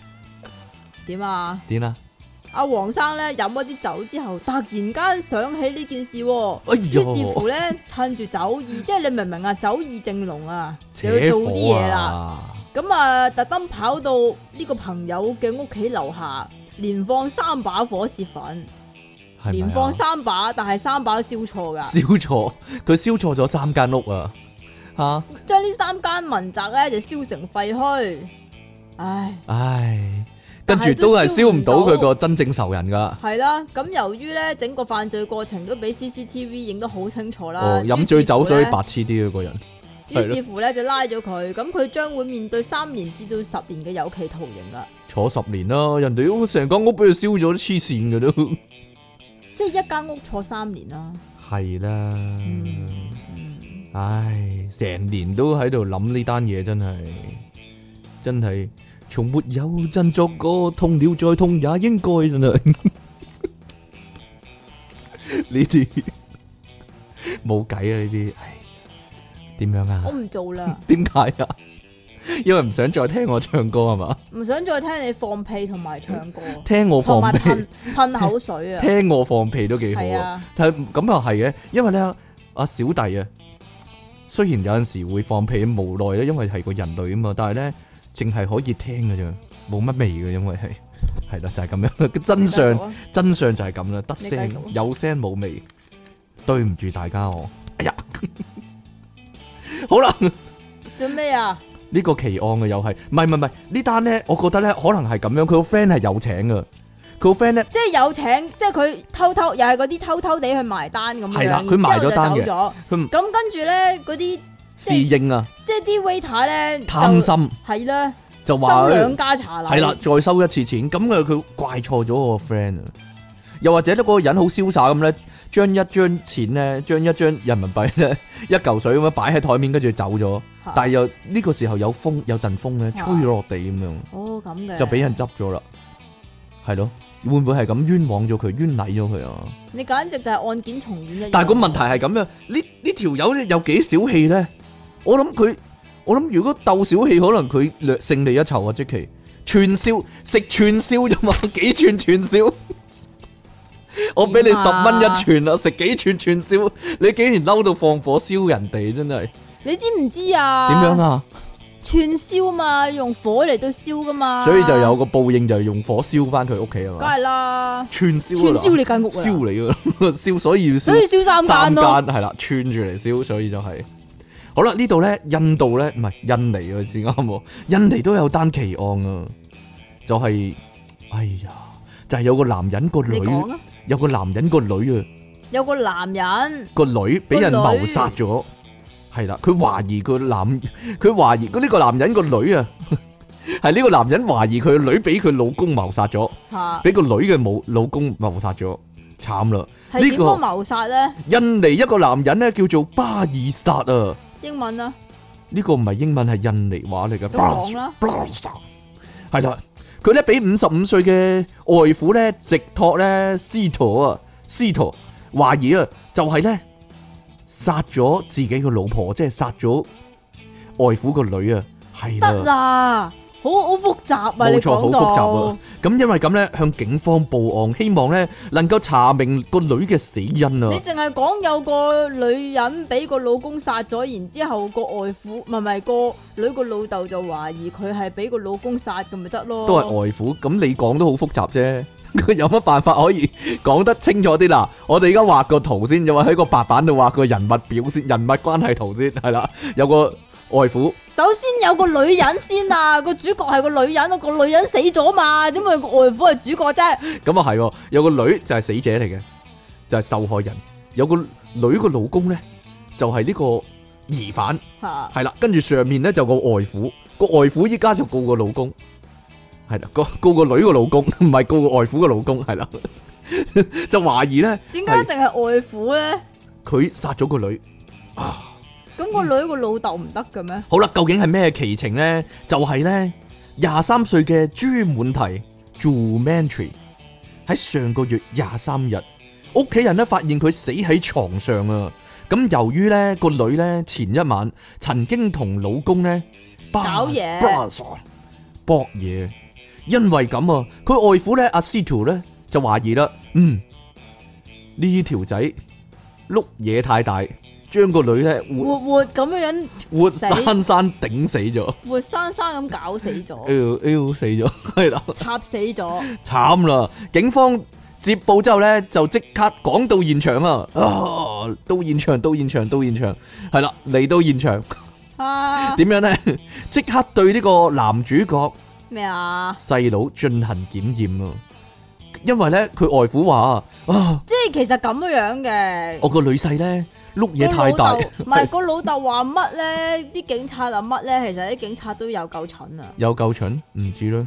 S1: 點啊？
S2: 點啊？
S1: 阿黃生咧飲咗啲酒之後，突然間想起呢件事、喎。
S2: 哎
S1: 於是乎
S2: 呀，
S1: 咧，趁住酒意，即係你明唔明啊？酒意正濃啊，就要
S2: 扯
S1: 做啲
S2: 火
S1: 嘢啦。
S2: 啊！
S1: 咁啊，特登跑到呢個朋友嘅屋企樓下，連放三把火泄憤，
S2: 係咪
S1: 連
S2: 啊
S1: 放三把，但係三把都燒錯噶，
S2: 燒錯，佢燒錯咗三間屋啊！吓，
S1: 將呢三間民宅咧就燒成廢墟。唉，
S2: 唉，跟住
S1: 但係
S2: 都
S1: 都
S2: 係燒
S1: 燒
S2: 唔
S1: 唔
S2: 到
S1: 到
S2: 佢個真正仇人噶。
S1: 係啦，咁由於咧整個犯罪過程都俾 CCTV 影得好清楚啦，
S2: 哦，
S1: 於是乎
S2: 飲醉酒所以
S1: 咧
S2: 白痴啲嘅啊個人，
S1: 於是乎咧就拉咗佢，咁佢將會面對三年至到十年嘅有期徒刑啊啦，
S2: 坐十年啦，人哋都成間屋俾佢燒咗，都黐線嘅都
S1: 即係一間屋坐三年啦。
S2: 係啦。
S1: 嗯嗯
S2: 唉，成年都喺度諗呢單嘢，真係真係從沒有振作過，痛了再痛也應該，真係 [LAUGHS] 呢啲 [LAUGHS] 冇計啊！呢啲唉，點樣啊
S1: 我？唔做
S2: [LAUGHS]
S1: 啦，
S2: 點解啊？因為唔想再聽我唱歌係嘛？
S1: 唔想再聽你放屁同埋唱歌。
S2: 聽我
S1: 同
S2: 放
S1: 埋
S2: 屁，
S1: 噴噴口水啊，
S2: [LAUGHS] 聽我放屁都幾好
S1: 係
S2: 啊！
S1: 啊，
S2: 但係咁又係嘅，因為咧阿小弟啊，雖然有陣時會放屁，無奈咧，因為係個人類啊嘛，但係咧淨係可以聽嘅啫，冇乜味嘅，因為係 [LAUGHS] 係啦，就
S1: [LAUGHS]
S2: 係、咁樣。真
S1: 你繼續
S2: 相
S1: 啊
S2: 真相就係咁啦，得
S1: 你繼續啊
S2: 聲有聲冇味，對唔住大家我。哎呀， [LAUGHS] 好啦，呢、
S1: 做咩啊？
S2: 個奇案嘅又係，唔係唔係唔係呢單咧，我覺得咧可能係咁樣，佢個 friend 係有請嘅，佢個 friend 咧
S1: 即係有請，即係佢偷偷又係嗰啲偷偷地去埋單咁樣，
S2: 係啦佢埋咗單嘅
S1: 然之後就走咗
S2: 佢唔
S1: 咁跟住咧，嗰啲
S2: 侍應啊。
S1: 即係啲 waiter 咧
S2: 貪心
S1: 系啦，
S2: 就話
S1: 收
S2: 佢
S1: 兩家茶禮
S2: 係啦，再收一次錢，咁啊佢怪錯咗我個 friend 啊，又或者呢嗰個人好瀟灑咁咧，將一張錢咧，將一張人民幣咧， [LAUGHS] 一嚿水咁樣擺喺台面，跟住走咗，
S1: 嚇
S2: 但係又呢個時候有風有陣風咧，
S1: 嚇
S2: 吹落地咁樣。
S1: 哦咁嘅，
S2: 就俾人執咗啦，係咯，會唔會係咁冤枉咗佢、冤禮咗佢啊？
S1: 你簡直就係案件重演一樣。
S2: 但係個問題係咁樣，呢呢條友咧有幾小氣咧？我諗佢，我諗如果鬥小氣，可能佢略勝利一籌啊！即其串燒食串燒啫嘛， [LAUGHS] 幾串串燒，我俾你十
S1: 點啊
S2: 蚊一串啦，食幾串串燒，你竟然嬲到放火燒人哋，真係
S1: 你知唔知啊？
S2: 點樣？啊？
S1: 串燒嘛，用火嚟到燒噶嘛，
S2: 所以就有個報應，就係用火燒翻佢屋企啊
S1: 梗
S2: 嘛，
S1: 係啦，
S2: 串燒
S1: 串
S2: 啊啦
S1: 燒你間屋
S2: 燒
S1: 啊，
S2: 你噶啦， [LAUGHS] 燒所以要燒
S1: 所以燒三間咯。
S2: 間係啦，串住嚟燒，所以就係、好啦，呢度咧，印度咧，唔係印尼啊，至啱喎。印尼都有單奇案啊，就係、哎呀，就係、有個男人個
S1: 你講
S2: 女，
S1: 啊，
S2: 有個男人個女啊，
S1: 有個男人
S2: 個女俾人
S1: 個女
S2: 謀殺咗，係啦，佢懷疑個男，佢懷疑呢個男人個女啊， [LAUGHS] 係呢個男人懷疑佢個女俾佢老公謀殺咗，
S1: 吓
S2: 俾個女嘅冇老公謀殺咗，慘啦！
S1: 係
S2: 呢
S1: 點
S2: 個
S1: 樣謀殺咧？
S2: 印尼一個男人咧叫做巴爾薩啊，
S1: 英文啊，
S2: 呢、個唔係英文係印尼話嚟嘅。
S1: 咁講啦，
S2: 巴爾薩係啦，佢咧俾五十五歲嘅外父咧直托咧司徒啊，司徒懷疑啊，就係咧殺咗自己個老婆，即係殺咗外父個女啊，係
S1: 得
S2: 啦。
S1: 啦，好好複雜啊！你
S2: 冇錯，好
S1: 講
S2: 複雜
S1: 到
S2: 啊！咁因為咁咧，向警方報案，希望咧能夠查明個女嘅死因啊
S1: 你。淨係講有個女人俾個老公殺咗，然之後個外父唔係唔係個女個老豆就懷疑佢係俾個老公殺咁咪得咯？
S2: 都係外父，咁你講都好複雜啫。 [LAUGHS] 佢有乜辦法可以講得清楚啲嗱？我哋而家畫個圖先，又話喺個白板度畫個人物表先、人物關係圖先，係啦，有個外父，
S1: 首先有個女人先
S2: [LAUGHS]
S1: 啊，個主角係個女人，個女人死咗嘛，點會個外父係主角啫？
S2: 咁啊係喎，有個女就係死者嚟嘅，就係、受害人。有個女個老公呢，就係、呢個疑犯，
S1: 吓
S2: 係啦。跟住上面呢，就個外父，個外父依家就告個老公，係啦，告告個女個老公，唔係告個外父個老公，係啦， [LAUGHS] 就懷疑呢，
S1: 點解一定係外父咧？
S2: 佢殺咗個女。
S1: 咁個女個老豆唔得嘅咩？
S2: 好啦，究竟係咩奇情呢？就係、呢，廿三歲嘅朱滿提 j u m a n t r y 喺上個月廿三日，屋企人呢發現佢死喺床上啊！咁由於呢個女呢前一晚曾經同老公呢啊
S1: 搞嘢
S2: 搏嘢，因為咁啊，佢外父呢阿司徒呢就懷疑啦，嗯呢條仔碌嘢太大，將個女呢
S1: 活
S2: 活
S1: 活咁樣樣，
S2: 活
S1: 死
S2: 生生頂死咗。
S1: 活生生咁搞死
S2: [LAUGHS]
S1: 咗，
S2: L L 哎死咗，系啦，
S1: 插死
S2: [LAUGHS]
S1: 咗，
S2: 慘啦！警方接報之後咧，就即刻趕到現場啊！啊，到現場，到現場，到現場，係啦，嚟到現
S1: [LAUGHS]
S2: 場
S1: 啊
S2: 點樣咧？ [LAUGHS] 即刻對呢個男主角
S1: 咩啊？
S2: 細佬進行檢驗啊！因為咧，佢外父話啊，
S1: 即係其實咁樣樣嘅。
S2: 我個女婿咧碌哦嘢太
S1: 個老
S2: 大
S1: 豆，唔係個老豆話乜咧？啲警察諗乜咧？其實啲警察都有夠蠢啊！
S2: 有夠蠢，唔知啦。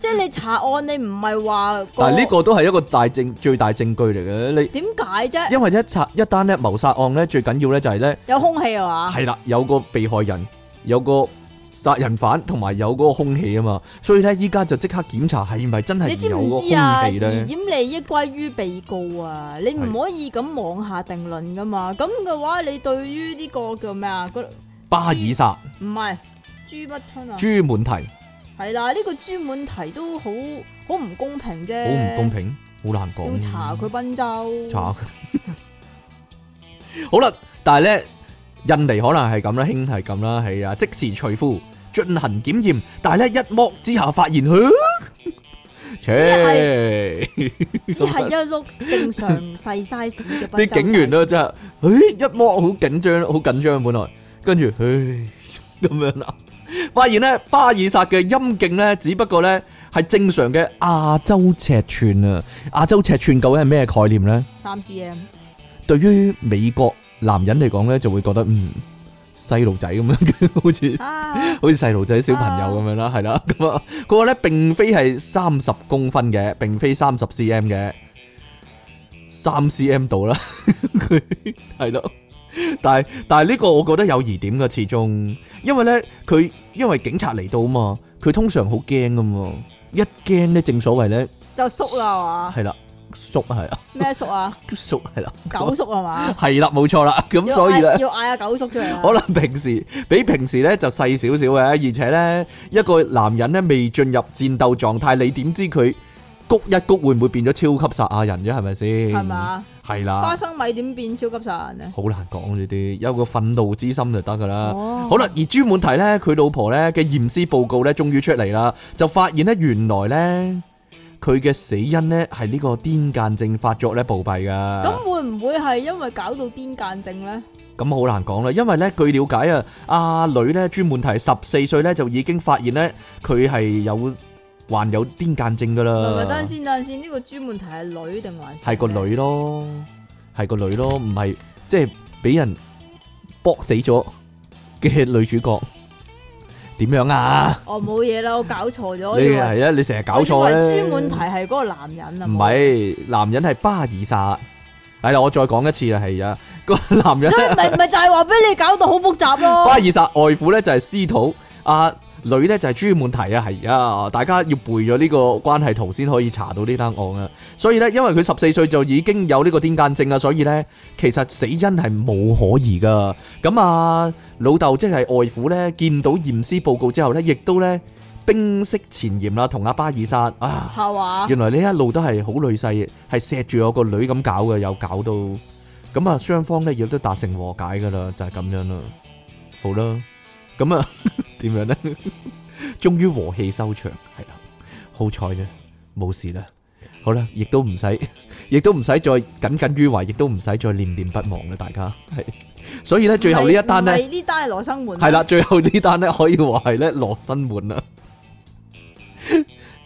S1: 即係你查案，你唔係話個
S2: [LAUGHS] 但係呢個都係一個大證最大證據嚟嘅，你
S1: 點解啫？
S2: 因為一拆一單咧謀殺案咧，最緊要咧就係咧。
S1: 有空氣啊嘛？
S2: 系啦，有個被害人，有個殺人犯，同埋有嗰個空氣啊嘛，所以咧依家就即刻檢查係咪真係
S1: 你知
S2: 有個
S1: 唔
S2: 空
S1: 知啊？
S2: 氣
S1: 疑
S2: 咧？
S1: 點利益歸於被告啊！你唔可以咁妄下定論噶嘛？咁嘅話，你對於呢個叫咩啊？嗰
S2: 巴爾薩、
S1: 唔係朱不春啊？
S2: 朱滿提，好
S1: 係啦，呢個朱滿提都好好唔公平啫，
S2: 唔公，平，好難講。
S1: 要查佢賓州，
S2: 查佢 [LAUGHS] 好啦，但係咧，印尼可能係咁啦，興係咁啦，係啊，即時除褲進行檢驗，但係咧一剝之下發現，呵，切
S1: 只係一碌正常細 size 嘅賓州
S2: 啲
S1: 仔
S2: 警員。咧啊真係，唉一摸好緊張，好緊張本來，跟住唉 [LAUGHS] 咁樣啦，發現咧巴爾薩嘅陰莖咧，只不過咧係正常嘅亞洲尺寸啊！亞洲尺寸究竟係咩概念咧？
S1: 三 cm，
S2: 對於美國男人嚟講咧，就會覺得嗯細路仔咁樣， [LAUGHS] 好似。
S1: 啊，
S2: 好似細路仔小朋友咁樣啦，係啦， [LAUGHS] 咁啊，嗰個咧並非係三十公分嘅，並非三十 cm 嘅，三 cm 度啦， [LAUGHS] 佢係咯。但係但係呢個我覺得有疑點嘅，始終，因為咧佢因為警察嚟到啊嘛，佢通常好驚噶嘛，一驚咧正所謂咧
S1: 就叔啦嘛，
S2: 係啦，縮係啦， [LAUGHS]
S1: 咩叔啊，
S2: 縮係啦，
S1: 狗叔係嘛，
S2: 係啦，冇錯啦，咁
S1: 要
S2: 所以咧
S1: 嗌。要嗌阿狗叔出嚟啊，
S2: [LAUGHS] 可能平時比平時咧就細少少嘅，而且咧一個男人咧未進入戰鬥狀態，你點知佢谷一谷會唔會變咗超級殺亞人啫？係咪先？
S1: 係？嘛，
S2: 係
S1: 花
S2: 啦，
S1: 生米點變超級殺人啊？
S2: 好難講呢啲，有個憤怒之心就得噶啦。
S1: 哦
S2: 好啦，而朱滿提咧，佢老婆咧嘅驗屍報告咧，終於出嚟啦，就發現咧原來咧佢嘅死因咧係呢個癲痫症發作咧暴斃噶。
S1: 咁會唔會係因為搞到癲痫症咧？
S2: 咁好難講啦，因為咧據了解啊，阿女咧專門提十四歲咧就已經發現咧佢係有患有癲痫症噶
S1: 唔係唔係，等
S2: 啦
S1: 陣，先，等陣先，呢個專門題係女定還是
S2: 啊係個女咯，係個女咯，唔係即係俾人搏死咗嘅女主角點樣啊？
S1: 哦，冇嘢啦，我搞錯咗。我
S2: 你
S1: 以為
S2: 係啊，你成日搞錯
S1: 我以
S2: 咧
S1: 為朱，滿提係嗰個男人啊，
S2: 唔，係男人係巴爾薩，係啦，我再講一次啦，係啊，個男人
S1: 所。以咪咪就係話俾你搞到好複雜
S2: 巴
S1: 咯。
S2: 爾薩啊外父咧就係司徒，阿女咧就係朱滿提啊，係啊，大家要背咗呢個關係圖先可以查到呢單案啊。所以咧，因為佢十四歲就已經有呢個癲痫症啊，所以咧其實死因係冇可疑噶。咁啊，老豆即係外父咧，見到驗屍報告之後咧，亦都咧冰釋前嫌啦，同阿巴爾薩啊。 [LAUGHS]
S1: 係嘛？
S2: 原來呢一路都係好女婿，係錫住我個女咁搞嘅，有搞到咁啊，雙方咧亦都達成和解噶啦，就係、咁樣啦。好啦，咁啊點樣咧？終於和氣收場，係啦，好彩啫，冇事啦。好啦，亦都唔使，亦都唔使再耿耿於懷，亦都唔使再念念不忘啦，大家係。所以咧，最後呢一單
S1: 唔。
S2: 咧
S1: 係呢單係羅生門。啊
S2: 系啦，，最後呢單咧可以話係咧羅生門啦。 [LAUGHS]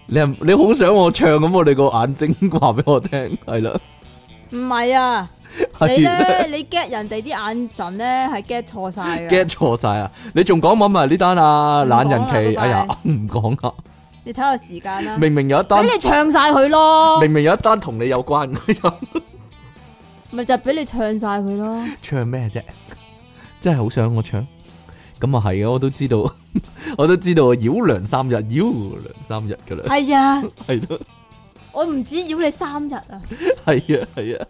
S2: 你係你好想我唱咁，我哋個眼睛話俾我聽，係啦，
S1: 唔係啊，你
S2: 係啦
S1: 咧你 get 人哋啲眼神咧係 get 錯晒嘅。
S2: ，get 錯晒啊！你仲講唔講埋呢單啊？
S1: 唔講啦
S2: 懶人
S1: 拜
S2: 期，
S1: 拜
S2: 哎呀，唔講啦。
S1: 你睇下時間啦，
S2: 明明有一單
S1: 俾，你唱晒佢咯，
S2: 明明有一單同你有關， [LAUGHS] 哎呀
S1: 咪就係俾你唱晒佢咯。
S2: 唱咩啫？真係好想我唱，咁啊係啊，我都知道， [LAUGHS] 我都知道，繞梁三日，繞梁三日噶啦，
S1: 係啊，
S2: 係咯。
S1: 我唔止要你三日啊，
S2: [LAUGHS] 系啊，系啊。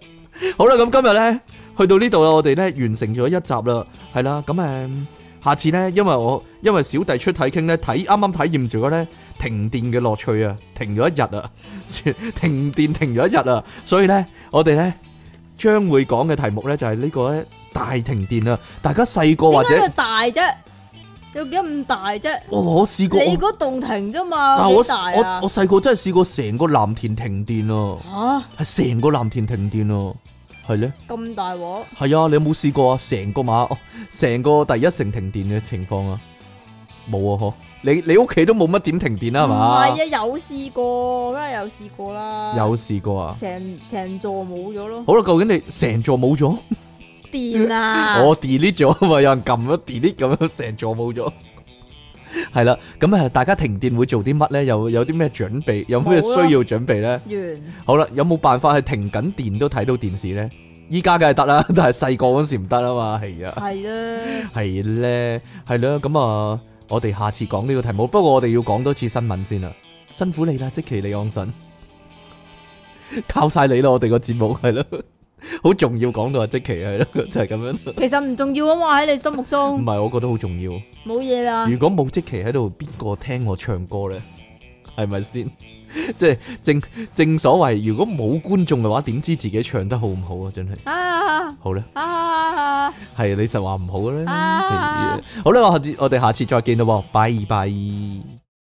S2: 好啦，咁今日咧去到呢度啦，我哋咧完成咗一集啦，系啦，咁诶，嗯下次咧，因為我因為小弟出體傾咧，睇啱啱體驗咗咧停電嘅樂趣啊，停咗一日啊，停電停咗一日啊，所以咧，我哋咧將會講嘅題目咧就係呢個咧大停電啊，大家細個或
S1: 點解
S2: 者
S1: 要大啫？有幾咁大啫？
S2: 哦我試過，
S1: 你
S2: 我
S1: 嗰棟停啫嘛，
S2: 啊
S1: 幾
S2: 我
S1: 大
S2: 我
S1: 啊？
S2: 我細個真係試過成個藍田停電啊，
S1: 吓
S2: 係成個藍田停電啊，係咧。
S1: 咁大鑊，
S2: 系啊，你有冇試過啊？成個馬，成個第一城停電嘅情況啊，冇啊，嗬！你你屋企都冇乜點停電啦，係
S1: 唔
S2: 嘛？
S1: 係啊，有試過，梗係有試過啦。
S2: 有試過啊！
S1: 成成座冇咗咯，
S2: 好啦，究竟你成座冇咗？
S1: 電啊！
S2: 我 delete 咗啊嘛，有人撳咗 delete 咁樣，成座冇咗。係啦，咁啊，大家停電會做啲乜咧？有有啲咩準備？有咩需
S1: 冇啦啊
S2: 要準備咧？
S1: 完
S2: 好啦，有冇辦法係停緊電都睇到電視咧？依家梗係得啦，但係細個嗰時唔得啊嘛，係啊。
S1: 係啦，
S2: 系咧，系啦，咁啊，我哋下次講呢個題目，不過我哋要講多次新聞先啦，辛苦你啦，即其李昂臣， [LAUGHS] 靠晒你啦，我哋個節目係咯，好重要講到啊，即其係咯， [LAUGHS] 就係咁樣，
S1: 其實唔重要啊嘛，喺你心目
S2: 唔
S1: 中
S2: 係我覺得好重要。
S1: 冇嘢啦。
S2: 如果冇即期喺度，邊個聽我唱歌咧？係咪先？ [LAUGHS] 即係正正所謂，如果冇觀眾嘅話，點知自己唱得好唔好啊？真係
S1: 啊
S2: 好啦。
S1: 啊
S2: [LAUGHS] 係，你實話唔好啦。
S1: 啊
S2: 係啊好啦，我下次我哋下次再見啦喎，拜拜。